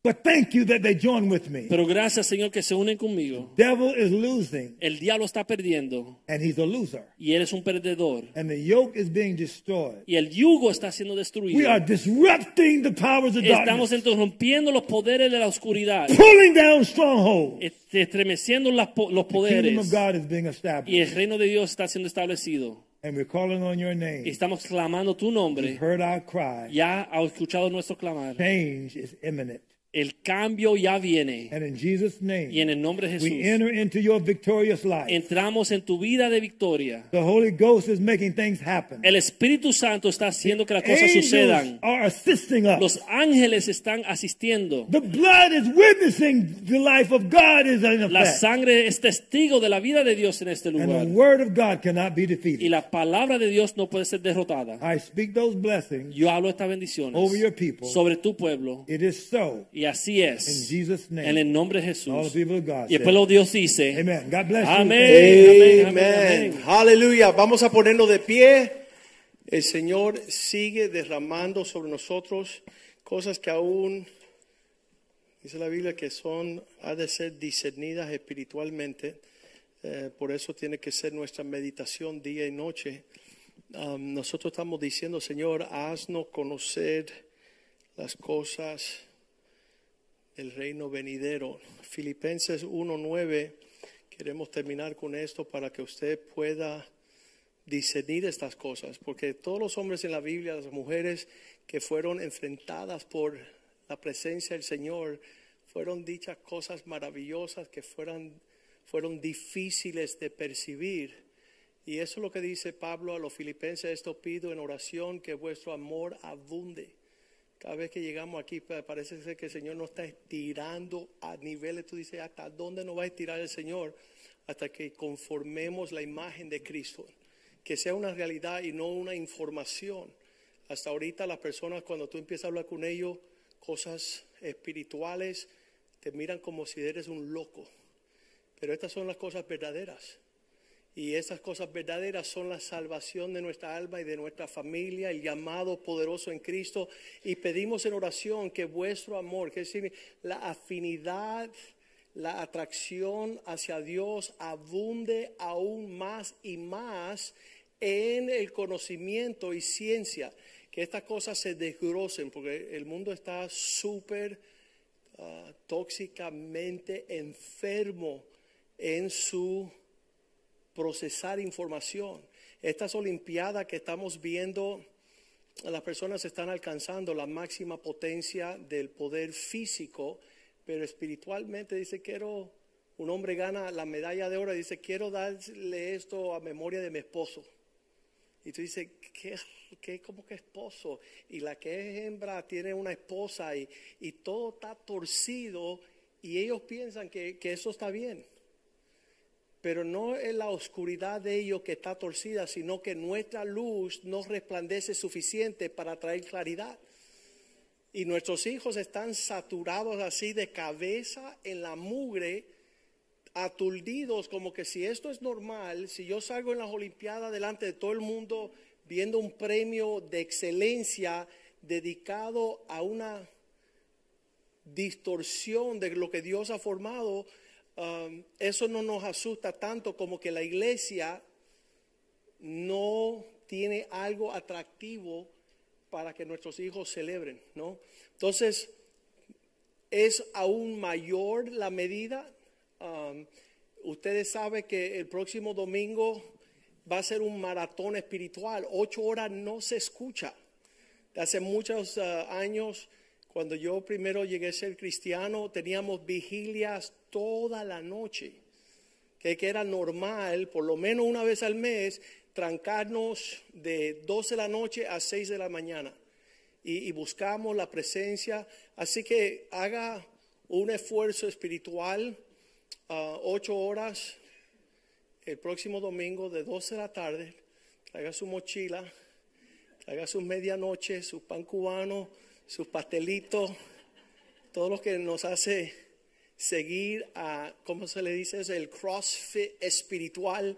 [SPEAKER 2] But thank you that they join with me.
[SPEAKER 3] Pero gracias, Señor, que se unen conmigo.
[SPEAKER 2] Devil is losing,
[SPEAKER 3] El diablo está perdiendo
[SPEAKER 2] and he's a loser.
[SPEAKER 3] y eres un perdedor.
[SPEAKER 2] And the yoke is being destroyed.
[SPEAKER 3] Y el yugo está siendo
[SPEAKER 2] We
[SPEAKER 3] destruido.
[SPEAKER 2] are disrupting the powers of
[SPEAKER 3] Estamos
[SPEAKER 2] darkness,
[SPEAKER 3] interrumpiendo los poderes de la oscuridad.
[SPEAKER 2] pulling down strongholds.
[SPEAKER 3] est- Estremeciendo las po- los
[SPEAKER 2] The kingdom of
[SPEAKER 3] poderes.
[SPEAKER 2] God is being
[SPEAKER 3] Y
[SPEAKER 2] established.
[SPEAKER 3] el reino de Dios está siendo establecido.
[SPEAKER 2] And we're calling on your
[SPEAKER 3] Y
[SPEAKER 2] name.
[SPEAKER 3] Estamos clamando tu
[SPEAKER 2] You've
[SPEAKER 3] nombre.
[SPEAKER 2] heard our cry.
[SPEAKER 3] Ya ha escuchado nuestro clamar.
[SPEAKER 2] Change is imminent.
[SPEAKER 3] El cambio ya viene.
[SPEAKER 2] And in Jesus'
[SPEAKER 3] Y en
[SPEAKER 2] name,
[SPEAKER 3] el nombre de
[SPEAKER 2] we
[SPEAKER 3] Jesús,
[SPEAKER 2] enter into your victorious life.
[SPEAKER 3] entramos en tu vida de victoria.
[SPEAKER 2] The Holy Ghost is making things happen.
[SPEAKER 3] El Espíritu Santo está haciendo que las cosas
[SPEAKER 2] Angels
[SPEAKER 3] sucedan.
[SPEAKER 2] are assisting us.
[SPEAKER 3] Los ángeles están asistiendo.
[SPEAKER 2] The blood is witnessing the life of God is in
[SPEAKER 3] La
[SPEAKER 2] effect.
[SPEAKER 3] sangre es testigo de la vida de Dios en este
[SPEAKER 2] And
[SPEAKER 3] lugar.
[SPEAKER 2] the word of God cannot be
[SPEAKER 3] Y
[SPEAKER 2] defeated.
[SPEAKER 3] la palabra de Dios no puede ser derrotada.
[SPEAKER 2] I speak those blessings.
[SPEAKER 3] Yo hablo estas bendiciones
[SPEAKER 2] Over your people.
[SPEAKER 3] sobre tu pueblo.
[SPEAKER 2] It is so.
[SPEAKER 3] Y así
[SPEAKER 2] In
[SPEAKER 3] es.
[SPEAKER 2] Jesus' name.
[SPEAKER 3] En el nombre de
[SPEAKER 2] All the
[SPEAKER 3] Jesús.
[SPEAKER 2] people of God.
[SPEAKER 3] Y el
[SPEAKER 2] said,
[SPEAKER 3] pueblo de Dios dice.
[SPEAKER 2] Amen. God bless you.
[SPEAKER 3] Amén. Amén, amén,
[SPEAKER 1] Amén.
[SPEAKER 3] amén.
[SPEAKER 1] Aleluya. Vamos a ponernos de pie. El Señor sigue derramando sobre nosotros cosas que aún, dice la Biblia, que son, ha de ser discernidas espiritualmente. Eh, por eso tiene que ser nuestra meditación día y noche. Um, nosotros estamos diciendo, Señor, haznos conocer las cosas del reino venidero. Filipenses 1.9 Queremos terminar con esto para que usted pueda discernir estas cosas, porque todos los hombres en la Biblia, las mujeres que fueron enfrentadas por la presencia del Señor, fueron dichas cosas maravillosas que fueran, fueron difíciles de percibir. Y eso es lo que dice Pablo a los filipenses, esto pido en oración, que vuestro amor abunde. Cada vez que llegamos aquí pa- parece ser que el Señor nos está estirando a niveles, tú dices, ¿hasta dónde nos va a estirar el Señor? Hasta que conformemos la imagen de Cristo, que sea una realidad y no una información. Hasta ahorita las personas cuando tú empiezas a hablar con ellos, cosas espirituales, te miran como si eres un loco. Pero estas son las cosas verdaderas. Y esas cosas verdaderas son la salvación de nuestra alma y de nuestra familia, el llamado poderoso en Cristo. Y pedimos en oración que vuestro amor, que es decir, la afinidad, la atracción hacia Dios abunde aún más y más en el conocimiento y ciencia. Que estas cosas se desgrosen, porque el mundo está súper ah, tóxicamente enfermo en su procesar información. Estas Olimpiadas que estamos viendo, las personas están alcanzando la máxima potencia del poder físico, pero espiritualmente dice, quiero, un hombre gana la medalla de oro, y dice, quiero darle esto a memoria de mi esposo. Y tú dices, ¿qué, qué como que esposo? Y la que es hembra tiene una esposa y, y todo está torcido y ellos piensan que, que eso está bien. Pero no es la oscuridad de ellos que está torcida, sino que nuestra luz no resplandece suficiente para traer claridad. Y nuestros hijos están saturados así de cabeza en la mugre, aturdidos como que si esto es normal, si yo salgo en las Olimpiadas delante de todo el mundo viendo un premio de excelencia dedicado a una distorsión de lo que Dios ha formado, um, eso no nos asusta tanto como que la iglesia no tiene algo atractivo para que nuestros hijos celebren, ¿no? Entonces, es aún mayor la medida. Um, ustedes saben que el próximo domingo va a ser un maratón espiritual. Ocho horas no se escucha. Hace muchos uh, años, cuando yo primero llegué a ser cristiano, teníamos vigilias toda la noche, que, que era normal, por lo menos una vez al mes, trancarnos de 12 de la noche a 6 de la mañana. Y, y buscamos la presencia. Así que haga un esfuerzo espiritual, ah, ocho horas, el próximo domingo de 12 de la tarde, traiga su mochila, traiga sus medianoche, su pan cubano, sus pastelitos, todo lo que nos hace seguir a, ¿cómo se le dice? Es el CrossFit espiritual.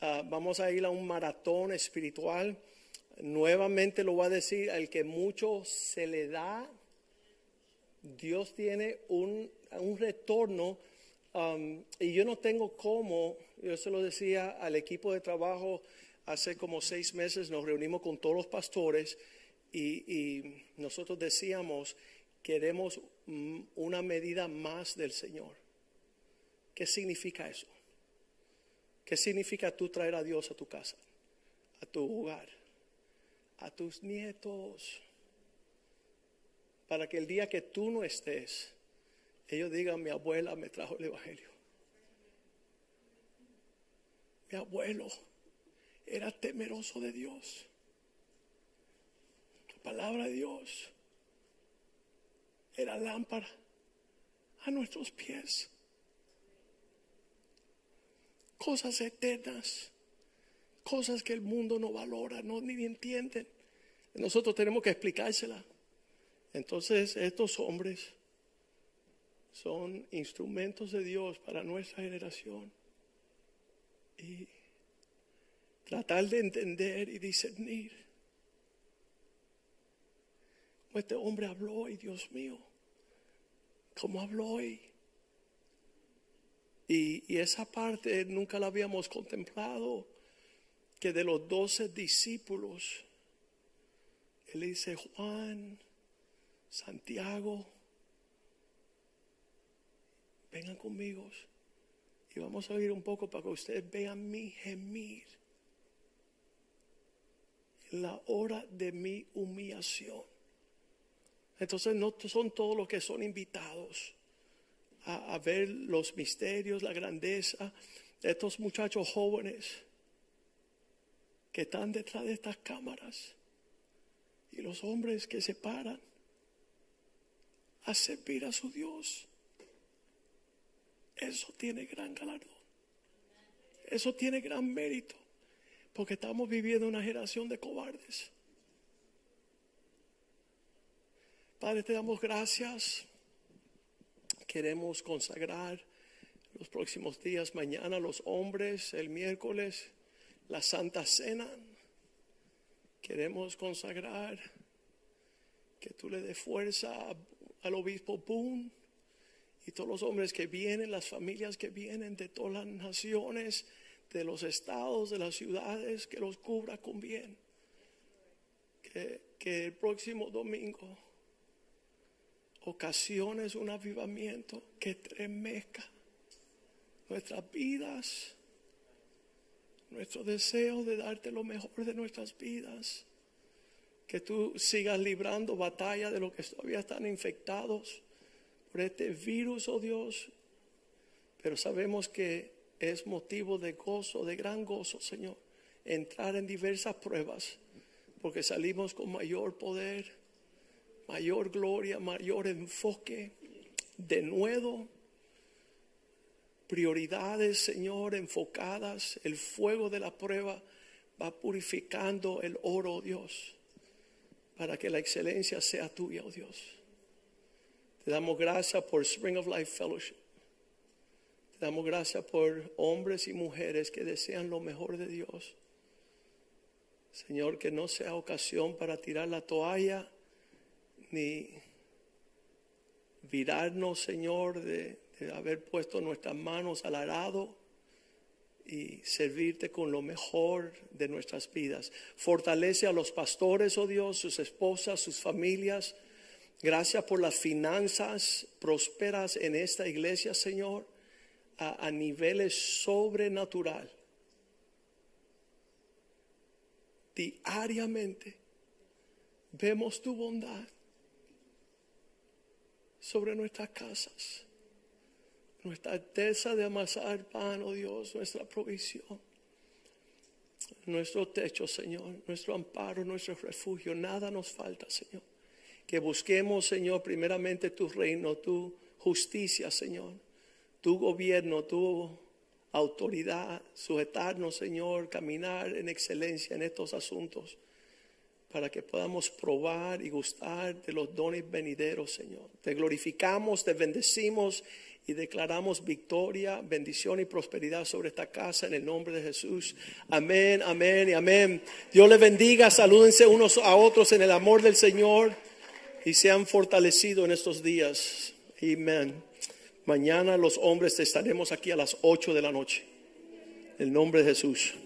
[SPEAKER 1] Ah, vamos a ir a un maratón espiritual. Nuevamente lo voy a decir, al que mucho se le da, Dios tiene un, un retorno um, y yo no tengo cómo, yo se lo decía al equipo de trabajo hace como seis meses, nos reunimos con todos los pastores y, y nosotros decíamos, queremos mm, una medida más del Señor. ¿Qué significa eso? ¿Qué significa tú traer a Dios a tu casa, a tu hogar, a tus nietos? para que el día que tú no estés, ellos digan, mi abuela me trajo el Evangelio. Mi abuelo era temeroso de Dios. La palabra de Dios era lámpara a nuestros pies. Cosas eternas, cosas que el mundo no valora, no ni entienden. Nosotros tenemos que explicárselas. Entonces estos hombres son instrumentos de Dios para nuestra generación. Y tratar de entender y discernir. Como este hombre habló hoy, Dios mío. Como habló hoy. Y, y esa parte nunca la habíamos contemplado, que de los doce discípulos, él dice, Juan, Santiago, vengan conmigo. Y vamos a oír un poco para que ustedes vean mi gemir. En la hora de mi humillación. Entonces no son todos los que son invitados a, a ver los misterios, la grandeza de estos muchachos jóvenes que están detrás de estas cámaras y los hombres que se paran a servir a su Dios. Eso tiene gran galardón. Eso tiene gran mérito. Porque estamos viviendo una generación de cobardes. Padre, te damos gracias. Queremos consagrar los próximos días, mañana los hombres, el miércoles, la Santa Cena. Queremos consagrar que tú le des fuerza a- al obispo Boone y todos los hombres que vienen, las familias que vienen de todas las naciones, de los estados, de las ciudades, que los cubra con bien. Que, que el próximo domingo ocasiones un avivamiento que tremezca nuestras vidas, nuestro deseo de darte lo mejor de nuestras vidas. Que tú sigas librando batalla de los que todavía están infectados por este virus, oh Dios. Pero sabemos que es motivo de gozo, de gran gozo, Señor, entrar en diversas pruebas, porque salimos con mayor poder, mayor gloria, mayor enfoque, de nuevo, prioridades, Señor, enfocadas. El fuego de la prueba va purificando el oro, oh Dios, para que la excelencia sea tuya, oh Dios. Te damos gracias por Spring of Life Fellowship. Te damos gracias por hombres y mujeres que desean lo mejor de Dios. Señor, que no sea ocasión para tirar la toalla ni virarnos, Señor, de, de haber puesto nuestras manos al arado y servirte con lo mejor de nuestras vidas. Fortalece a los pastores, oh Dios, sus esposas, sus familias. Gracias por las finanzas prósperas en esta iglesia, Señor, a, a niveles sobrenatural. Diariamente vemos tu bondad sobre nuestras casas, nuestra alteza de amasar pan, oh Dios, nuestra provisión, nuestro techo, Señor, nuestro amparo, nuestro refugio. Nada nos falta, Señor. Que busquemos, Señor, primeramente tu reino, tu justicia, Señor, tu gobierno, tu autoridad, sujetarnos, Señor, caminar en excelencia en estos asuntos para que podamos probar y gustar de los dones venideros, Señor. Te glorificamos, te bendecimos y declaramos victoria, bendición y prosperidad sobre esta casa en el nombre de Jesús. Amén, amén y amén. Dios les bendiga, salúdense unos a otros en el amor del Señor y sean fortalecidos en estos días. Amén. Mañana los hombres estaremos aquí a las 8 de la noche. En el nombre de Jesús.